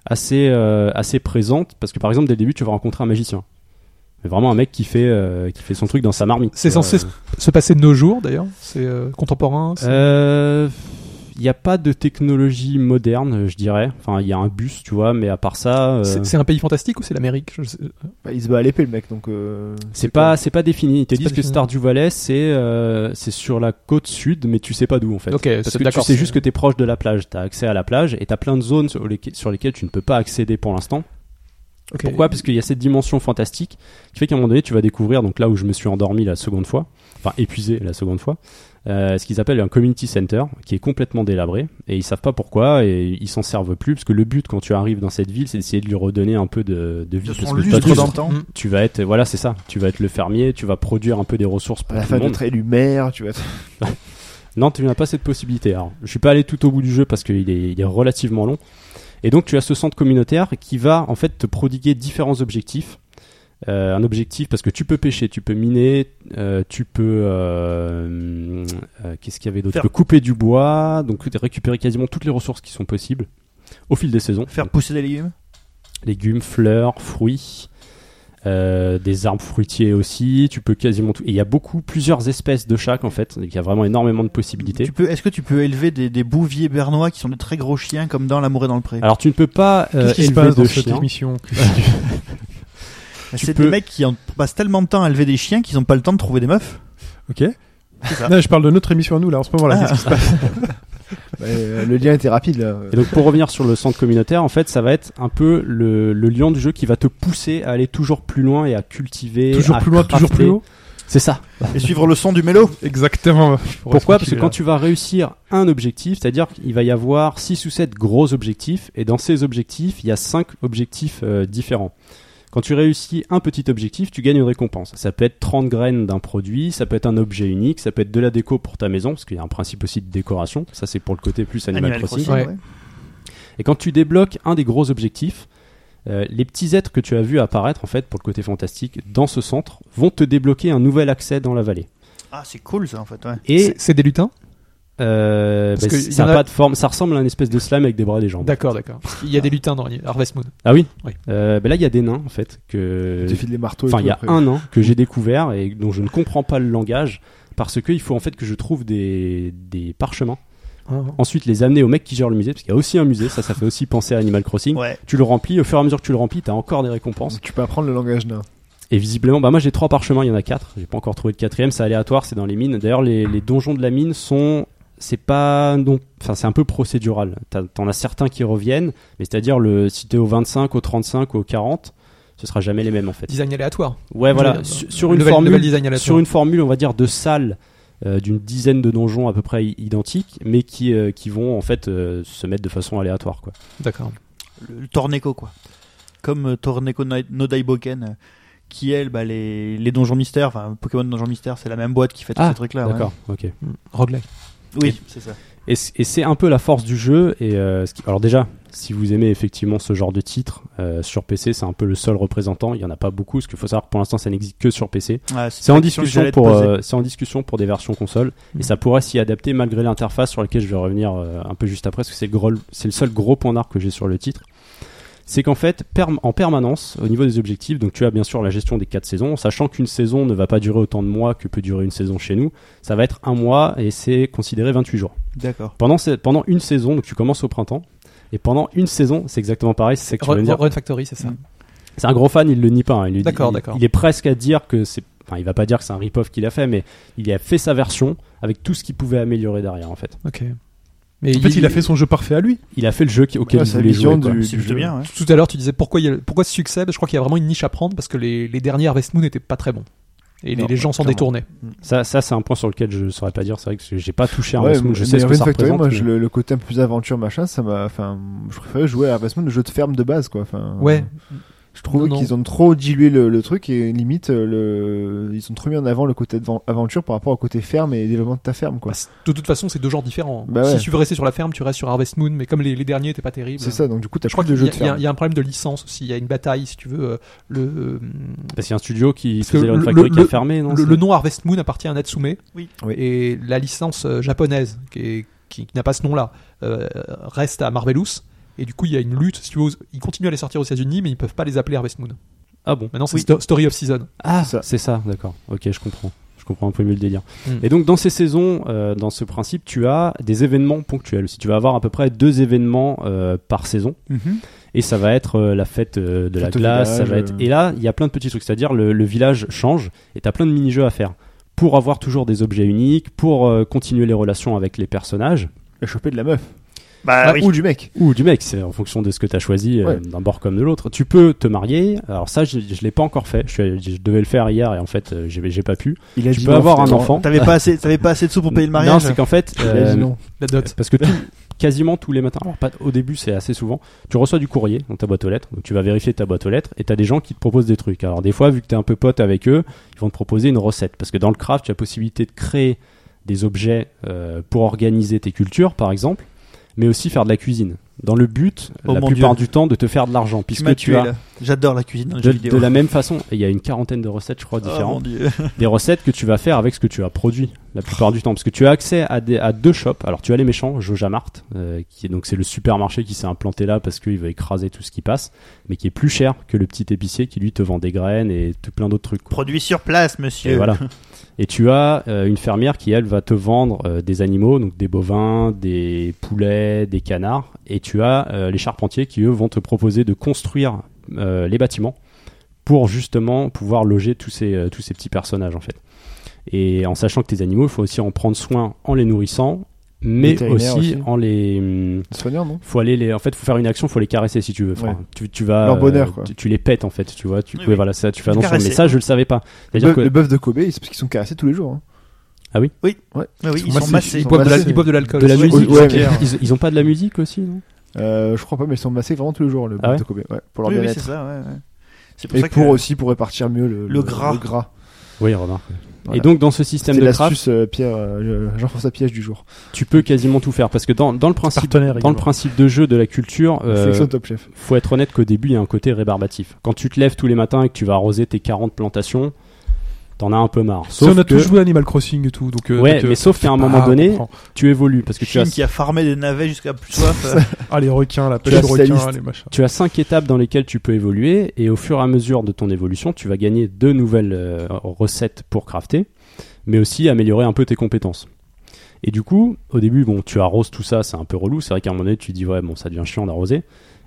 assez euh, assez présente parce que par exemple dès le début tu vas rencontrer un magicien. Mais vraiment un mec qui fait euh, qui fait son truc dans sa marmite. euh,
C'est
Tu vois.
censé Se passer de nos jours, d'ailleurs, c'est euh, contemporain. c'est-
Euh, Il n'y a pas de technologie moderne, je dirais. Enfin, il y a un bus, tu vois, mais à part ça, euh,
c'est- C'est un pays fantastique ou c'est l'Amérique Je sais-
Bah, il se bat à l'épée, le mec, donc. euh,
C'est pas, c'est pas défini. Ils te
C'est pas
disent que
défini.
Stardew Valley, c'est euh, c'est sur la côte sud, mais tu sais pas d'où en fait.
Ok,
Parce
c'est-
que tu
d'accord,
sais
c'est-
juste que t'es proche de la plage. T'as accès à la plage et t'as plein de zones sur lesquelles, sur lesquelles tu ne peux pas accéder pour l'instant.
ok.
Pourquoi Parce qu'il y a cette dimension fantastique qui fait qu'à un moment donné, tu vas découvrir, donc là où je me suis endormi la seconde fois, enfin épuisé la seconde fois, euh, ce qu'ils appellent un community center qui est complètement délabré et ils savent pas pourquoi et ils s'en servent plus parce que le but quand tu arrives dans cette ville, c'est d'essayer de lui redonner un peu de, de vie.
De
parce
son
que toi,
lustre
tu-
dans le temps.
Mm.
tu vas être voilà c'est ça tu vas être le fermier tu vas produire un peu des ressources
À
pour
la
tout le
fin,
monde
d'être élu maire, tu vas être.
non tu n'as pas cette possibilité alors je suis pas allé tout au bout du jeu parce qu'il est, il est relativement long et donc tu as ce centre communautaire qui va en fait te prodiguer différents objectifs Euh, un objectif parce que tu peux pêcher tu peux miner euh, tu peux euh, euh, qu'est-ce qu'il y avait d'autre
Faire-
tu peux couper du bois donc récupérer quasiment toutes les ressources qui sont possibles au fil des saisons
Faire pousser des légumes.
légumes, fleurs, fruits, euh, des arbres fruitiers aussi. Tu peux quasiment tout. Et il y a beaucoup, plusieurs espèces de chaque en fait. Il y a vraiment énormément de possibilités.
Tu peux, est-ce que tu peux élever des, des bouviers bernois qui sont des très gros chiens comme dans L'amour est dans le pré
Alors tu ne peux pas euh,
Qu'est-ce qui se
élever
passe
de
dans cette
chiens.
émission
Bah, C'est
peux-
des mecs qui en passent tellement de temps à élever des chiens qu'ils n'ont pas le temps de trouver des meufs.
Ok.
ça.
Non, je parle de notre émission à nous là en ce moment là.
Ah.
Qu'est-ce qui se passe
Bah, euh, le lien était rapide, là.
Et donc pour revenir sur le centre communautaire, en fait, ça va être un peu le, le lion du jeu qui va te pousser à aller toujours plus loin et à cultiver,
Toujours
à
plus loin, toujours
crafter.
plus haut.
C'est ça.
Et suivre le son du mélo.
Exactement.
Pourquoi Parce que quand tu vas réussir un objectif, c'est-à-dire qu'il va y avoir 6 ou 7 gros objectifs, et dans ces objectifs, il y a 5 objectifs euh, différents. Quand tu réussis un petit objectif, tu gagnes une récompense. Ça peut être 30 graines d'un produit, ça peut être un objet unique, ça peut être de la déco pour ta maison, parce qu'il y a un principe aussi de décoration. Ça, c'est pour le côté plus Animal,
Animal
Crossing.
Crossing,
Ouais.
ouais.
Et quand tu débloques un des gros objectifs, euh, les petits êtres que tu as vus apparaître, en fait, pour le côté fantastique, dans ce centre, vont te débloquer un nouvel accès dans la vallée.
Ah, c'est cool ça en fait, ouais.
Et
C'est- C'est des lutins
euh,
Parce
bah,
que
ça
y en
n'a
a-
pas de forme, ça ressemble à une espèce de slime avec des bras et des jambes.
D'accord, d'accord. Il y a des lutins dans Harvest Moon.
Ah oui.
Oui.
Euh, bah là, il y a des nains en fait que.
Tu files les marteaux. et
Enfin,
tout
il y a
après.
un nain que j'ai découvert et dont je ne comprends pas le langage parce qu'il faut en fait que je trouve des, des parchemins. Ah.
Hein
Ensuite, les amener au mec qui gère le musée parce qu'il y a aussi un musée. Ça, ça fait aussi penser à Animal Crossing.
Ouais.
Tu le remplis, au fur et à mesure que tu le remplis, t'as encore des récompenses.
Tu peux apprendre le langage nain.
Et visiblement, bah moi j'ai trois parchemins, il y en a quatre. J'ai pas encore trouvé le quatrième, c'est aléatoire, c'est dans les mines. D'ailleurs, les, les donjons de la mine sont, c'est pas, non, enfin c'est un peu procédural. T'as- T'en as certains qui reviennent, mais c'est-à-dire le, si t'es au 25, au 35, au 40, ce sera jamais les mêmes en fait.
Design aléatoire.
Ouais, voilà.
Level-
Sur, sur une
level-
formule,
level design aléatoire.
sur une formule, on va dire de salles euh, d'une dizaine de donjons à peu près i- identiques, mais qui euh, qui vont en fait euh, se mettre de façon aléatoire quoi.
D'accord.
Le, le Torneco quoi. Comme euh, Torneco Nai- no Daiboken, euh, qui elle, bah, les, les donjons mystères, enfin Pokémon Donjons mystères, c'est la même boîte qui fait tous
Ah,
ces trucs-là. ouais.
D'accord. Ok.
Hmm. Roguelike.
Oui, c'est ça.
Et, c- et c'est un peu la force du jeu. Et euh, ce qui- alors déjà, si vous aimez effectivement ce genre de titre euh, sur PC, c'est un peu le seul représentant. Il y en a pas beaucoup, parce qu'il faut savoir que pour l'instant, ça n'existe que sur PC.
Ouais,
C'est en
la question que
discussion
j'allais te
pour
poser.
euh, c'est en discussion pour des versions console. Et ça pourrait s'y adapter malgré l'interface sur laquelle je vais revenir euh, un peu juste après, parce que c'est le gros- c'est le seul gros point d'arc que j'ai sur le titre. C'est qu'en fait, perm- en permanence, au niveau des objectifs, donc tu as bien sûr la gestion des quatre saisons, sachant qu'une saison ne va pas durer autant de mois que peut durer une saison chez nous, ça va être un mois et c'est considéré 28 jours.
D'accord.
Pendant, ce- pendant une saison, donc tu commences au printemps, et pendant une saison, c'est exactement pareil, c'est ça que tu vas me
Run
dire.
Run Factory, c'est ça.
Mm.
C'est un gros fan, il le nie pas. hein, il le dit-
D'accord,
il-
d'accord.
Il est presque à dire que c'est. Enfin, il va pas dire que c'est un rip-off qu'il a fait, mais il a fait sa version avec tout ce qu'il pouvait améliorer derrière, en fait.
Ok. Mais
En fait, il a fait son jeu parfait à lui.
Il a fait le jeu qui- auquel
Ouais,
il
c'est la
voulait jouer.
vision
quoi.
du-
C'est plutôt
jeu.
bien, ouais.
Tout à l'heure, tu disais pourquoi, il y a- pourquoi ce succès Ben, Je crois qu'il y a vraiment une niche à prendre parce que les, les derniers Harvest Moon n'étaient pas très bons. Et les,
Non,
les gens s'en
clairement.
détournaient.
Ça, ça c'est un point sur lequel je saurais pas dire. C'est vrai que j'ai pas touché à
Ouais,
Harvest Moon, je
mais
sais ce que
Harvest
ça
Factory,
représente.
moi,
mais-
je- le, le côté un peu plus aventure machin, ça m'a. Enfin, je préférais jouer à Harvest Moon, le jeu de ferme de base, quoi. Enfin,
Ouais.
Je trouve
Non, non.
qu'ils ont trop dilué le, le truc et limite euh, le, ils ont trop mis en avant le côté advan- aventure par rapport au côté ferme et développement de ta ferme, quoi.
Bah,
Ah,
c'est- de toute façon, c'est deux genres différents.
Bah ouais.
Si tu veux rester sur la ferme, tu restes sur Harvest Moon, mais comme les, les derniers n'étaient pas terribles.
C'est ça, donc du coup, t'as
Je crois
plus
qu'il
de jeu
y, a-
de
il y a-
ferme.
il y a un problème de licence aussi. Il y a une bataille, si tu veux. euh, Le, euh,
Parce qu'il y a un studio qui
Parce que
faisait le,
le-
Factory qui a
le-
fermé, non
le,
c'est-
le nom Harvest Moon appartient à Natsume.
Oui.
Oui.
Et la licence euh, japonaise, qui, est- qui- qui n'a pas ce nom-là, euh, reste à Marvelous. Et du coup, il y a une lutte. Si tu veux, ils continuent à les sortir aux États-Unis, mais ils ne peuvent pas les appeler Harvest Moon.
Ah bon
Maintenant, c'est
Oui.
Sto- Story of Season.
Ah,
C'est ça.
c'est ça, d'accord. Ok, je comprends. Je comprends un peu mieux le délire.
Mm.
Hmm.
Et donc, dans ces saisons, euh, dans ce principe, tu as des événements ponctuels. Si tu vas avoir à peu près deux événements euh, par saison,
Mhm.
et ça va être euh, la fête euh, de la
Fête au
glace, ça
village,
va être.
euh.
Et là, il y a plein de petits trucs, c'est-à-dire le, le village change et t'as plein de mini-jeux à faire pour avoir toujours des objets uniques, pour euh, continuer les relations avec les personnages
Il a chopé de la meuf.
Bah
Ah,
oui.
Ou du mec.
ou du mec, c'est en fonction de ce que t'as choisi euh,
Ouais.
d'un bord comme de l'autre. Tu peux te marier. Alors ça, je, je l'ai pas encore fait. Je, suis- je devais le faire hier et en fait, euh, j'ai j'ai pas pu.
Il a
Tu
dit
peux
non,
avoir un
finalement.
enfant.
T'avais pas assez, t'avais pas assez de sous pour payer le
Non,
mariage.
c'est qu'en fait,
Il a dit
euh,
non.
La dot.
parce que tout- quasiment tous les matins, alors pas au début, c'est assez souvent, tu reçois du courrier dans ta boîte aux lettres. Donc tu vas vérifier ta boîte aux lettres et t'as des gens qui te proposent des trucs. Alors des fois, vu que t'es un peu pote avec eux, ils vont te proposer une recette parce que dans le craft, tu as la possibilité de créer des objets euh, pour organiser tes cultures, par exemple, mais aussi faire de la cuisine. Dans le but,
Oh
la
mon
plupart
Dieu.
du temps, de te faire de l'argent,
tu
puisque
m'as
tu,
tué
as
là. J'adore la cuisine dans les
de,
jeux vidéo.
de la même façon. et Il y a une quarantaine de recettes, je crois,
Oh, mon
différentes
Dieu.
des recettes que tu vas faire avec ce que tu as produit la plupart du temps parce que tu as accès à, des- à deux shops alors tu as les méchants Jojamart euh, qui est donc c'est le supermarché qui s'est implanté là parce qu'il veut écraser tout ce qui passe mais qui est plus cher que le petit épicier qui lui te vend des graines et tout plein d'autres trucs quoi.
Produit sur place, monsieur.
et voilà et tu as euh, une fermière qui elle va te vendre euh, des animaux donc des bovins des poulets des canards et tu as euh, les charpentiers qui eux vont te proposer de construire euh, les bâtiments pour justement pouvoir loger tous ces, euh, tous ces petits personnages en fait. Et en sachant que tes animaux, il faut aussi en prendre soin en les nourrissant, mais
Vétérinaire
aussi,
aussi.
en les... hum,
Soigneur, non
Faut aller les, en fait, faut faire une action, faut les caresser si tu veux. Enfin,
Ouais.
tu, tu vas, euh,
Leur bonheur, quoi.
tu, tu les pètes en fait, tu vois. Tu,
Oui,
ouais,
oui.
voilà, ça, tu fais
Les
attention. Mais
caresser.
ça, je le savais pas. C'est-à-dire
Le
que-
le bœuf de Kobe, c'est parce qu'ils sont caressés tous les jours. hein.
Ah oui, ils
Moi,
sont
c'est-
massés.
Ils boivent de la-
massés.
ils boivent de l'alcool.
de la
Ouais.
musique,
ouais,
c'est
mais-
clair. ils, ils ont pas de la musique aussi, non
Euh, je crois pas, mais ils sont massés vraiment tous les jours, le
Ah
bœuf
ouais
de Kobe. Ouais, pour leur
Oui, oui, c'est
bien-être.
ça. ouais, ouais. C'est pour
Et
ça que
pour aussi pour répartir mieux le,
Le gras.
Le gras.
Oui, remarque.
Voilà.
Et donc dans ce système
C'était
de craft,
l'astuce euh, Pierre, euh, Jean-François Piège du jour.
tu peux quasiment tout faire parce que dans, dans le principe,
Partenaire
dans le
également.
principe de jeu de la culture, euh,
Sélection Top Chef.
faut être honnête qu'au début, il y a un côté rébarbatif. Quand tu te lèves tous les matins et que tu vas arroser tes 40 plantations, t'en as un peu marre.
Ça,
Sauf
on a
que,
tous joué à Animal Crossing et tout, donc. euh,
ouais,
donc, euh,
mais sauf qu'à un moment
ah, on
donné,
comprend.
tu évolues parce que tu
Chine
as
qui a farmé des navets jusqu'à plus soif. euh,
Ah, les requins, la
as
pêche aux
la
requins,
liste.
les machins.
tu as cinq étapes dans lesquelles tu peux évoluer et au fur et à mesure de ton évolution, tu vas gagner deux nouvelles euh, recettes pour crafter, mais aussi améliorer un peu tes compétences. Et du coup, au début, bon, tu arroses tout ça, c'est un peu relou. C'est vrai qu'à un moment donné, tu dis ouais, bon, ça devient chiant d'arroser.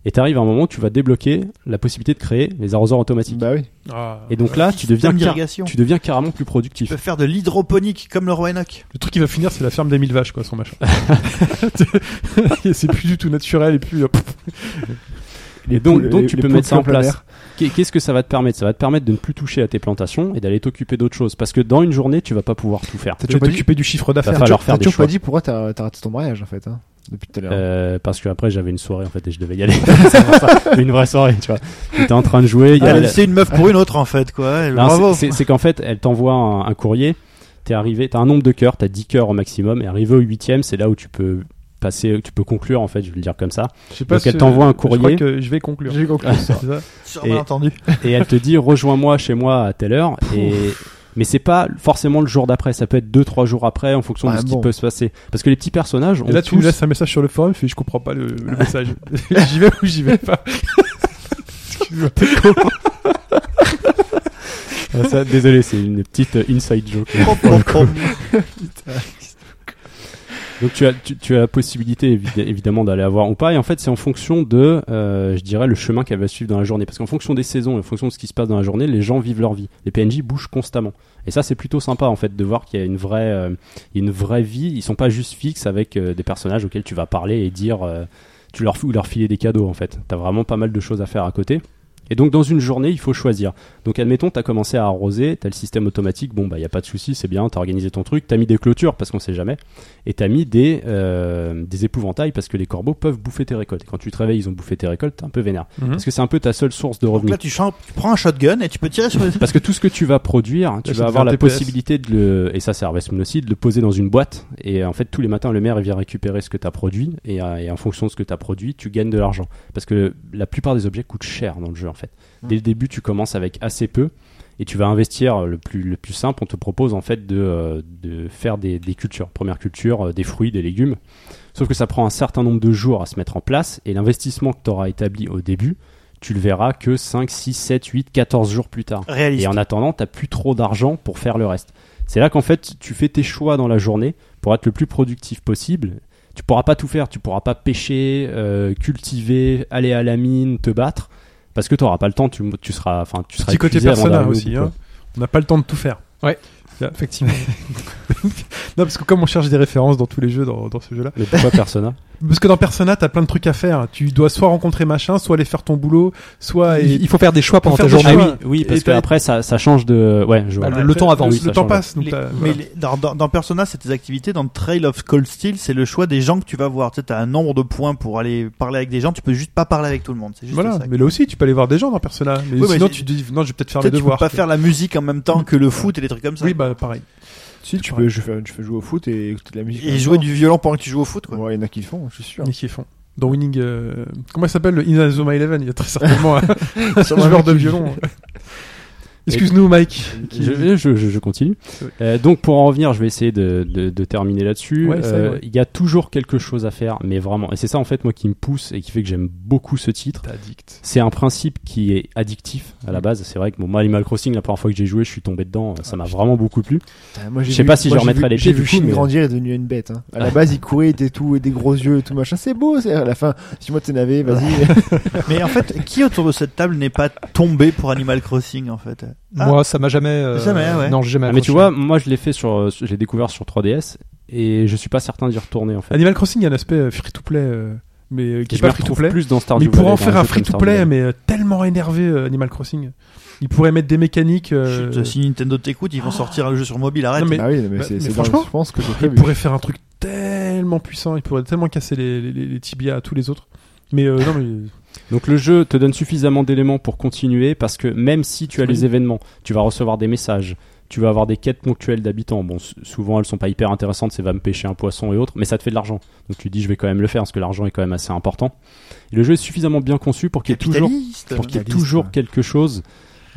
Et t'arrives à un moment où tu vas débloquer la possibilité de créer les arroseurs automatiques.
Bah oui.
et donc là, tu deviens,
système
car-
euh, d'irrigation.
tu deviens carrément plus
Tu
productif.
peux faire de l'hydroponique comme le roi Enoch.
Le truc qui va finir, c'est la ferme des mille vaches, quoi, son machin. Et c'est plus du tout naturel, et puis. hop.
Et donc,
poules-
donc
les-
tu
les
peux
poules
mettre ça en
plein
place.
air.
Qu'est- Qu'est-ce que ça va te permettre Ça va te permettre de ne plus toucher à tes plantations et d'aller t'occuper d'autres choses. Parce que dans une journée, tu vas pas pouvoir tout faire.
T'as déjà
toujours pas dit-
t'occuper du chiffre
Il va
d'affaires.
falloir
T'as
faire des
toujours
choix.
pas dit pourquoi t'as t'as raté ton mariage en fait, hein, depuis tout à l'heure.
Euh, parce que après j'avais une soirée en fait et je devais y aller. C'est pour ça. une vraie soirée, tu vois. J'étais en train de jouer. il y a
Ah,
Elle a
la-
laissé Ah, une meuf pour une autre en fait quoi. Et
Non,
Bravo.
c'est- C'est c'est qu'en fait, elle t'envoie un, un courrier. T'es arrivé, t'as un nombre de cœurs, t'as 10 cœurs au maximum. Et arrivé au huitième, c'est là où tu peux passer, tu peux conclure en fait. Je vais le dire comme ça.
Je sais pas
Donc, elle
si-
t'envoie un
Je crois
courrier.
que je vais conclure.
J'ai conclu.
C'est ça
Sûrement entendu.
et elle te dit rejoins-moi chez moi à telle heure et mais c'est pas forcément le jour d'après ça peut être deux trois jours après en fonction
Ah,
de ce
bon.
qui peut se passer parce que les petits personnages ont
Et là, tu
tous
nous laisses un message sur le forum, fais je comprends pas le, le message. j'y vais ou j'y vais pas. Excuse-moi.
Ah, ça, désolé c'est une petite euh, inside joke donc tu as tu, tu as la possibilité évi- évidemment d'aller avoir ou pas et en fait c'est en fonction de euh, je dirais le chemin qu'elle va suivre dans la journée parce qu'en fonction des saisons et en fonction de ce qui se passe dans la journée les gens vivent leur vie les PNJ bougent constamment et ça c'est plutôt sympa en fait de voir qu'il y a une vraie euh, une vraie vie ils sont pas juste fixes avec euh, des personnages auxquels tu vas parler et dire euh, tu leur ou leur filer des cadeaux en fait t'as vraiment pas mal de choses à faire à côté et donc dans une journée il faut choisir donc admettons, t'as commencé à arroser, t'as le système automatique, bon bah y a pas de souci, c'est bien, t'as organisé ton truc, t'as mis des clôtures parce qu'on sait jamais, et t'as mis des euh, des épouvantails parce que les corbeaux peuvent bouffer tes récoltes. Et quand tu te réveilles, ils ont bouffé tes récoltes, t'es un peu vénère,
Mhm.
parce que c'est un peu ta seule source de
Donc
revenus.
là tu, chan- tu prends un shotgun et tu peux tirer sur les...
Parce que tout ce que tu vas produire, tu
ça
vas
devient
avoir la
TPS.
possibilité de le, et ça c'est Harvest Moon aussi, de le poser dans une boîte. Et euh, en fait, tous les matins, le maire il vient récupérer ce que tu as produit. Et, euh, et en fonction de ce que tu as produit, tu gagnes de l'argent. Parce que la plupart des objets coûtent cher dans le jeu en fait. Dès le début, tu commences avec assez peu. Et tu vas investir euh, le plus, le plus simple. On te propose en fait de, euh, de faire des, des cultures. Première culture, euh, des fruits, des légumes. Sauf que ça prend un certain nombre de jours à se mettre en place. Et l'investissement que tu auras établi au début, tu le verras que 5, 6, 7, 8, 14 jours plus tard. Et
Réaliste.
en attendant, t'as plus trop d'argent pour faire le reste. C'est là qu'en fait, tu fais tes choix dans la journée pour être le plus productif possible. Tu pourras pas tout faire, tu pourras pas pêcher, euh, cultiver, aller à la mine, te battre, parce que t'auras pas le temps. Tu, tu seras, enfin, tu seras.
Petit côté
épuisé avant
personnel
d'arriver au
aussi.
bout, quoi.
hein. On n'a pas le temps de tout faire.
Ouais.
Là,
Effectivement.
Non, parce que comme on cherche des références dans tous les jeux, dans, dans ce jeu-là.
Mais pourquoi Persona
Parce que dans Persona, t'as plein de trucs à faire. Tu dois soit rencontrer machin, soit aller faire ton boulot, soit.
Il il faut faire des choix pendant
faire
ta
des
journée.
choix.
Ah oui, oui, parce
Et t'as-
qu'après ça, ça change de. Ouais, je vois.
Bah, le temps avance,
Oui,
le
ça
temps
change.
passe. Donc
Les-
t'as-
Mais
voilà.
les- dans, dans- dans Persona, c'est tes activités. Dans Trail of Cold Steel, c'est le choix des gens que tu vas voir. Tu sais, as un nombre de points pour aller parler avec des gens. Tu peux juste pas parler avec tout le monde. C'est juste
Voilà.
ça.
Mais là aussi, tu peux aller voir des gens dans Persona. Mais
Oui, mais
sinon,
c'est-
tu te dis, non, je vais peut-être faire
Peut-être
les
tu peux
devoirs.
pas faire la musique en même temps
Mm.
que le foot et des trucs comme ça.
Oui, bah, pareil.
Si, tu
pareil.
peux, je fais, je fais jouer au foot et écouter de la musique. en
Et
même
jouer
temps.
du violon pendant que tu joues au foot, quoi.
Ouais, il y en a qui le font, je suis sûr.
Mais qui font. Dans Winning, euh, comment il s'appelle le Inazuma Eleven Il y a très certainement un
Sur un
joueur
mec
de
qui-
violon. Excuse-nous, Mike.
Je, je, je- je continue. Euh, donc pour en revenir, je vais essayer de, de- de terminer là-dessus.
Ouais, ça,
Euh,
ouais.
Il y a toujours quelque chose à faire, mais vraiment. Et c'est ça en fait moi qui me pousse et qui fait que j'aime beaucoup ce titre.
T'es addict.
C'est un principe qui est addictif à la base. C'est vrai que bon, moi, Animal Crossing, la première fois que j'ai joué, je suis tombé dedans. Ça m'a vraiment beaucoup plu.
Putain, moi, j'ai
Je sais
vu-
pas si
moi,
je
j'ai
remettrai
vu-
les
J'ai
pieds,
vu
du coup,
Shin
mais-
grandir et devenir une bête. hein. À la base, il courait, il était tout, et des gros yeux et tout machin. C'est beau, c'est à la fin. Si moi t'es navé, vas-y.
Mais en fait, qui autour de cette table n'est pas tombé pour Animal Crossing, en fait Ah,
Moi, ça m'a jamais. euh,
Jamais, ouais.
Non, j'ai jamais.
Ah, mais tu
accroché.
vois, moi, je l'ai fait sur, euh, je l'ai découvert sur 3DS et je suis pas certain d'y retourner en fait.
Animal Crossing, il y a un aspect euh, free-to-play, euh, mais euh, qui
Et
est
je me
pas free-to-play.
retrouve plus dans Stardew
Mais ils pourraient en
Valley, dans
faire un
jeu comme
free-to-play,
Stardew Valley.
mais euh, tellement énervé euh, Animal Crossing. Ils pourraient mettre des mécaniques. euh,
chut, Si Nintendo t'écoute, ils vont sortir le jeu sur mobile, arrête.
Non, mais-
Ah oui, mais
bah,
c'est
mais
c'est dingue,
franchement,
je pense que j'ai
Ils
prévu.
pourraient faire un truc tellement puissant. Ils pourraient tellement casser les, les- les- les tibias à tous les autres. Mais euh, non, mais
Donc le jeu te donne suffisamment d'éléments pour continuer parce que même si tu as les événements, tu vas recevoir des messages, tu vas avoir des quêtes ponctuelles d'habitants. Bon, s- souvent elles sont pas hyper intéressantes, c'est va me pêcher un poisson et autres, mais ça te fait de l'argent. Donc tu dis je vais quand même le faire parce que l'argent est quand même assez important. Et le jeu est suffisamment bien conçu pour qu'il y ait toujours
Capitaliste.
pour qu'il y ait
Capitaliste,
toujours
ouais.
quelque chose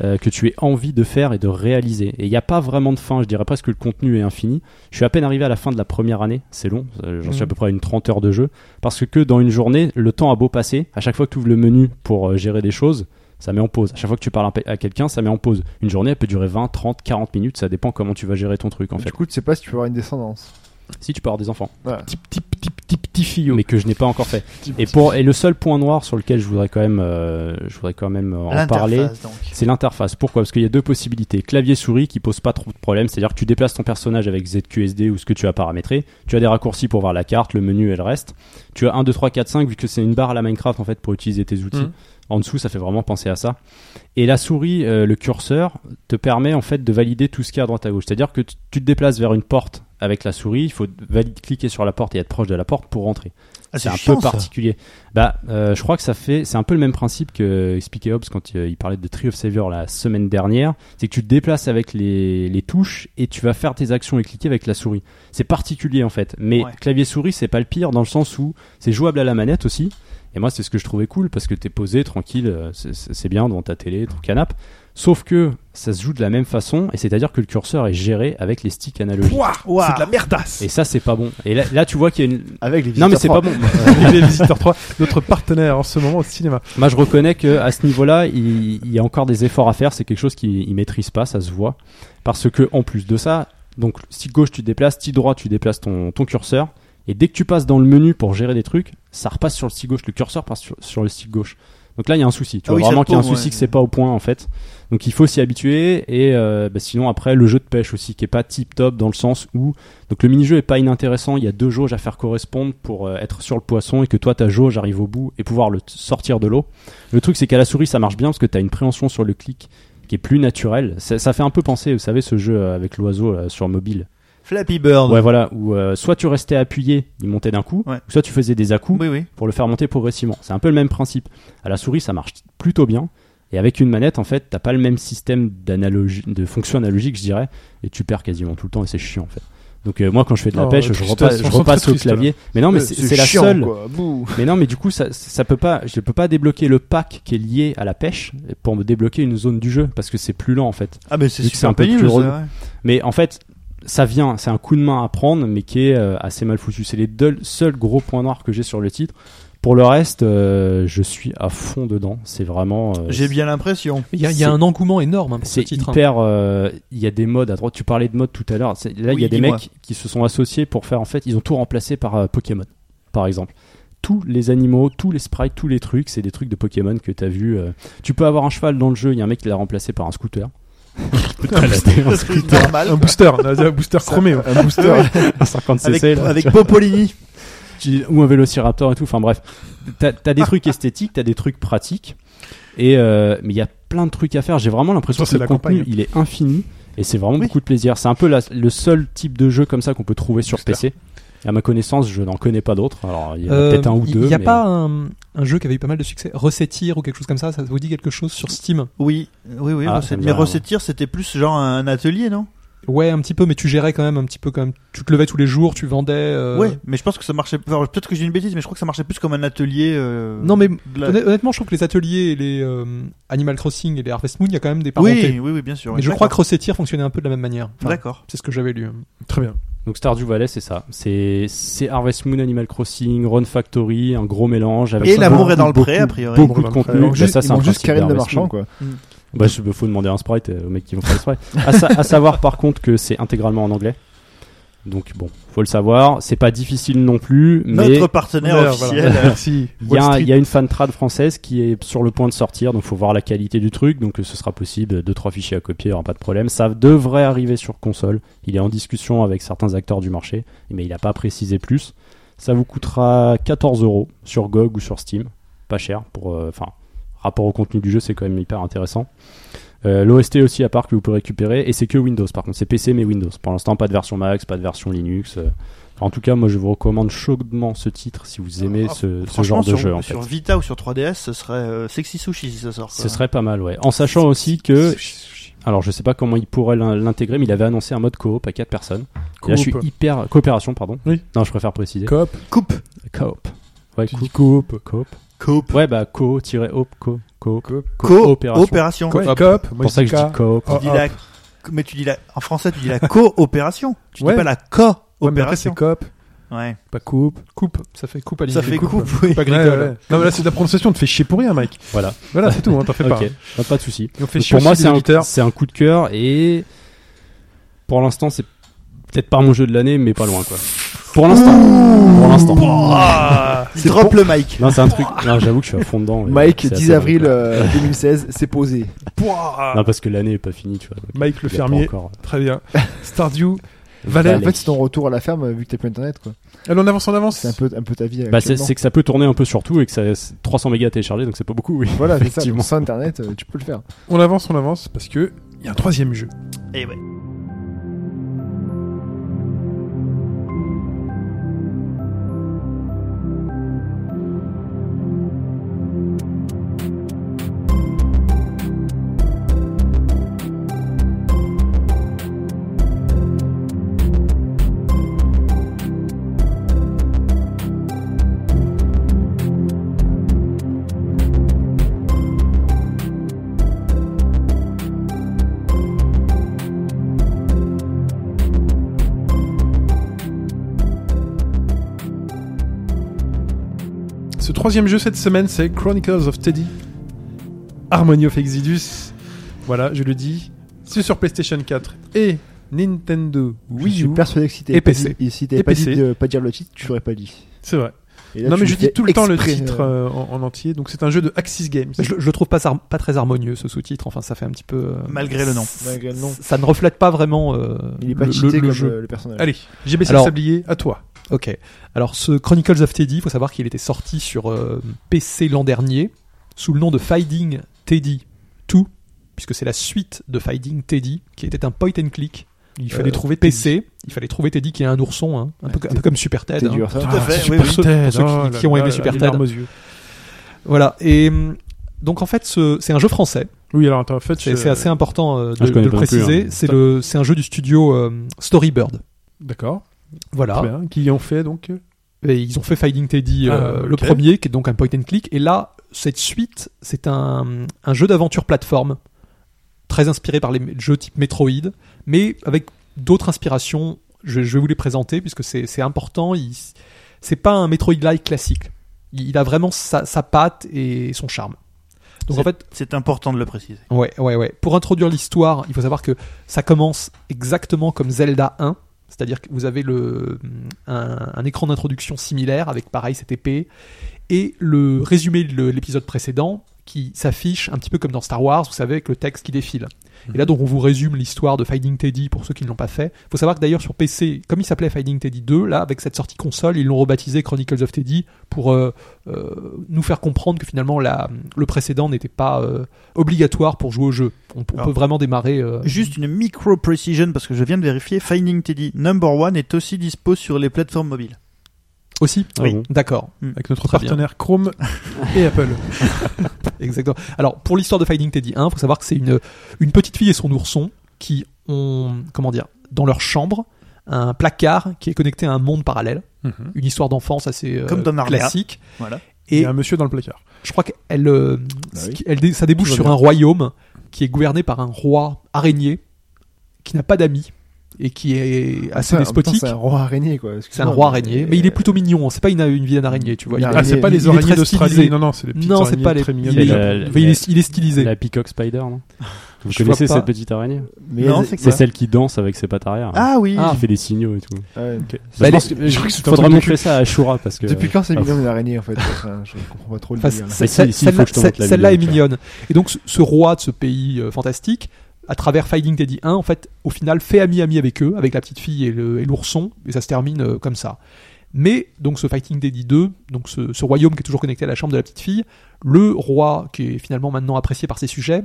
euh, que tu aies envie de faire et de réaliser. Et il n'y a pas vraiment de fin, je dirais presque que le contenu est infini. Je suis à peine arrivé à la fin de la première année, c'est long, euh, j'en suis à
Mhm.
peu près à une 30 heures de jeu, parce que dans une journée, le temps a beau passer, à chaque fois que tu ouvres le menu pour euh, gérer des choses, ça met en pause. À chaque fois que tu parles à pe- à quelqu'un, ça met en pause. Une journée, elle peut durer 20, 30, 40 minutes, ça dépend comment tu vas gérer ton truc en fait.
Du coup, tu sais pas si tu peux avoir une descendance.
Si tu peux avoir des enfants.
Voilà.
Tip, tip, tip, tip, tip, fillot.
mais que je n'ai pas encore fait. Et pour et le seul point noir sur lequel je voudrais quand même euh, je voudrais quand même euh, en parler,
L'interface, donc.
c'est l'interface. Pourquoi Parce qu'il y a deux possibilités. Clavier souris qui pose pas trop de problèmes, c'est-à-dire que tu déplaces ton personnage avec ZQSD ou ce que tu as paramétré, tu as des raccourcis pour voir la carte, le menu et le reste. Tu as 1 2 3 4 5 vu que c'est une barre à la Minecraft en fait pour utiliser tes outils.
Mhm.
En dessous, ça fait vraiment penser à ça. Et la souris, euh, le curseur, te permet en fait de valider tout ce qu'il y a à droite à gauche. C'est-à-dire que tu tu te déplaces vers une porte avec la souris, il faut valide- cliquer sur la porte et être proche de la porte pour rentrer
Ah,
c'est un
chiant,
peu
ça.
particulier. Bah, euh, je crois que ça fait, c'est un peu le même principe que expliquait Hobbes quand euh, il parlait de Tree of Savior la semaine dernière. C'est que tu te déplaces avec les, les touches et tu vas faire tes actions et cliquer avec la souris. C'est particulier en fait. Mais
Ouais.
clavier souris, c'est pas le pire dans le sens où c'est jouable à la manette aussi. Et moi, c'est ce que je trouvais cool parce que t'es posé tranquille, euh, c'est- c'est c'est bien devant ta télé, ton canapé. Sauf que ça se joue de la même façon et c'est-à-dire que le curseur est géré avec les sticks analogiques.
Pouah,
Ouah.
C'est de la merdasse.
Et ça, c'est pas bon. Et là, là, tu vois qu'il y a une.
Avec les
Non, mais
visiteurs
c'est pas
froids.
bon.
les visiteurs 3, notre partenaire en ce moment au cinéma.
Moi, je reconnais que à ce niveau-là, il, il y a encore des efforts à faire. C'est quelque chose qu'il il maîtrise pas, ça se voit. Parce que en plus de ça, donc si gauche tu déplaces, si droit tu déplaces ton, ton curseur, et dès que tu passes dans le menu pour gérer des trucs, ça repasse sur le site gauche. Le curseur passe sur, sur le site gauche. Donc là, il y a un souci. Tu
Ah
vois
oui,
vraiment
ça
qu'il y a un
tourne,
souci
ouais.
que c'est pas au point en fait. Donc il faut s'y habituer. Et euh, bah, sinon après, le jeu de pêche aussi qui est pas tip top dans le sens où donc le mini-jeu est pas inintéressant, il y a deux jauges à faire correspondre pour euh, être sur le poisson et que toi ta jauge arrive au bout et pouvoir le t- sortir de l'eau. Le truc c'est qu'à la souris ça marche bien parce que tu as une préhension sur le clic qui est plus naturelle. Ça, ça fait un peu penser, vous savez, ce jeu euh, avec l'oiseau là, sur mobile.
Flappy Bird.
Ouais voilà, où euh, soit tu restais appuyé, il montait d'un coup,
Ouais.
ou soit tu faisais des à-coups
Oui, oui.
pour le faire monter progressivement. C'est un peu le même principe. À la souris, ça marche plutôt bien. Et avec une manette, en fait, t'as pas le même système d'analogie, de fonction analogique, je dirais, et tu perds quasiment tout le temps, et c'est chiant, en fait. Donc euh, moi, quand je fais de la
Oh,
pêche, je
tristesse,
repasse,
on
je
sent
repasse
très
au
triste, là.
clavier. Mais non, mais c'est c'est la
Euh, chiant,
seule.
quoi. Bouh.
Mais non, mais du coup, ça, ça peut pas, je peux pas débloquer le pack qui est lié à la pêche pour me débloquer une zone du jeu parce que c'est plus lent, en fait.
Ah, mais c'est
Vu que c'est
super
un peu
pénible,
plus
ça,
relou.
ouais.
Mais en fait, ça vient, c'est un coup de main à prendre, mais qui est euh, assez mal foutu. C'est les deux seuls gros points noirs que j'ai sur le titre. Pour le reste, euh, je suis à fond dedans. C'est vraiment. euh,
J'ai bien l'impression.
Il y a, il y a
C'est-
un engouement énorme hein, pour ce
c'est
titre. hein.
hyper. euh, Il y a des modes à droite. Tu parlais de modes tout à l'heure. C'est- Là, il
Oui,
y a des
dis-moi.
mecs qui se sont associés pour faire. En fait, ils ont tout remplacé par euh, Pokémon, par exemple. Tous les animaux, tous les sprites, tous les trucs, c'est des trucs de Pokémon que t'as vu. euh. Tu peux avoir un cheval dans le jeu. Il y a un mec qui l'a remplacé par un scooter. Oh, Un scooter.
Normal.
Un booster, on a un booster chromé. ouais.
Un booster.
à 50 cc
Avec,
là.
avec Popolini.
Tu- ou un vélociraptor et tout. Enfin bref, t'as as des trucs esthétiques, t'as des trucs pratiques, et euh, mais il y a plein de trucs à faire. J'ai vraiment l'impression
Toi,
que
c'est
le
la
contenu
campagne.
il est infini et c'est vraiment
Oui.
beaucoup de plaisir. C'est un peu la- le seul type de jeu comme ça qu'on peut trouver sur
Booster.
PC. À ma connaissance, je n'en connais pas d'autres. Alors il y en a
Euh,
peut-être un ou
il-
deux.
Il n'y a
mais-
pas un, un jeu qui avait eu pas mal de succès, Recettir ou quelque chose comme ça, ça vous dit quelque chose sur Steam
Oui, oui, oui.
Ah,
recette-
ça me dit
mais
rien.
recette tir, c'était plus genre un atelier, non
Ouais, un petit peu, mais tu gérais quand même un petit peu quand même. Tu te levais tous les jours, tu vendais. euh,
Ouais, mais je pense que ça marchait. enfin, Peut-être que j'ai une bêtise, mais je crois que ça marchait plus comme un atelier. euh,
Non, mais
de la-
honnêt- honnêtement, je trouve que les ateliers et les euh, Animal Crossing et les Harvest Moon, il y a quand même des parentés.
Oui, oui, oui, bien sûr.
mais je crois que Recettir fonctionnait un peu de la même manière. Enfin,
D'accord.
c'est ce que j'avais lu.
Très bien.
Donc Stardew Valley, c'est ça. C'est c'est Harvest Moon, Animal Crossing, Run Factory, un gros mélange. Avec
Et
beaucoup,
l'amour est dans le pré,
beaucoup,
a priori.
Beaucoup de
L'amour est dans le pré.
contenu.
Ils
Bah,
manquent
juste,
ça, c'est
ils
un
manquent juste
principe
Karen de
d'Harvest Moon.
Marchand, quoi.
Bah, je faut demander un sprite euh, aux mecs qui vont faire le sprite. à, sa- à savoir, par contre, que c'est intégralement en anglais. Donc, bon, faut le savoir. C'est pas difficile non plus, mais
Notre partenaire
Honneur,
officiel.
voilà. Merci.
il y,
Wall
a-
Street.
il y a une fan trad française qui est sur le point de sortir. Donc, faut voir la qualité du truc. Donc, euh, ce sera possible. Deux, trois fichiers à copier, il y aura pas de problème. Ça devrait arriver sur console. Il est en discussion avec certains acteurs du marché, mais il a pas précisé plus. Ça vous coûtera 14 euros sur GOG ou sur Steam. Pas cher pour, euh, enfin, rapport au contenu du jeu, c'est quand même hyper intéressant. Euh, L'OST aussi à part que vous pouvez récupérer et c'est que Windows par contre, c'est PC mais Windows. Pour l'instant, pas de version Max, pas de version Linux. euh. Enfin, en tout cas, moi je vous recommande chaudement ce titre si vous aimez
Ah,
ce, ce
Franchement,
genre de
sur,
jeu. En fait.
sur Vita ou sur 3DS, ce serait euh, sexy sushi si ça sort.
Ce
quoi.
serait pas mal, ouais. En sachant aussi que, alors je sais pas comment il pourrait l'in- l'intégrer, mais il avait annoncé un mode coop à 4 personnes. Et là, je suis
Coop.
hyper coopération, pardon.
Oui.
Non, je préfère préciser.
Coop.
Coop. Ouais,
Tu
coop.
dis coop.
coop.
Coop.
Ouais, bah co-op co. Coop. Coopération.
Co-opération.
Co- Coop, moi
pour ça que je
K.
dis coop.
Oh,
Tu dis
hop.
la- Mais tu dis la. En français, tu dis la coopération. Tu
Ouais.
dis pas la
Ouais, mais après, c'est
co-opération.
coop,
Ouais.
pas coupe.
Coupe, ça fait coupe à
Ça
l'idée.
fait
coupe,
coupe, oui.
Pas
Ouais,
agricole.
ouais. Non, mais là, c'est de la prononciation, on te fait chier pour rien, Mike.
Voilà.
Voilà, c'est tout, on t'en fait pas.
Ok. Pas, pas de souci.
Et on fait
Donc,
chier
Pour moi,
aussi
c'est
les
un,
auditeurs.
c'est un coup de cœur et pour l'instant, c'est peut-être pas mon jeu de l'année, mais pas loin quoi. Pour l'instant. Pour l'instant. Ah,
Il drop le mic.
Non, c'est un truc. Non, j'avoue que je suis à fond dedans. mais
Mike,
c'est
10
assez
avril
dingue,
euh, 2016, c'est posé.
quoi. Non, parce que l'année est pas finie, tu vois. donc
Mike le
il y a pas
fermier,
encore- euh.
très bien. Stardew.
Bah,
Valet.
en fait, c'est ton retour à la ferme euh, vu que t'as plus internet, quoi.
Allez, on avance, on avance.
C'est un peu, un peu ta vie.
Bah, c'est
actuellement.
c'est que ça peut tourner un peu sur tout et que ça c'est 300 mégas téléchargés, donc c'est pas beaucoup, oui.
Voilà, c'est ça.
Effectivement.
Sans internet, euh, tu peux le faire.
On avance, on avance, parce que il y a un troisième jeu.
Eh ouais.
Ce troisième jeu cette semaine, c'est Chronicles of Teddy. Harmony of Exodus. Voilà, je le dis. C'est sur PlayStation 4 et Nintendo
je
Wii
suis
U.
persuadé que si
Et
t'avais pas
PC.
dit, et si t'avais
Et
pas
PC.
dit de pas dire le titre, tu l'aurais pas dit.
C'est vrai.
Et là,
non,
tu
mais je
fais
dis tout le temps le
exprès,
titre
euh,
euh, en, en entier. Donc c'est un jeu de Axis Games.
Je, je le trouve pas, har- pas très harmonieux ce sous-titre. Enfin, ça fait un petit peu. euh,
Malgré le nom.
Malgré le nom.
Ça ne reflète pas vraiment. euh,
Il est pas
le-
cheaté
le- le
comme
jeu.
euh, le personnage.
Allez, GBC
Alors-
Sablier, à toi.
Ok. Alors, ce Chronicles of Teddy, il faut savoir qu'il était sorti sur euh, PC l'an dernier sous le nom de Finding Teddy 2, puisque c'est la suite de Finding Teddy, qui était un point and click.
Il
Euh, PC. Il fallait trouver Teddy qui est un ourson, hein, un,
Ouais,
peu, un
t'es-
peu comme Super Ted.
T'es
hein.
dur, ça.
Tout à fait,
Ah, Super
oui, oui.
Ted,
Pour ceux qui-
oh là
qui ont
là
aimé
là,
Super
les
Ted.
larmes aux yeux.
hein. Voilà. Et hum, donc en fait, ce- c'est un jeu français.
Oui, alors attends, en fait,
C'est
je-
c'est assez important euh, de,
Ah, je connais
de
pas non plus,
préciser.
hein.
C'est le, c'est un jeu du studio euh, Storybird.
D'accord.
Voilà.
Très bien. Qui ont fait donc euh,
Et ils ont fait Finding Teddy, euh,
Ah,
le
ok.
premier, qui est donc un point and click. Et là, cette suite, c'est un, un jeu d'aventure plateforme, très inspiré par les m- jeux type Metroid, mais avec d'autres inspirations. Je, je vais vous les présenter puisque c'est c'est important. Il- C'est pas un Metroid-like classique. Il, il a vraiment sa, sa patte et son charme. Donc en fait,
C'est important de le préciser.
Ouais, ouais, ouais. Pour introduire l'histoire, il faut savoir que ça commence exactement comme Zelda 1. C'est-à-dire que vous avez le, un, un écran d'introduction similaire avec pareil cette épée. Et le résumé de le- l'épisode précédent qui s'affiche un petit peu comme dans Star Wars, vous savez, avec le texte qui défile. Et là, donc, on vous résume l'histoire de Finding Teddy pour ceux qui ne l'ont pas fait. Il faut savoir que d'ailleurs, sur PC, comme il s'appelait Finding Teddy 2, là, avec cette sortie console, ils l'ont rebaptisé Chronicles of Teddy pour euh, euh, nous faire comprendre que finalement, la, le précédent n'était pas euh, obligatoire pour jouer au jeu. On, on
Ah.
peut vraiment démarrer. euh,
Juste une micro precision parce que je viens de vérifier. Finding Teddy Number One est aussi dispo sur les plateformes mobiles.
aussi
Ah
Oui.
bon.
D'accord,
Hmm.
avec notre
Très bien.
partenaire Chrome et Apple.
exactement. Alors, pour l'histoire de Finding Teddy 1, il faut savoir que c'est une, une petite fille et son ourson qui ont, comment dire, dans leur chambre, un placard qui est connecté à un monde parallèle.
Mhm.
Une histoire d'enfance assez euh,
Comme dans Narnia.
classique.
Voilà.
Il
Et
y a un monsieur dans le placard.
je crois qu'elle euh,
Bah
ce
oui.
qui- elle dé- ça débouche
Tout va
sur
bien.
un royaume qui est gouverné par un roi araignée qui n'a pas d'amis et qui est assez
Putain, en même temps,
despotique.
C'est un roi araignée, quoi.
C'est un
Excuse-moi,
roi araignée, mais il est
euh,
plutôt mignon. hein. C'est pas une, une vie d'araignée, tu vois.
Il
Il
a-
est-
Ah, c'est pas
il
les
est
araignées
très
d'Australie.
stylisé.
Non, non, c'est les petites
Non, c'est
araignées
pas les.
très
Il
mignonnes.
C'est
est,
la-
enfin, il est- il est stylisé.
La Peacock Spider, non Vous
Je
connaissez
vois pas.
cette petite araignée
mais
Non,
elle-
c'est
C'est
quoi
celle qui danse avec ses pattes arrière.
Ah oui.
Ah.
Qui fait des signaux et tout.
ouais.
Bah, je
elle
pense
est-
que-
je crois que c'était un
faudra
truc de
montrer ça à Shura parce que.
Depuis quand c'est
Ah,
mignon une araignée, en fait Enfin, Je comprends pas trop le
Enfin,
délire.
c'est-
Si, si,
celle-
il faut que je te montre
celle-
la
Celle-là est
vidéo, tu vois.
mignonne. Et donc, ce, ce roi de ce pays euh, fantastique, à travers Finding Teddy 1, en fait, au final, fait ami-ami avec eux, avec la petite fille et le- et l'ourson, et, ça se termine euh, comme ça. Mais, donc, ce Fighting Teddy 2, donc ce, ce royaume qui est toujours connecté à la chambre de la petite fille, le roi, qui est finalement maintenant apprécié par ses sujets,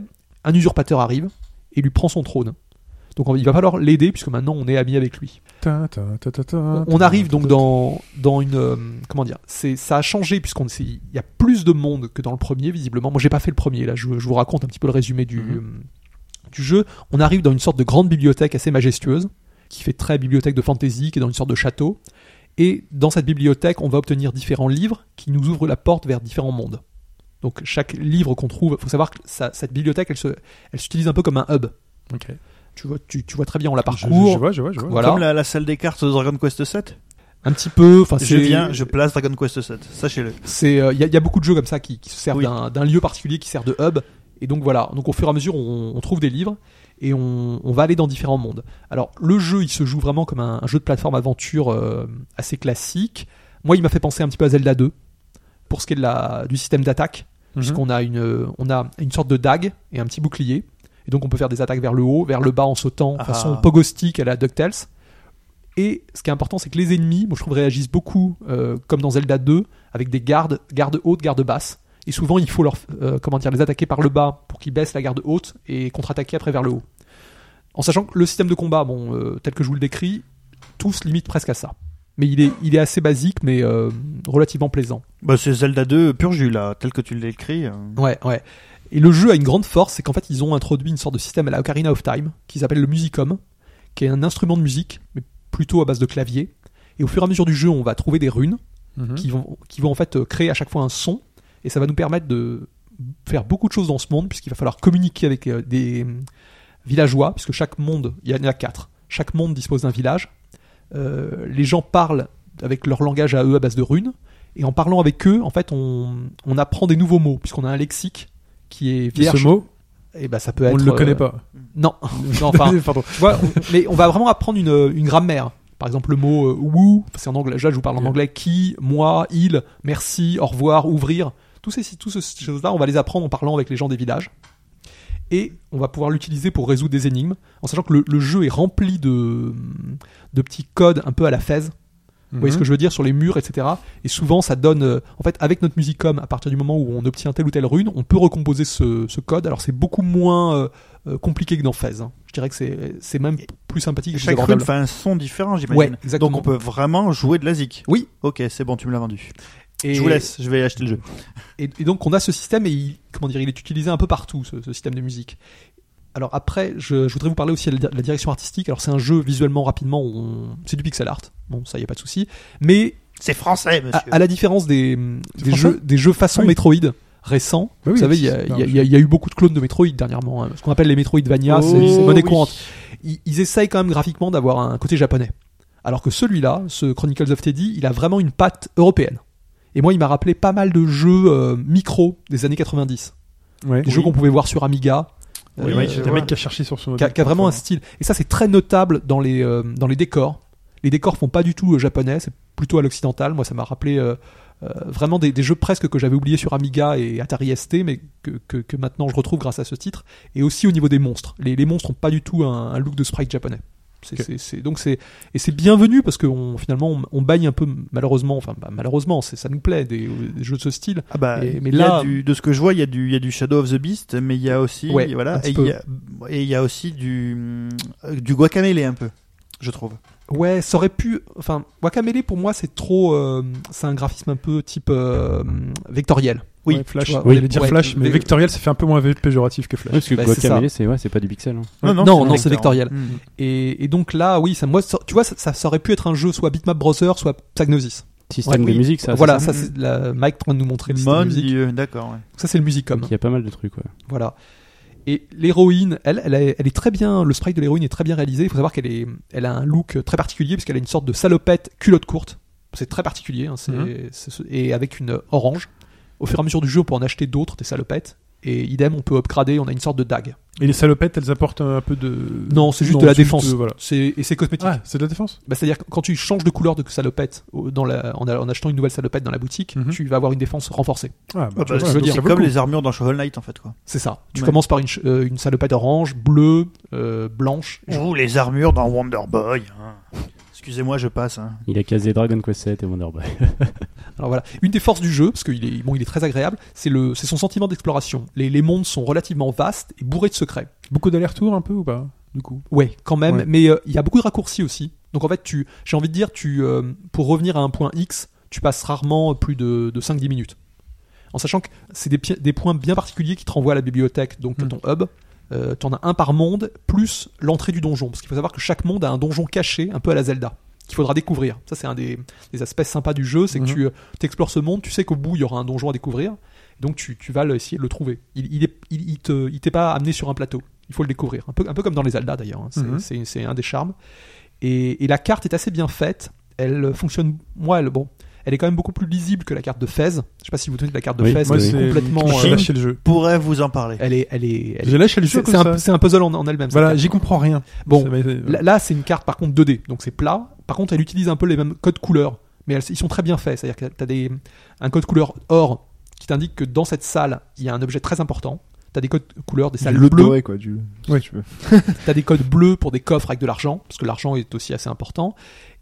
un usurpateur arrive et lui prend son trône. Donc, il va falloir l'aider, puisque maintenant, on est ami avec lui.
Ta, ta, ta, ta, ta, ta,
On- on arrive
ta,
donc
ta,
dans, dans une. euh, comment dire c'est, Ça a changé, puisqu'on c'est- il y a plus de monde que dans le premier, visiblement. Moi, j'ai pas fait le premier, là. Je, je vous raconte un petit peu le résumé du,
Mhm.
euh, du jeu. On arrive dans une sorte de grande bibliothèque assez majestueuse, qui fait très bibliothèque de fantasy, qui est dans une sorte de château. Et dans cette bibliothèque, on va obtenir différents livres qui nous ouvrent la porte vers différents mondes. Donc chaque livre qu'on trouve, faut savoir que ça- cette bibliothèque, elle se- elle s'utilise un peu comme un hub.
Ok.
Tu vois, tu, tu vois très bien, on la
Je- Je, je
parcourt.
vois, je vois, je vois.
Voilà.
Comme la, la salle des cartes de Dragon Quest 7.
Un petit peu. Enfin,
Je
c'est-
viens, je place Dragon Quest 7. Sachez-le.
C'est, euh, il y, a- il y a beaucoup de jeux comme ça qui, qui se servent
Oui.
d'un, d'un lieu particulier qui sert de hub. Et donc voilà. Donc au fur et à mesure, on, on trouve des livres et on, on va aller dans différents mondes. Alors le jeu, il se joue vraiment comme un, un jeu de plateforme aventure euh, assez classique. Moi, il m'a fait penser un petit peu à Zelda 2 pour ce qui est de la, du système d'attaque,
Mhm.
puisqu'on a une, euh, on a une sorte de dague et un petit bouclier. Et donc on peut faire des attaques vers le haut, vers le bas en sautant,
Ah.
façon pogo stick à la DuckTales. Et ce qui est important, c'est que les ennemis, moi je trouve, réagissent beaucoup, euh, comme dans Zelda 2, avec des gardes, gardes hautes, gardes basses. Et souvent, il faut leur, euh, comment dire, les attaquer par le bas pour qu'ils baissent la garde haute et contre-attaquer après vers le haut. En sachant que le système de combat, bon, euh, tel que je vous le décris, tout se limite presque à ça. Mais il est, il est assez basique, mais euh, relativement plaisant.
Bah, c'est Zelda 2 pur jus, là, tel que tu l'écris. euh.
Ouais, ouais. Et le jeu a une grande force, c'est qu'en fait, ils ont introduit une sorte de système à la Ocarina of Time, qui s'appelle le Musicom, qui est un instrument de musique, mais plutôt à base de clavier. Et au fur et à mesure du jeu, on va trouver des runes
Mhm.
qui, vont, qui vont en fait euh, créer à chaque fois un son, et ça va nous permettre de faire beaucoup de choses dans ce monde, puisqu'il va falloir communiquer avec euh, des euh, villageois, puisque chaque monde, il y en a quatre, chaque monde dispose d'un village. Euh, les gens parlent avec leur langage à eux à base de runes, et en parlant avec eux, en fait, on, on apprend des nouveaux mots, puisqu'on a un lexique qui est
Et
vierge.
ce mot,
et ben, ça peut être,
on ne le
euh,
connaît pas.
Non, non, enfin,
Pardon.
tu vois, on- mais on va vraiment apprendre une, une grammaire. Par exemple, le mot euh, woo, c'est en anglais. Là, je vous parle en
Ok.
anglais. Qui, moi, il, merci, au revoir, ouvrir. Tous ces, tous ces choses-là, on va les apprendre en parlant avec les gens des villages. Et on va pouvoir l'utiliser pour résoudre des énigmes, en sachant que le, le jeu est rempli de, de petits codes un peu à la fez. Vous
Mhm.
voyez ce que je veux dire sur les murs, etc. Et souvent, ça donne. euh, en fait, avec notre musicom, à partir du moment où on obtient telle ou telle rune, on peut recomposer ce, ce code. Alors, c'est beaucoup moins euh, euh, compliqué que dans Fez. hein. Je dirais que c'est c'est même plus sympathique.
Et
que
chaque
plus
rune
abordable.
fait un son différent,
Ouais,
j'imagine.
exactement.
Donc on peut vraiment jouer de la zik.
Oui.
Ok, c'est bon, tu me l'as vendu.
Et,
Je vous laisse, je vais acheter le jeu.
Et, et donc, on a ce système et il, comment dire, il est utilisé un peu partout, ce, ce système de musique. Alors après, je, je voudrais vous parler aussi de la de la direction artistique. Alors c'est un jeu visuellement rapidement, on- c'est du pixel art. Bon, ça y a pas de souci. Mais
C'est français,
à,
monsieur.
à la différence des, des
français
jeux, des jeux façon
Oui.
Metroid récents,
Bah oui,
vous savez, il y, a-
c'est-
il y a-
non,
il y a- il y a eu beaucoup de clones de Metroid dernièrement. hein. Ce qu'on appelle les
Ah,
Metroidvania, c'est
Oh,
c'est monnaie
oui.
courante. Ils, ils essayent quand même graphiquement d'avoir un côté japonais. Alors que celui-là, ce Chronicles of Teddy, il a vraiment une patte européenne. Et moi, il m'a rappelé pas mal de jeux euh, micro des années 90.
Ouais.
Des jeux qu'on pouvait voir sur Amiga.
Oui,
Euh,
oui, c'est
voilà
le mec qui a cherché sur son.
qui a, qui a vraiment un
hein.
style. Et ça, c'est très notable dans les, euh, dans les décors. Les décors font pas du tout euh, japonais, c'est plutôt à l'occidental. Moi, ça m'a rappelé euh, euh, vraiment des, des jeux presque que j'avais oubliés sur Amiga et Atari ST, mais que, que, que maintenant je retrouve grâce à ce titre. Et aussi au niveau des monstres. Les, les monstres ont pas du tout un, un look de sprite japonais. C'est,
Ok.
c'est- c'est- donc c'est, et c'est bienvenu parce que on, finalement on, on baigne un peu malheureusement, enfin bah, malheureusement, c'est, ça nous plaît des, des jeux de ce style.
Ah bah,
Et- mais
il y a
là-
du- de ce que je vois, il y a du, il y a du Shadow of the Beast, mais il y a aussi,
Ouais, un
voilà,
petit
et il y a, et il y a aussi du, euh, du guacamele un peu, je trouve.
Ouais, ça aurait pu. Enfin, Wakamele pour moi c'est trop. euh, c'est un graphisme un peu type euh, vectoriel.
Oui,
Oui,
Flash.
tu vois,
on
oui.
allait dire
Ouais,
Flash, mais
mais-
Vectoriel, ça fait un peu moins péjoratif que
Ouais,
Flash.
parce que
Bah, c'est
Guacamele, c'est ouais, c'est pas du pixel. hein.
Non, non, c'est vectoriel.
Mm.
Et, et donc là, oui, ça, moi, ça- tu vois, ça, ça- ça aurait pu être un jeu soit Bitmap Browser, soit Psygnosis.
Système
Ouais,
de
oui.
musique, Ah, ça. c'est
voilà,
ça
ça, c'est la Mike train de nous montrer le système
Mon
de musique. Ah,
Dieu, euh, d'accord. ouais.
Ça c'est le Musicom.
Il y a pas mal de trucs. Ouais.
Voilà. Et l'héroïne, elle, elle, est- elle est très bien. Le sprite de l'héroïne est très bien réalisé. Il faut savoir qu'elle est, elle a un look très particulier puisqu'elle a une sorte de salopette culotte courte. C'est très particulier. hein, c'est-
Mhm.
c'est ce- et avec une orange. Au fur et à mesure du jeu, on peut en acheter d'autres des salopettes. Et idem, on peut upgrader. On a une sorte de dague.
Et les salopettes, elles apportent un peu de.
Non, c'est juste de la défense.
euh, voilà.
C'est et c'est cosmétique.
Ah, c'est de la défense
Bah, C'est-à-dire que quand tu changes de couleur de salopette au- dans la- en, a- en achetant une nouvelle salopette dans la boutique,
Mhm.
tu vas avoir une défense renforcée.
Ah,
Ah bah,
tu vois,
c'est
ça vaut
c'est
le
comme
coup.
les armures dans Shovel Knight en fait quoi.
C'est ça. Tu
Ouais.
commences par une, ch- euh, une salopette orange, bleue, euh, blanche.
Ou les armures dans Wonder Boy. hein. Excusez-moi, je passe. hein.
Il a casé Dragon Quest 7 et Wonder Boy.
Alors voilà, une des forces du jeu, parce qu'il est, bon, il est très agréable, c'est le, c'est son sentiment d'exploration. Les, les mondes sont relativement vastes et bourrés de secrets.
Beaucoup d'aller-retour un peu ou pas Du coup.
Ouais, quand même,
Ouais.
mais euh, il y a beaucoup de raccourcis aussi. Donc en fait, tu, j'ai envie de dire, tu, euh, pour revenir à un point X, tu passes rarement plus de, de 5-10 minutes. En sachant que c'est des, pi- des points bien particuliers qui te renvoient à la bibliothèque, donc
Mm.
ton hub. Euh, tu en as un par monde, plus l'entrée du donjon. Parce qu'il faut savoir que chaque monde a un donjon caché, un peu à la Zelda, qu'il faudra découvrir. Ça, c'est euh, un des, des aspects sympas du jeu, c'est
Mhm.
que tu explores ce monde, tu sais qu'au bout, il y aura un donjon à découvrir. Donc tu, tu vas le- essayer de le trouver. Il il, est- il, il te- il t'est pas amené sur un plateau. Il faut le découvrir. Un peu, un peu comme dans les Zelda d'ailleurs. hein. C'est-
Mhm.
C'est c'est un des charmes. Et, et la carte est assez bien faite. Elle fonctionne. Moi, elle, bon, elle est quand même beaucoup plus lisible que la carte de Fez. Je sais pas si vous tenez de la carte de
Oui,
Fez.
moi,
mais
c'est-
complètement.
J'ai
euh,
lâché le jeu.
pourrait vous en parler.
elle est, elle est, elle est-
J'ai lâché le jeu
c'est
comme
c'est
ça.
un, c'est un puzzle en, en elle-même. cette
Voilà,
carte.
j'y comprends rien.
Bon,
Ça m'a-
Là, là, c'est une carte par contre 2D, donc c'est plat. Par contre, elle utilise un peu les mêmes codes couleurs, mais elles- ils sont très bien faits. C'est-à-dire que tu as des, un code couleur or qui t'indique que dans cette salle, il y a un objet très important. Tu as des codes couleurs des salles
le
bleues,
doré, quoi. Du...
Oui.
Si tu veux.
tu as des codes bleus pour des coffres avec de l'argent, parce que l'argent est aussi assez important.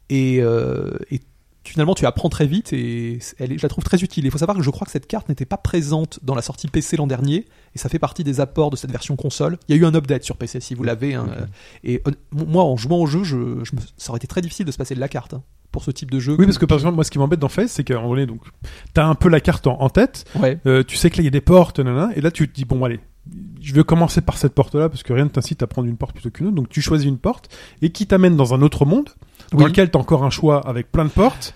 Et, euh, et finalement, tu apprends très vite et elle est- je la trouve très utile. Il faut savoir que je crois que cette carte n'était pas présente dans la sortie PC l'an dernier, et ça fait partie des apports de cette version console. Il y a eu un update sur PC si vous l'avez. hein, euh, Et hon- moi, en jouant au jeu, je, je me- ça aurait été très difficile de se passer de la carte hein, pour ce type de jeu.
Oui, parce que par exemple, moi, ce qui m'embête dans Face, c'est qu'à un moment donné, donc, t'as un peu la carte en, en tête,
Ouais.
euh, tu sais que là, il y a des portes, nanana, et là, tu te dis, bon, allez, je vais commencer par cette porte-là, parce que rien ne t'incite à prendre une porte plutôt qu'une autre, donc tu choisis une porte, et qui t'amène dans un autre monde, dans
Oui.
lequel t'as encore un choix avec plein de portes,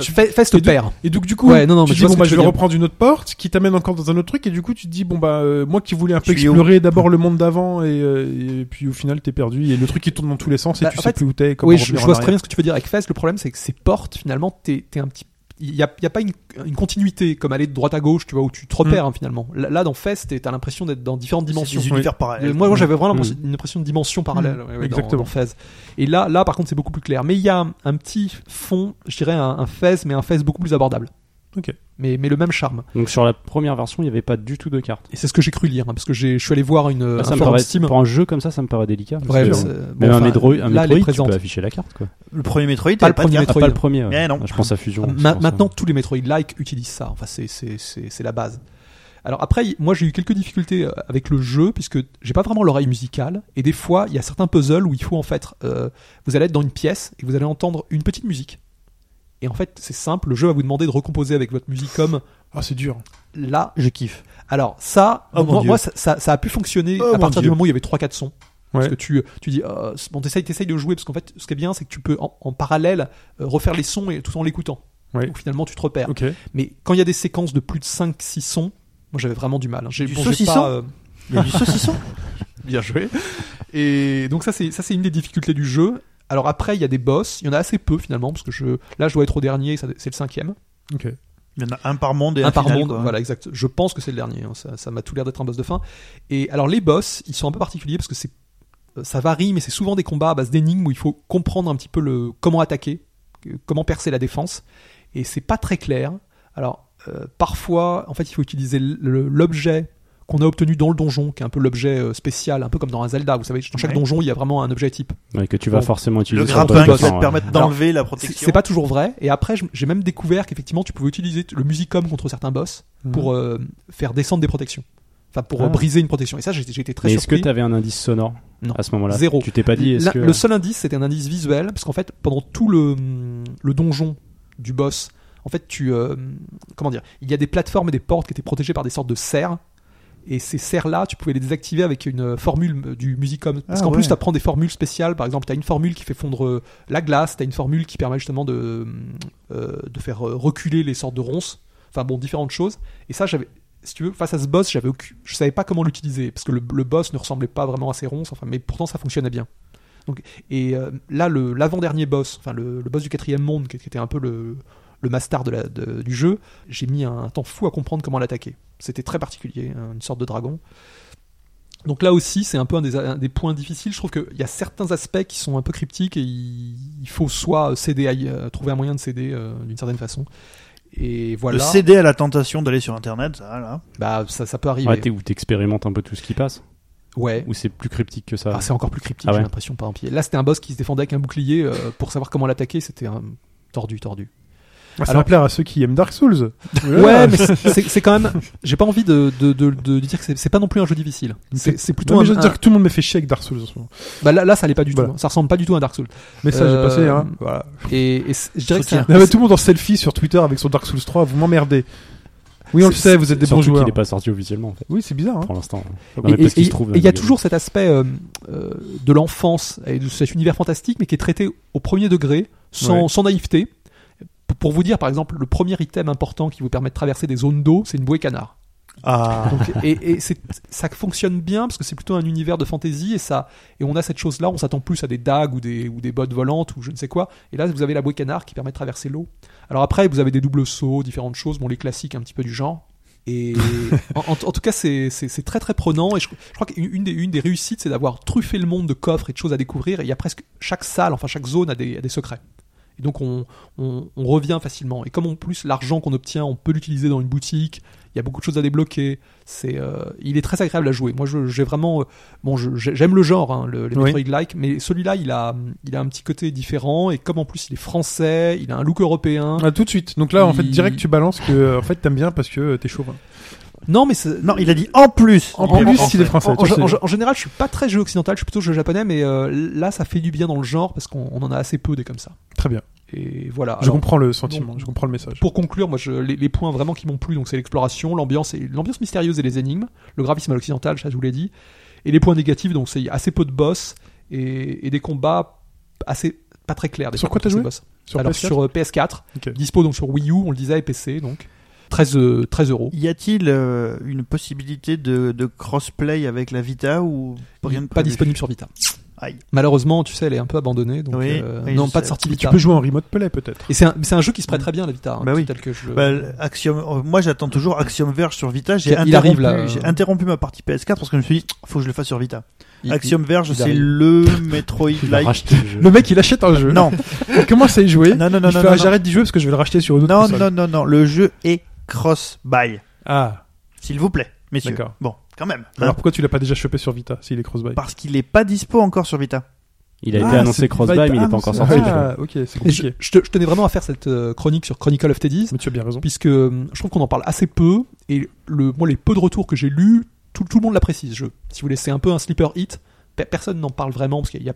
tu fais, fais ce
euh, et du-
père.
et donc, du coup,
Ouais, non, non,
tu
mais
dis,
je vois
bon,
ce
bah,
que
je vais
tu veux dire.
reprendre une autre porte, qui t'amène encore dans un autre truc, et du coup, tu te dis, bon, bah, euh, moi qui voulais un peu
Je suis où
explorer d'abord le monde d'avant, et, euh, et puis au final, t'es perdu, et le truc qui tourne dans tous les sens, et
Bah,
tu
en
sais
fait,
plus où t'es, et comment
Oui, je,
revenir
je
en
vois très
arrière.
bien ce que tu veux dire avec Fest. Le problème, c'est que ces portes, finalement, t'es t'es un petit. Il n'y a, il y a pas une, une continuité comme aller de droite à gauche, tu vois, où tu te repères hein, finalement. Là, là, dans Fest, t'es- t'as l'impression d'être dans différentes dimensions.
des univers parallèles.
Euh, Moi, moi, j'avais vraiment
Mm.
l'impression- une impression de dimension parallèle ouais, ouais, dans-
Exactement.
Dans, Fez. Et là, là, par contre, c'est beaucoup plus clair. Mais il y a un, un petit fond, je dirais un, un Fez, mais un Fez beaucoup plus abordable.
Ok.
Mais, mais le même charme.
Donc sur la première version, il n'y avait pas du tout de carte.
Et c'est ce que j'ai cru lire, hein, parce que j'ai- je suis allé voir une
Ah,
un
ça me
forum
paraît,
Euh, Steam.
pour un jeu comme ça, ça me paraît délicat. parce
Ouais,
que-
c'est- bon,
Même un
enfin,
Metroid, un
là, elle est
Metroid, tu
présente.
peux afficher la carte, quoi.
Le premier Metroid,
Pas
il y
le
a pas de
premier
carte.
Ah,
Metroid.
pas le premier. ouais.
Mais non.
Je pense à Fusion. je
Ma-
pense à-
maintenant, tous les Metroid-like utilisent ça. Enfin, c'est- c'est c'est- c'est la base. Alors après, moi j'ai eu quelques difficultés euh, avec le jeu puisque j'ai pas vraiment l'oreille musicale et des fois il y a certains puzzles où il faut en fait, euh, vous allez être dans une pièce et vous allez entendre une petite musique. Et en fait c'est simple, le jeu va vous demander de recomposer avec votre musicom
Ah, c'est dur.
là.
Je kiffe.
Alors ça,
Oh mon
moi,
Dieu.
moi, ça, ça- ça a pu fonctionner
Oh
à
mon
partir du
Dieu.
moment où il y avait trois quatre sons. Parce
Ouais.
que tu, tu dis, euh, bon, t'essayes, t'essayes de jouer, parce qu'en fait, ce qui est bien, c'est que tu peux en, en parallèle euh, refaire les sons et, tout en l'écoutant.
Ouais.
Donc finalement, tu te repères.
Ok.
Mais quand il y a des séquences de plus de 5-6 sons, moi j'avais vraiment du mal. hein. J'ai
Du
j'ai
saucisson
pas, euh,
Il y a du saucisson.
bien joué. Et donc ça c'est ça c'est une des difficultés du jeu. Alors après il y a des boss, il y en a assez peu finalement parce que je là je dois être au dernier, ça- c'est le cinquième,
Ok.
Il y en a un par monde et un,
un par
final,
monde,
quoi.
voilà exact. Je pense que c'est le dernier, hein. ça ça m'a tout l'air d'être un boss de fin. Et alors les boss ils sont un peu particuliers parce que c'est euh, ça varie mais c'est souvent des combats à base d'énigmes où il faut comprendre un petit peu le comment attaquer, euh, comment percer la défense et c'est pas très clair. Alors euh, parfois en fait il faut utiliser l- le- l'objet qu'on a obtenu dans le donjon, qui est un peu l'objet euh, spécial, un peu comme dans un Zelda. Vous savez, dans chaque
Ouais.
donjon, il y a vraiment un objet type.
Ouais, que tu vas
Bon.
forcément
Le
utiliser. sur
grappin
ton
qui va
boss,
te
hein.
permettre
Alors,
d'enlever la
C'est
protection.
c'est pas toujours vrai. Et après, je- j'ai même découvert qu'effectivement, tu pouvais utiliser t- le musicom contre certains boss pour euh, faire descendre des protections. Enfin, pour euh,
Hmm. Ah.
briser une protection. Et ça, j'ai j'ai été très
Mais est-ce que
surpris.
tu avais un indice sonore
Non.
à ce moment-là
Zéro.
Tu t'es pas dit est-ce
La-
que
Le seul indice, c'était un indice visuel, parce qu'en fait, pendant tout le, hum, le donjon du boss, en fait, tu. euh, comment dire Il y a des plateformes et des portes qui étaient protégées par des sortes de serres. Et ces serres-là, tu pouvais les désactiver avec une euh, formule euh, du Musicom. Parce
Ah,
qu'en plus,
ouais.
tu apprends des formules spéciales. Par exemple, tu as une formule qui fait fondre euh, la glace, tu as une formule qui permet justement de, hum, euh, de faire euh, reculer les sortes de ronces. Enfin bon, différentes choses. Et ça, j'avais. Si tu veux, face à ce boss, j'avais aucune- je savais pas comment l'utiliser. Parce que le, le boss ne ressemblait pas vraiment à ces ronces. Enfin, mais pourtant, ça fonctionnait bien. Et euh, là, le- l'avant-dernier boss, enfin le, le boss du quatrième monde, qui, qui était un peu le, le master de la- de- du jeu, j'ai mis un temps fou à comprendre comment l'attaquer. C'était très particulier, hein, une sorte de dragon. Donc là aussi, c'est un peu un des, un des points difficiles. Je trouve qu'il y a certains aspects qui sont un peu cryptiques et il, il faut soit céder, à y- euh, trouver un moyen de céder euh, d'une certaine façon. Et
De
voilà,
céder à la tentation d'aller sur Internet, ça, là.
bah, ça, ça peut arriver.
Ouais, t'es- où t'expérimentes un peu tout ce qui passe
ouais.
Ou c'est plus cryptique que ça
Ah, c'est encore plus cryptique,
Ah ouais.
j'ai l'impression, par exemple. Là, c'était un boss qui se défendait avec un bouclier euh, pour savoir comment l'attaquer. C'était un tordu, tordu.
Ça
Alors-
va plaire à ceux qui aiment Dark Souls.
Ouais, mais c'est- c'est c'est quand même. J'ai pas envie de, de, de, de dire que c'est- c'est pas non plus un jeu difficile. C'est c'est plutôt
Non,
un.
mais je veux
un-
dire que tout le monde me fait chier avec Dark Souls en ce moment.
bah là, là, ça l'est pas du
Voilà.
tout. Ça ressemble pas du tout à Dark Souls.
Mais ça,
Euh,
j'ai passé, hein. Voilà.
Et, et c'est- je dirais que c'est.
Soutien.
un-
Non, Ah, mais tout le monde en selfie sur Twitter avec son Dark Souls 3, vous m'emmerdez. Oui, on le
C'est-
sait, vous êtes des bons
surtout qu'il
joueurs.
n'est pas sorti officiellement en fait,
Oui, c'est bizarre, hein.
pour l'instant.
et-
Non, mais parce
et-
qu'il se trouve dans
et il y a
les-
toujours cet aspect euh, euh, de l'enfance et de cet univers fantastique, mais qui est traité au premier degré, sans,
Ouais.
sans naïveté. P- Pour vous dire, par exemple, le premier item important qui vous permet de traverser des zones d'eau, c'est une bouée canard.
Ah.
Donc, et et c'est- ça fonctionne bien parce que c'est plutôt un univers de fantasy et ça et on a cette chose là, on s'attend plus à des dagues ou des ou des bottes volantes ou je ne sais quoi. Et là, vous avez la bouée canard qui permet de traverser l'eau. Alors après, vous avez des doubles sauts, différentes choses, bon les classiques un petit peu du genre. Et en, en- en tout cas, c'est c'est- c'est très très prenant. Et je, je crois qu'une une des, une des réussites, c'est d'avoir truffé le monde de coffres et de choses à découvrir. Et il y a presque chaque salle, enfin chaque zone a des, a des secrets. Et donc on, on, on revient facilement. Et comme en plus l'argent qu'on obtient, on peut l'utiliser dans une boutique. Il y a beaucoup de choses à débloquer. C'est, euh, il est très agréable à jouer. Moi, je- j'ai vraiment, euh, bon, je- j'ai- j'aime le genre, hein, le, les
Oui.
Metroid-like, mais celui-là, il a, il a un petit côté différent. Et comme en plus il est français, il a un look européen.
Ah, tout de suite. Donc là, en fait,
Il-
direct, tu balances que en fait, t'aimes bien parce que euh, t'es chauvin.
Non, mais c'est-
Non, il a dit en plus.
En
Il a
plus,
dit
il est français.
En, en-
tu sais.
en- en général, je suis pas très jeu occidental, je suis plutôt jeu japonais, mais euh, là, ça fait du bien dans le genre parce qu'on on en a assez peu des comme ça.
Très bien.
Et voilà.
je
Alors,
comprends le sentiment,
donc-
je comprends le message.
Pour conclure, moi, je, les, les points vraiment qui m'ont plu, donc c'est l'exploration, l'ambiance, et- l'ambiance mystérieuse et les énigmes, le graphisme à l'occidental, ça je vous l'ai dit, et les points négatifs, donc c'est assez peu de boss et, et des combats assez pas très clairs. des
Sur
fois,
quoi t'as
contre
joué
ces boss.
Sur
Alors
PS4?
sur euh, PS4,
Ok.
dispo donc sur Wii U, on le disait, et PC donc 13 euh, 13 euros.
Y a-t-il euh, une possibilité de, de crossplay avec la Vita ou rien de
pas
prévu
disponible sur Vita.
Aïe.
Malheureusement, tu sais, elle est un peu abandonnée, donc
Oui,
euh,
oui,
non,
je
pas de
sais.
sortie
Mais tu
Vita.
peux jouer en remote play peut-être.
Et c'est un, c'est un jeu qui se prête très bien à la Vita, hein,
Bah oui.
tel que je. le-
Bah, le- Axiom, euh, moi j'attends toujours Axiom Verge sur Vita. J'ai
Il
interrompu,
arrive, là, euh.
j'ai interrompu ma partie PS4 parce que je me suis dit, faut que je le fasse sur Vita.
il-
Axiom Verge,
il
c'est
arrive.
le Metroid-like.
racheter le jeu.
Le mec, il achète un jeu.
Non,
Il commence à y jouer.
non, non, non,
Il fait,
non,
ah,
non,
J'arrête d'y jouer parce que je vais le racheter sur une autre
non,
console.
non, non, non, le jeu est cross-buy,
Ah,
s'il vous plaît, messieurs.
D'accord.
Bon, quand même. hein,
alors pourquoi tu l'as pas déjà chopé sur Vita s'il est cross-buy
parce qu'il est pas dispo encore sur Vita.
Il a
Ah,
été annoncé
c'est-
cross-buy,
bah,
mais il n'est
ah,
pas encore
c'est-
sorti.
Ah, ok, c'est
Et Je,
compliqué.
je te- je tenais vraiment à faire cette euh, chronique sur Chronicle of Teddy's,
Mais tu as bien raison.
puisque euh, je trouve qu'on en parle assez peu, et le, moi, les peu de retours que j'ai lus, tout, tout le monde l'apprécie ce jeu. Si vous voulez, c'est un peu un sleeper hit. Pe- Personne n'en parle vraiment, parce qu'il y a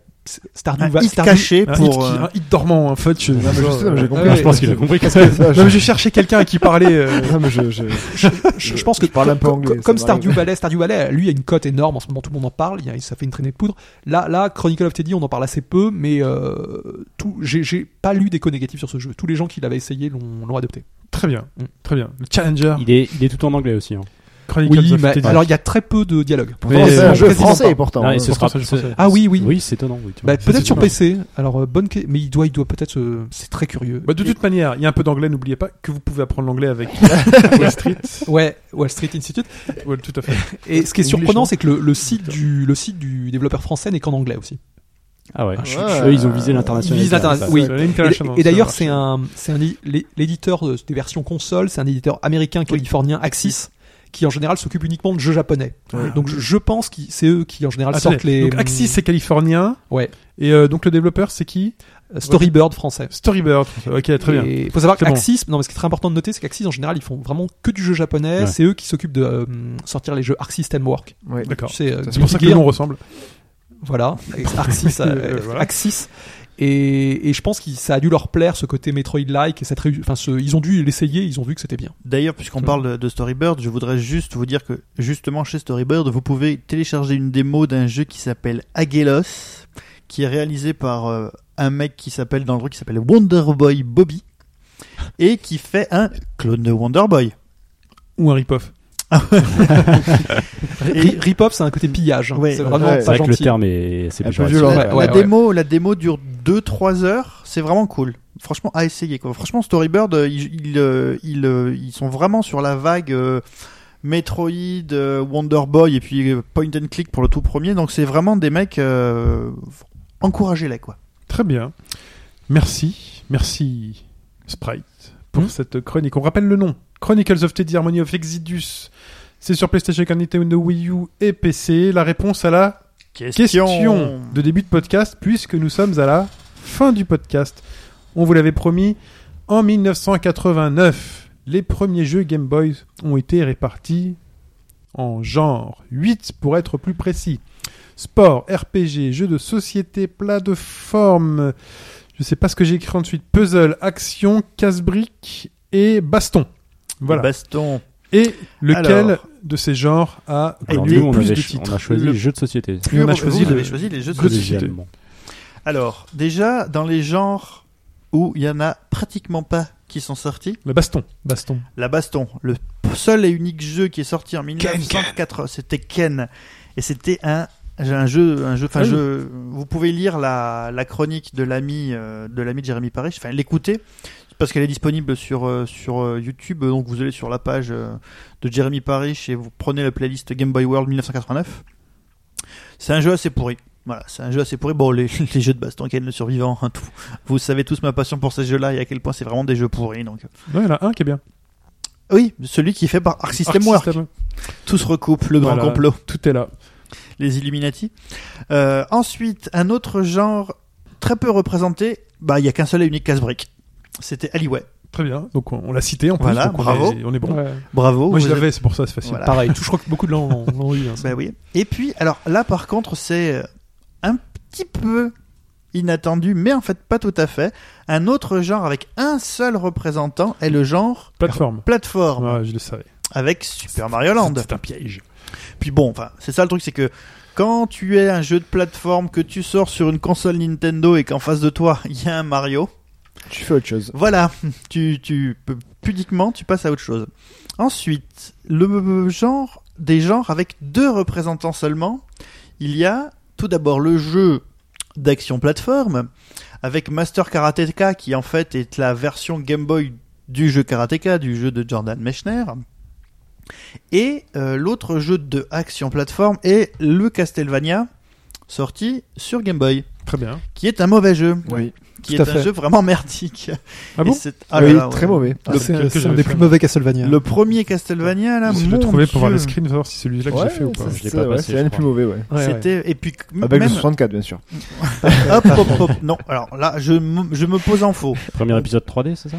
Stardew
Un
Valley.
hit
Stardew-
caché
Un hit,
pour.
qui-
euh,
un hit dormant, en fait. Je,
Non, mais je sais, mais j'ai compris.
Ah ouais.
Je pense qu'il a compris. qu'est-ce que-
Ça,
Non,
je-
mais je cherchais quelqu'un à qui parler. euh,
Non, mais je, je-
je, je pense que
Je parle un peu
co- co-
anglais, ça
comme
m'arrive.
Stardew Valley, Stardew Valley, lui, a une cote énorme en ce moment, tout le monde en parle, il y a- ça fait une traînée de poudre. Là, là, Chronicle of Teddy, on en parle assez peu, mais euh, tout, j'ai, j'ai pas lu d'écho négatif sur ce jeu. Tous les gens qui l'avaient essayé l'ont, l'ont adopté.
Très bien,
Mm.
très bien. Le Challenger,
Il est, il est tout en anglais aussi. hein.
Chronicles
Oui,
of
mais
Teddy.
alors il y a très peu de dialogue.
Pourtant, c'est un
euh,
jeu
quasiment
français
pas.
pourtant.
Non,
hein.
et ce
pourtant, ça,
sera-
je
ce-
pensais.
Ah oui, oui.
Oui, c'est étonnant. oui, tu vois.
Bah, peut-être sur
étonnant.
PC. Alors euh, bonne, que- mais il doit, il doit peut-être. euh, c'est très curieux.
Bah, de toute manière, il y a un peu d'anglais, n'oubliez pas que vous pouvez apprendre l'anglais avec Wall Street.
Ouais, Wall Street Institute.
Ouais, tout à fait.
Et ce qui est
English,
surprenant,
non
c'est que le, le site du, le site du développeur français n'est qu'en anglais aussi.
Ah ouais.
Ah, je-
Ouais.
Eux, ils ont visé l'international.
Ils visent l'international,
Ça,
oui.
C'est international,
Et, et d'ailleurs,
ça
c'est un, c'est un, l'é- l'éditeur de- des versions console, c'est un éditeur américain californien Axis qui en général s'occupe uniquement de jeux japonais. Donc je, je pense que c'est eux qui en général
Ah, Attendez,
sortent les
Donc Axis, c'est californien.
Ouais.
Et euh, donc le développeur, c'est qui
euh, Storybird français.
Storybird. Ok, très bien.
Il faut savoir
C'est
qu'Axis, non mais ce qui est très important de noter, c'est qu'Axis en général ils font vraiment que du jeu japonais.
Ouais.
C'est eux qui s'occupent de euh, sortir les jeux Arc System Work.
Ouais.
D'accord.
Tu sais, euh,
C'est pour ça que le
Guilty
nom ressemble.
Voilà, Axis. euh,
Euh, voilà.
Axis. Et, et je pense que ça a dû leur plaire ce côté Metroid-like et cette réu- enfin ce- ils ont dû l'essayer, ils ont vu que c'était bien.
D'ailleurs, puisqu'on
Mm.
parle de- de Storybird, je voudrais juste vous dire que justement chez Storybird, vous pouvez télécharger une démo d'un jeu qui s'appelle Agelos, qui est réalisé par euh, un mec qui s'appelle dans le truc qui s'appelle Wonderboy Bobby et qui fait un clone de Wonderboy.
Ou un rip-off.
Et-
Ri- Rip-Off, c'est un côté pillage. hein.
Ouais,
c'est vraiment
ouais.
pas
C'est vrai que le
gentil.
terme est, c'est
Un peu
péjoratif.
violent.
la,
Ouais, ouais,
la
ouais.
démo, la démo dure 2-3 heures, c'est vraiment cool. Franchement, à essayer. Quoi. Franchement, Storybird, euh, ils, ils, euh, ils, euh, ils sont vraiment sur la vague euh, Metroid, euh, Wonder Boy et puis euh, Point and Click pour le tout premier. Donc, c'est vraiment des mecs. Euh, Encouragez-les, quoi.
Très bien. Merci, merci Sprite pour
Hmm.
cette chronique. On rappelle le nom Chronicles of Teddy Harmony of Exodus. C'est sur PlayStation 4, Nintendo Wii U et PC. La réponse à la question. de début de podcast puisque nous sommes à la fin du podcast. On vous l'avait promis, en 1989, les premiers jeux Game Boy ont été répartis en genre 8 pour être plus précis. Sport, RPG, jeux de société, plateforme, je sais pas ce que j'ai écrit ensuite, puzzle, action, casse-briques et baston. Voilà.
Baston.
Et lequel
Alors.
de ces genres a
Alors,
eu
nous, on,
le plus
avait
de
ch- on
titres
a choisi
Le
les jeux de société.
Et on a choisi
vous
le-
avez choisi les jeux de
le-
société.
Deuxièmement.
Alors, déjà, dans les genres où il y en a pratiquement pas qui sont sortis,
Le baston.
Baston.
la baston, le seul et unique jeu qui est sorti en 1904, c'était Ken. Et c'était un, un jeu, un jeu, enfin,
Ah oui.
jeu- vous pouvez lire la, la chronique de l'ami, euh, de l'ami de Jérémy Parish, enfin, l'écouter. Parce qu'elle est disponible sur, euh, sur euh, YouTube, donc vous allez sur la page euh, de Jeremy Parish et vous prenez la playlist Game Boy World 1989. C'est un jeu assez pourri. Voilà, c'est un jeu assez pourri. Bon, les, les jeux de baston, Ken le survivant, hein, tout. vous savez tous ma passion pour ces jeux-là et à quel point c'est vraiment des jeux pourris. Donc. euh,
Non, il y en a un qui est bien.
Oui, celui qui est fait par Arc System
Arc
Works.
System.
Tout se recoupe, le grand
Voilà.
complot,
Tout est là.
les Illuminati. Euh, ensuite, un autre genre très peu représenté, bah il y a qu'un seul et unique casse-brique. C'était Alleyway.
Très bien. Donc on, on l'a cité en plus.
Voilà,
donc on
bravo.
est- on est bon.
Ouais.
Bravo.
Moi je
vous avez-
l'avais, c'est pour ça, c'est facile.
Voilà.
Pareil, tout, je crois que beaucoup de gens l'ont l'ont eu. hein, ça.
Bah oui. Et puis, alors là par contre, c'est euh, un petit peu inattendu, mais en fait pas tout à fait. Un autre genre avec un seul représentant est le genre
Plateforme.
plateforme,
Ouais, je le savais.
avec Super Mario Land.
C'est un piège.
Puis bon, enfin, c'est ça le truc, c'est que quand tu es un jeu de plateforme que tu sors sur une console Nintendo et qu'en face de toi il y a un Mario,
Tu fais autre chose.
voilà, tu, tu peux- pudiquement tu passes à autre chose. Ensuite, le genre des genres avec deux représentants seulement, il y a tout d'abord le jeu d'action plateforme avec Master Karateka qui en fait est la version Game Boy du jeu Karateka, du jeu de Jordan Mechner. Et euh, l'autre jeu de action plateforme est le Castlevania sorti sur Game Boy,
Très bien.
qui est un mauvais jeu,
Oui.
qui
tout
est
à
un
fait.
jeu vraiment merdique.
Ah
Et
bon
c'est- ah
oui,
là là, ouais.
très mauvais.
Ah,
Le-
c'est
que- que
un- c'est un
j'avais
des
fait.
plus mauvais Castlevania.
Le premier Castlevania, là,
Je
Ah, mon
l'ai trouvé pour voir
Dieu.
les screens, voir si c'est celui-là que j'ai fait ou pas.
Je l'ai
C'est
pas
ouais,
passé,
c'est l'un
je
des plus
crois.
mauvais, ouais.
Ouais, ouais.
C'était et puis
Avec
même
Ah, bah, le 64, bien sûr.
hop hop hop non alors là je me, je me pose en faux
Premier épisode 3D, c'est ça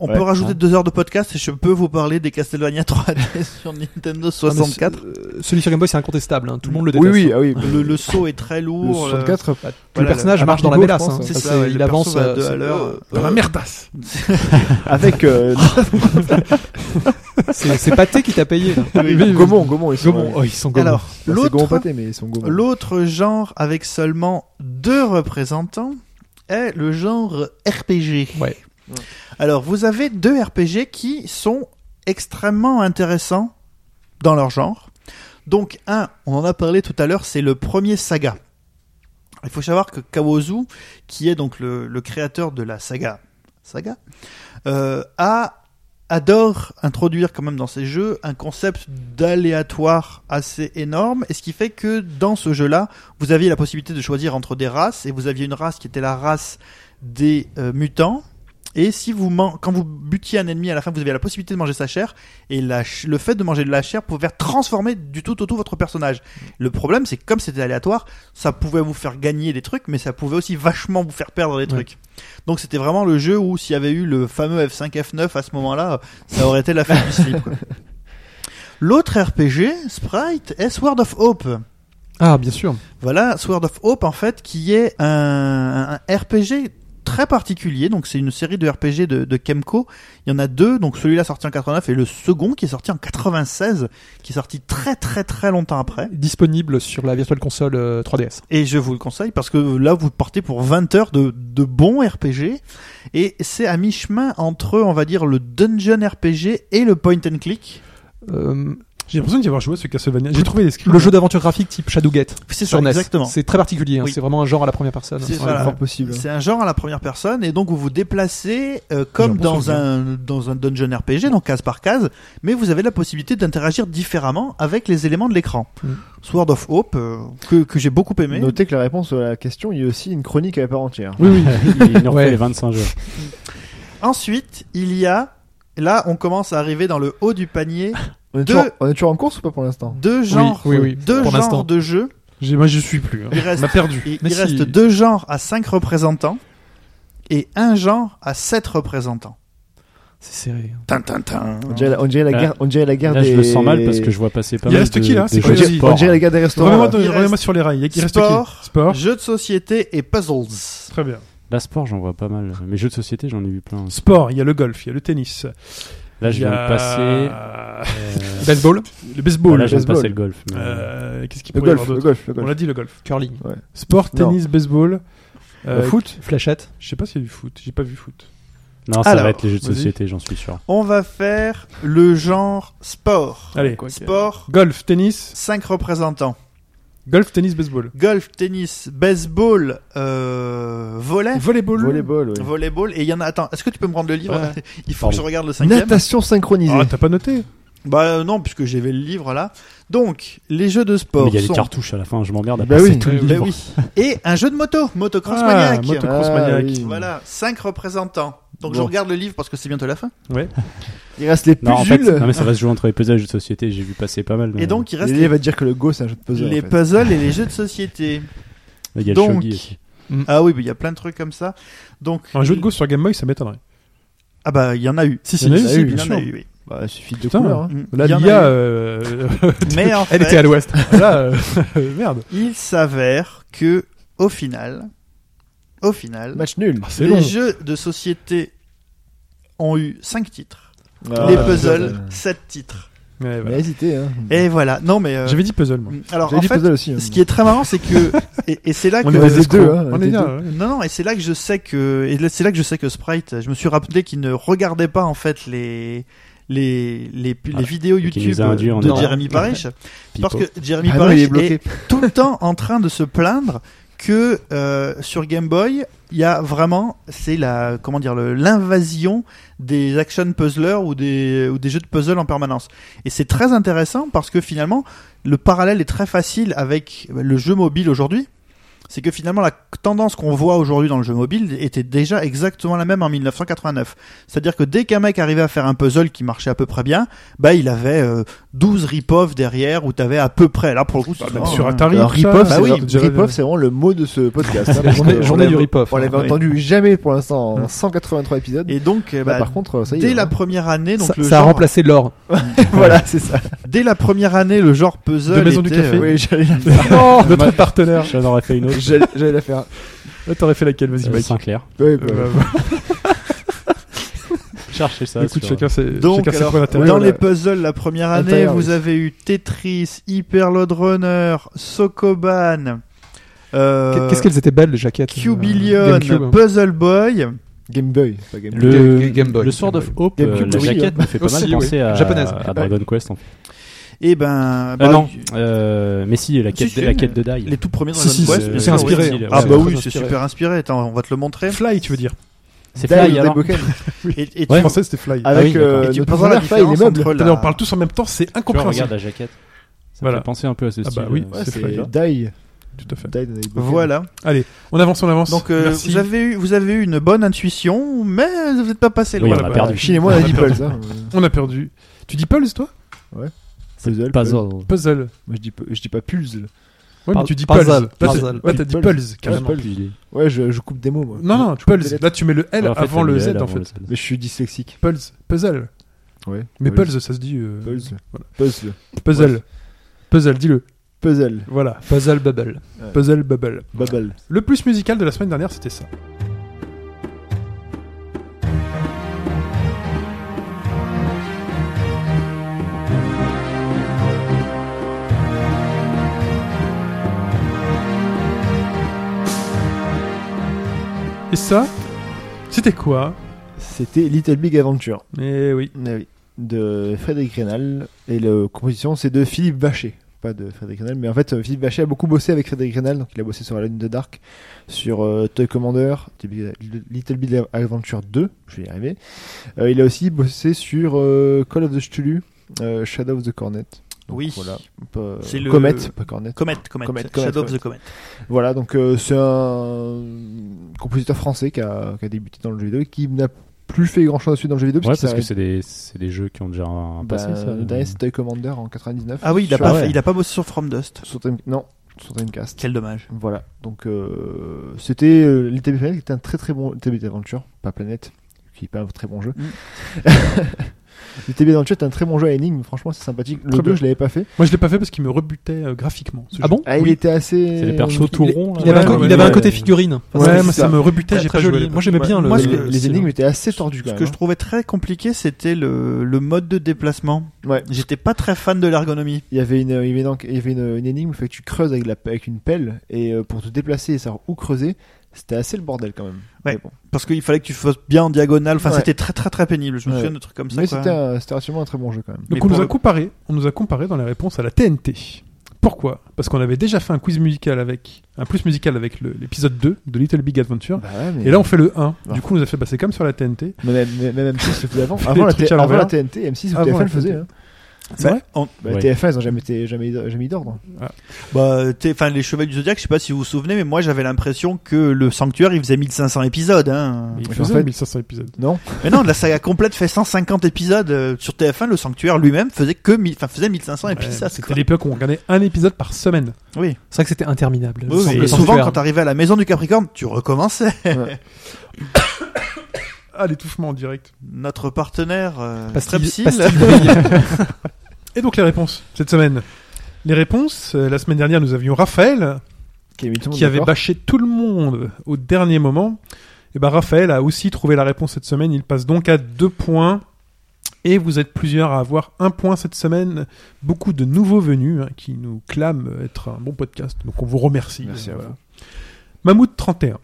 on
Ouais,
peut rajouter
hein.
deux heures de podcast et je peux vous parler des Castlevania 3D sur Nintendo
Ah, mais
64
ce- euh, Celui sur Game Boy, c'est incontestable. hein, Tout le monde le
Oui, oui,
déteste.
ah oui.
le, le saut est très
Le
lourd euh,
64,
Puis
voilà,
le personnage
le-
marche dans la
Amiibo,
mélasse.
je pense,
hein.
c'est
Parce
ça
que
ouais,
il
le perso
avance
va à
euh,
deux à
c'est-
l'heure
Dans la merdasse.
avec euh,
C'est c'est Pathé qui t'a payé. là.
Gaumont, Gaumont, ils sont.
Gaumont.
ouais.
Oh, ils sont gommés.
alors
Enfin, c'est Gaumont
l'autre
pâté, mais ils sont Gaumont.
l'autre genre avec seulement deux représentants est le genre RPG
Ouais.
alors vous avez deux RPG qui sont extrêmement intéressants dans leur genre. Donc un, on en a parlé tout à l'heure, c'est le premier saga. Il faut savoir que Kawozu, qui est donc le, le créateur de la saga, saga, euh, a adore introduire quand même dans ses jeux un concept d'aléatoire assez énorme et ce qui fait que dans ce jeu-là vous aviez la possibilité de choisir entre des races et vous aviez une race qui était la race des euh, mutants et si vous man- quand vous butiez un ennemi à la fin vous aviez la possibilité de manger sa chair et la ch- le fait de manger de la chair pouvait faire transformer du tout au tout votre personnage. Le problème, c'est que comme c'était aléatoire, ça pouvait vous faire gagner des trucs, mais ça pouvait aussi vachement vous faire perdre des trucs. Donc c'était vraiment le jeu où s'il y avait eu le fameux F5, F9 à ce moment-là, ça aurait été la fin du slip. quoi. L'autre RPG, Sprite, est Sword of Hope.
Ah, bien sûr.
Voilà, Sword of Hope, en fait, qui est un, un RPG très particulier. Donc, c'est une série de RPG de, de Kemco. Il y en a deux. Donc, celui-là sorti en 89 et le second qui est sorti en 96, qui est sorti très, très, très longtemps après.
Disponible sur la Virtual Console euh, 3DS.
Et je vous le conseille parce que là, vous partez pour 20 heures de, de bons RPG. Et c'est à mi-chemin entre, on va dire, le dungeon RPG et le point and click.
Euh,
J'ai l'impression d'y avoir joué ce Castlevania. J'ai trouvé les screens.
le jeu d'aventure graphique type Shadowgate
C'est ça,
sur E NES.
exactement.
C'est très particulier. hein,
Oui.
C'est vraiment un genre à la première personne.
C'est
Ouais.
voilà.
fort possible.
C'est un genre à la première personne et donc vous vous déplacez euh, comme
J'ai l'impression
dans un dans un dungeon RPG, donc case par case, mais vous avez la possibilité d'interagir différemment avec les éléments de l'écran.
Mm.
Sword of Hope euh, que, que j'ai beaucoup aimé.
Notez que la réponse à la question, il y a aussi une chronique à part entière.
Oui, oui. Il nous refait
Ouais.
les 25 jeux.
Ensuite, il y a là on commence à arriver dans le haut du panier
On est,
Deux-
toujours, on est toujours en course ou pas pour l'instant
deux genres
oui, oui.
deux
Pour l'instant.
genres de jeux.
J'ai- Moi je suis plus. hein.
Il reste
On a perdu.
il,
Mais
il
si.
reste deux genres à cinq représentants et un genre à sept représentants.
C'est serré.
Tin, tin, tin.
On dirait, la- on dirait la
Là-
guerre, on dirait la guerre
Là,
des.
je le sens mal parce que je vois passer pas
Il
mal
reste
de,
qui, là
des
C'est
on
jeux
quoi
de
dirait,
sport. hein.
on dirait la guerre des restaurants.
Revenez-moi
là.
Il
revenez-moi
reste
sur les rails. Il y a qui reste
sport.
qui Sport.
Jeux de société et puzzles.
Très bien.
Là, sport, j'en vois pas mal. Mais jeux de société, j'en ai vu plein.
Sport, il y a le golf, il y a le tennis.
Là, je
Il y
viens
a-
de passer. euh,
Baseball,
Le baseball.
là, je viens de
baseball.
passer le golf. mais-
Euh, Qu'est-ce qu'il
Le
pourrait y
golf,
avoir
le
d'autre
golf, le
On
golf.
l'a dit le golf.
curling,
Sport, tennis, baseball.
Le
euh,
foot
fléchette.
Je sais pas s'il y a du foot. J'ai pas vu foot.
Non, ça
Alors,
va être les jeux de
vas-y.
société, j'en suis sûr.
On va faire le genre sport.
Allez,
Sport,
golf, tennis,
5 représentants.
golf, tennis, baseball.
Golf, tennis, baseball, euh, volet,
Volleyball.
Volleyball, ouais.
volleyball. Et il y en a. Attends, est-ce que tu peux me rendre le livre
Ouais.
Il faut que je regarde le cinquième.
Natation synchronisée.
Ah, t'as pas noté
Bah euh, non, puisque j'avais le livre là. Donc, les jeux de
Mais
sport
il y a
sont...
des cartouches à la fin, je m'emmerde à
Bah
passer
oui.
tout le
Bah
Bah
livre.
oui. Et un jeu de moto, Motocross
Ah,
Maniac.
motocross
Ah,
maniaque.
oui.
Voilà, 5 représentants. Donc je
Bon.
regarde le livre parce que c'est bientôt la fin.
Il reste les
Non, en fait,
puzules.
non, mais ça va se jouer entre les puzzles et les jeux de société, j'ai vu passer pas mal.
Et donc il reste
Lily
les,
va te dire que le Go c'est un jeu de puzzle.
les
en fait.
puzzles et les jeux de société.
il y a
donc-
le shogi aussi.
Ah oui, mais il y a plein de trucs comme ça. Donc
Un jeu de go sur Game Boy, ça m'étonnerait.
Ah bah il y en a eu.
Si,
Il y en a eu,
il y
bien
en a
sûr.
eu. oui.
Bah, il suffit de
Putain.
couleurs. hein.
Mm.
Là,
Il y en a
l'IA,
eu.
euh,
Mais en
Elle
fait,
était à l'ouest.
là, euh, merde.
il s'avère que au final, au final,
Match nul.
Ah, c'est
les
long.
jeux de société ont eu 5 titres.
Ah,
les
ouais.
puzzles, 7 titres.
Ouais,
Mais
voilà.
hésité. Hein.
Et voilà. Non mais euh,
J'avais dit puzzle, moi.
alors
J'avais
en
dit
fait,
puzzle aussi. hein.
ce qui est très marrant, c'est que et, et c'est là
On
que
est
des
des
deux,
escrocs.
hein,
On
des
est bien,
deux.
ouais.
Non, non, et c'est là que je sais que, et là, c'est là que je sais que Sprite, je me suis rappelé qu'il ne regardait pas en fait les les les, les
Ah,
vidéos
qu'il
YouTube
nous a induit en
de
erreur.
Jeremy Parrish parce
Pipo.
que Jeremy
Ah non, il
Parrish
est bloqué.
est tout le temps en train de se plaindre que euh, sur Game Boy, il y a vraiment c'est la comment dire le- l'invasion des action puzzlers ou des ou des jeux de puzzle en permanence. Et c'est très intéressant parce que finalement le parallèle est très facile avec le jeu mobile aujourd'hui. C'est que finalement la tendance qu'on voit aujourd'hui dans le jeu mobile était déjà exactement la même en 1989. C'est-à-dire que dès qu'un mec arrivait à faire un puzzle qui marchait à peu près bien, bah il avait euh, 12 rip-off derrière où t'avais à peu près là pour le coup c'est
Bah, Même
vraiment- euh,
sur Atari.
Alors,
tout
rip-off,
ça,
c'est
ça
vraiment-
doit déjà-
rip-off, c'est vraiment le mot de ce podcast. hein, parce
Journée,
que
journée
on
du
l'a-
rip-off. hein.
On l'avait
Ouais.
entendu jamais pour l'instant en
Mm.
183 épisodes.
Et donc euh,
Bah,
bah,
par contre, ça y est.
dès la
hein.
première année donc
Ça,
le
ça a
genre-
remplacé l'or.
voilà, c'est ça.
dès la première année le genre puzzle
De Maison du
était,
Café.
euh,
Oui, j'allais la faire.
Non, Oh, notre partenaire.
J'en aurais fait une autre.
J'allais j'allais la faire.
Là, t'aurais fait laquelle Vas-y,
Euh,
Mike.
Sinclair.
Ouais, bah,
Euh,
Cherchez ça.
Écoute,
sur-
chacun ses
Donc,
chacun ses
alors,
points
dans
d'intérêt.
voilà.
les puzzles, la première année,
Intérieur,
vous
oui.
avez eu Tetris, Hyper Load Runner, Sokoban, euh,
Qu'est-ce qu'elles étaient belles les jaquettes euh,
Cubillion,
GameCube, hein.
Puzzle Boy.
Game Boy. c'est pas Game Boy.
Le,
Ga- Game Boy.
le Sword
Game
of Hope,
Game
euh,
Cube,
la
oui,
jaquette me fait pas
aussi,
mal penser
oui.
à,
Japonaise.
à Dragon Quest. En fait.
Et ben,
Ah
bah,
non, euh, mais si, la quête,
si,
de, la
si,
quête de Die.
les tout premiers Dragon
Si, si,
Quest,
c'est-
euh,
c'est inspiré.
ouais.
Ah
Ouais,
bah
ouais.
oui,
très
c'est
inspiré.
super inspiré. Attends, on va te le montrer.
Fly, tu veux dire.
C'est
Die of
Fly
the
alors.
Boken.
Et, et tu
Ouais.
En français, c'était Fly.
Ah oui,
Avec
d'accord.
euh,
et tu
notre
peux voir la
première faille, les
différence
meubles.
entre
Attendez,
la...
on parle tous en même temps, c'est
Tu vois, regarde
incompréhensible.
la jaquette. Ça
Voilà.
me fait penser un peu à ce
Ah
style.
bah oui,
euh,
Ouais,
c'est
c'est
Fly.
Die.
Tout à fait.
Die de Die Boken.
Voilà.
On avance, on avance.
Donc euh,
Merci.
vous avez eu, vous avez eu une bonne intuition, mais vous n'êtes pas passé
Oui,
loin.
on a
bah,
perdu.
Chine et moi, Ah, on a dit Pulse. hein.
On a perdu. Tu dis Pulse, toi
Puzzle.
Puzzle.
Pulse.
Puzzle.
Moi, je dis, pu- je dis pas Pulse.
Ouais,
Pas-
mais tu dis
puzzle.
Pulse. Là, t'as-
Puzzle.
Ouais, t'as dit
Puzzle.
Pulse,
Carrément.
carrément.
Ouais, je, je coupe des mots, moi.
Non, non,
Je coupe des
Pulse.
lettres.
Là, tu mets le L
Ouais, en fait,
avant
t'as
le
mis
Z,
L
en
avant le
fait.
Z.
Mais je suis dyslexique.
Pulse. Puzzle.
Ouais.
Mais
Pulse.
Pulse, ça se dit. euh,
Pulse.
voilà.
Puzzle.
Puzzle. Puzzle, dis-le.
Puzzle.
Voilà.
Puzzle Bubble.
Puzzle Bubble.
Bubble.
Le plus musical de la semaine dernière, c'était ça. Et ça, c'était quoi
C'était Little Big Adventure.
Eh oui.
Ah oui. De Frédéric Rénal. Et la composition, c'est de Philippe Vacher. Pas de Frédéric Rénal, mais en fait, euh, Philippe Vacher a beaucoup bossé avec Frédéric Rénal. Donc, il a bossé sur Alone in the Dark, sur euh, Toy Commander, Little Big Adventure 2. Je vais y arriver. Euh, il a aussi bossé sur euh, Call of the Cthulhu, euh, Shadow of the Cornet. Donc,
Oui.
Voilà. Pas-
C'est le-
Comet, pas Cornet.
Comet, Comet,
Comet, Comet,
Shadow of
Comet.
the Comet.
Voilà, donc euh, c'est un compositeur français qui a, qui a débuté dans le jeu vidéo et qui n'a plus fait grand chose ensuite dans le jeu vidéo.
Ouais,
puisqu'il
parce que
s'est
c'est des, c'est des jeux qui ont déjà un
arrêté-
passé,
bah,
ça. euh.
Le dernier c'était Commander en 99.
Ah oui, il a
Sur-
pas,
ouais.
fait- il a pas bossé sur From Dust.
sur Time- Non, sur Timecast.
Quel dommage.
Voilà, donc euh, c'était euh, Little Big Planet qui était un très très bon Little Big Adventure, pas Planète, qui est pas un très bon jeu.
Mm.
Little Big Adventure est un très bon jeu à énigmes, franchement c'est sympathique.
Très
Le 2
bien.
je l'avais pas fait.
Moi, je l'ai pas fait parce qu'il me rebutait euh, graphiquement. ce
Ah
jeu.
bon
Ah, il
Oui.
était assez.
C'est des persos tout
il-
ronds.
Il avait,
là.
un,
Ouais,
co-
ouais,
il avait un
ouais.
côté figurine. Enfin,
Ouais,
c'est-
moi,
c'est
ça
ça.
me rebutait,
Très,
j'ai
très
pas joué. à
joli.
l'époque.
Moi, j'aimais bien le-
Moi,
Les,
ce que-
les énigmes étaient assez tordues
Ce
quand même.
que je
hein.
trouvais très compliqué, c'était le, le mode de déplacement.
Ouais.
J'étais pas très fan de l'ergonomie.
Il y avait une, il y avait une, enqu- il y avait une, une énigme, fait que tu creuses avec, la, avec une pelle et euh, pour te déplacer et savoir où creuser, C'était assez le bordel quand même.
Ouais.
Mais bon.
Parce qu'il fallait que tu fasses bien en diagonale. Enfin,
Ouais.
c'était très très très pénible. Je me
Ouais.
souviens de trucs comme ça.
Mais
quoi.
c'était un- c'était absolument un très bon jeu quand même.
Mais
Donc on
pour
nous a
le-
comparé, on nous a comparé dans les réponses à la TNT. Pourquoi Parce qu'on avait déjà fait un quiz musical avec un plus musical avec le- l'épisode 2 de Little Big Adventure.
Bah ouais, mais-
Et là on fait le 1.
Bah.
Du coup on nous a fait passer comme sur la TNT.
Mais même, mais même M6 le faisait avant.
Fait
Avant
des
la,
trucs
T-
à
avant la
l'envers.
TNT, M6 ou
Avant
TF1
la
le faisait.
TNT.
Hein.
C'est vrai
on-
Bah,
Ouais.
TF1, ils n'ont jamais, été- jamais, jamais mis d'ordre.
bah, t'es- enfin, les Chevaliers du Zodiac, je sais pas si vous vous souvenez, mais moi j'avais l'impression que le Sanctuaire il faisait 1500 épisodes. Hein.
Il
Mais
faisait
en fait-
1500 épisodes.
Non
Mais non, la saga complète fait 150 épisodes euh, sur TF1. Le Sanctuaire lui-même faisait que 1000, enfin faisait 1500
Ouais,
épisodes.
C'était
quoi.
l'époque où on regardait un épisode par semaine.
Oui.
C'est vrai que c'était interminable.
Oui, oui.
Sans-
Et
sans
souvent,
faire.
quand t'arrivais à la maison du Capricorne, tu recommençais.
Ah l'étouffement en direct.
Notre partenaire, euh,
Pastille-
Strepsil,
pastille
Et donc les réponses cette semaine. Les réponses, euh, la semaine dernière nous avions Raphaël
Qui, a mis tout le monde
qui avait
d'accord.
bâché tout le monde au dernier moment. Et ben Raphaël a aussi trouvé la réponse cette semaine. Il passe donc à deux points. Et vous êtes plusieurs à avoir un point cette semaine. Beaucoup de nouveaux venus hein, qui nous clament être un bon podcast. Donc on vous remercie. euh,
Merci à
Voilà. Mammouth 31.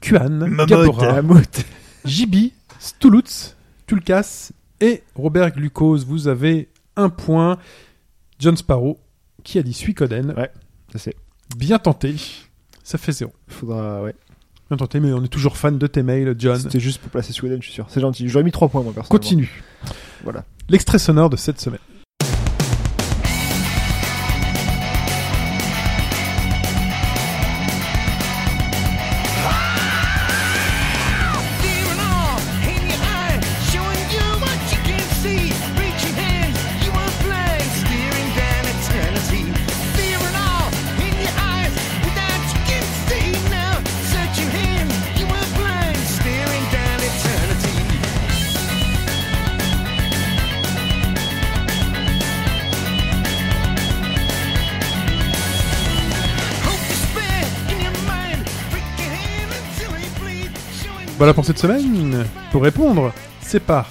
Kuan,
Mammouth.
Gabora,
Mammouth.
Jibi, Stulutz, Tulkas et Robert Glucose. Vous avez un point. John Sparrow qui a dit Suikoden.
Ouais, ça c'est.
Bien tenté. Ça fait zéro.
Faudra, ouais.
Bien tenté, mais on est toujours fan de tes mails, John.
C'était juste pour placer Sweden, je suis sûr. C'est gentil. J'aurais mis 3 points, moi, personnellement.
Continue.
Voilà.
L'extrait sonore de cette semaine.
Fear and all in your eye, showing you what you can't see. Reach your hand, you are blind, staring down eternity. Fear and all in your eyes, without you can see now. Search your hand, you are blind, staring down eternity. Hope you spare in your mind, break your hand until it bleeds, showing
Voilà Bah, pour cette semaine. Pour répondre, c'est par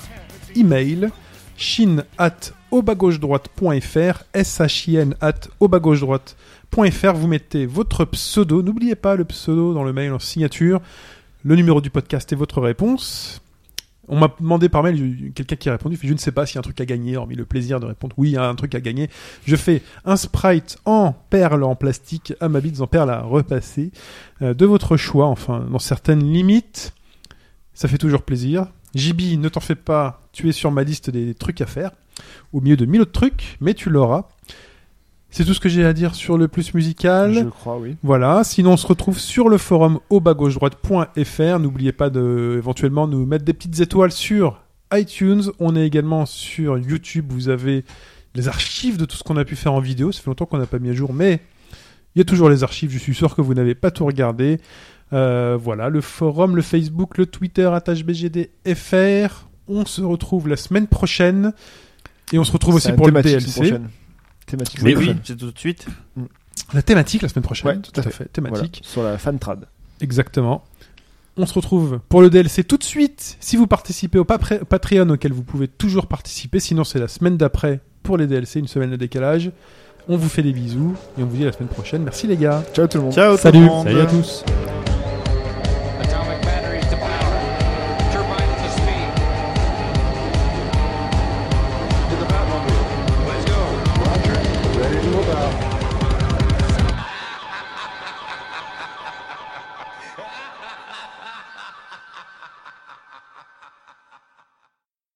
email chine at obagaugedroite.fr S-H-I-N at obagaugedroite.fr Vous mettez votre pseudo. N'oubliez pas le pseudo dans le mail en signature, le numéro du podcast et votre réponse. On m'a demandé par mail, j'ai- quelqu'un qui a répondu, fait, je ne sais pas s'il y a un truc à gagner, hormis le plaisir de répondre. Oui, il y a un truc à gagner. Je fais un sprite en perles en plastique, à ma bite en perles à repasser, euh, de votre choix, enfin, dans certaines limites. Ça fait toujours plaisir. JB, ne t'en fais pas, tu es sur ma liste des trucs à faire, au milieu de mille autres trucs, mais tu l'auras. C'est tout ce que j'ai à dire sur le plus musical.
Je crois, oui.
Voilà, sinon on se retrouve sur le forum au bas gauche droite.fr. N'oubliez pas de éventuellement nous mettre des petites étoiles sur iTunes. On est également sur YouTube. Vous avez les archives de tout ce qu'on a pu faire en vidéo. Ça fait longtemps qu'on n'a pas mis à jour, mais il y a toujours les archives. Je suis sûr que vous n'avez pas tout regardé. Euh, voilà, le forum, le Facebook, le Twitter, attache BGDFR. On se retrouve la semaine prochaine. Et on se retrouve
C'est
aussi
un
pour le
thématique,
DLC.
c'est prochaine. Thématique.
Mais
c'est
oui,
prochaine.
c'est tout de suite.
La thématique la semaine prochaine.
Ouais, tout à fait. Voilà.
Thématique.
Sur la fan trad.
Exactement. On se retrouve pour le DLC tout de suite. Si vous participez au Papre- Patreon auquel vous pouvez toujours participer, sinon c'est la semaine d'après pour les DLC, une semaine de décalage. On vous fait des bisous et on vous dit à la semaine prochaine. Merci les gars.
Ciao tout le monde.
Ciao, tout
Salut.
le monde.
Salut à tous.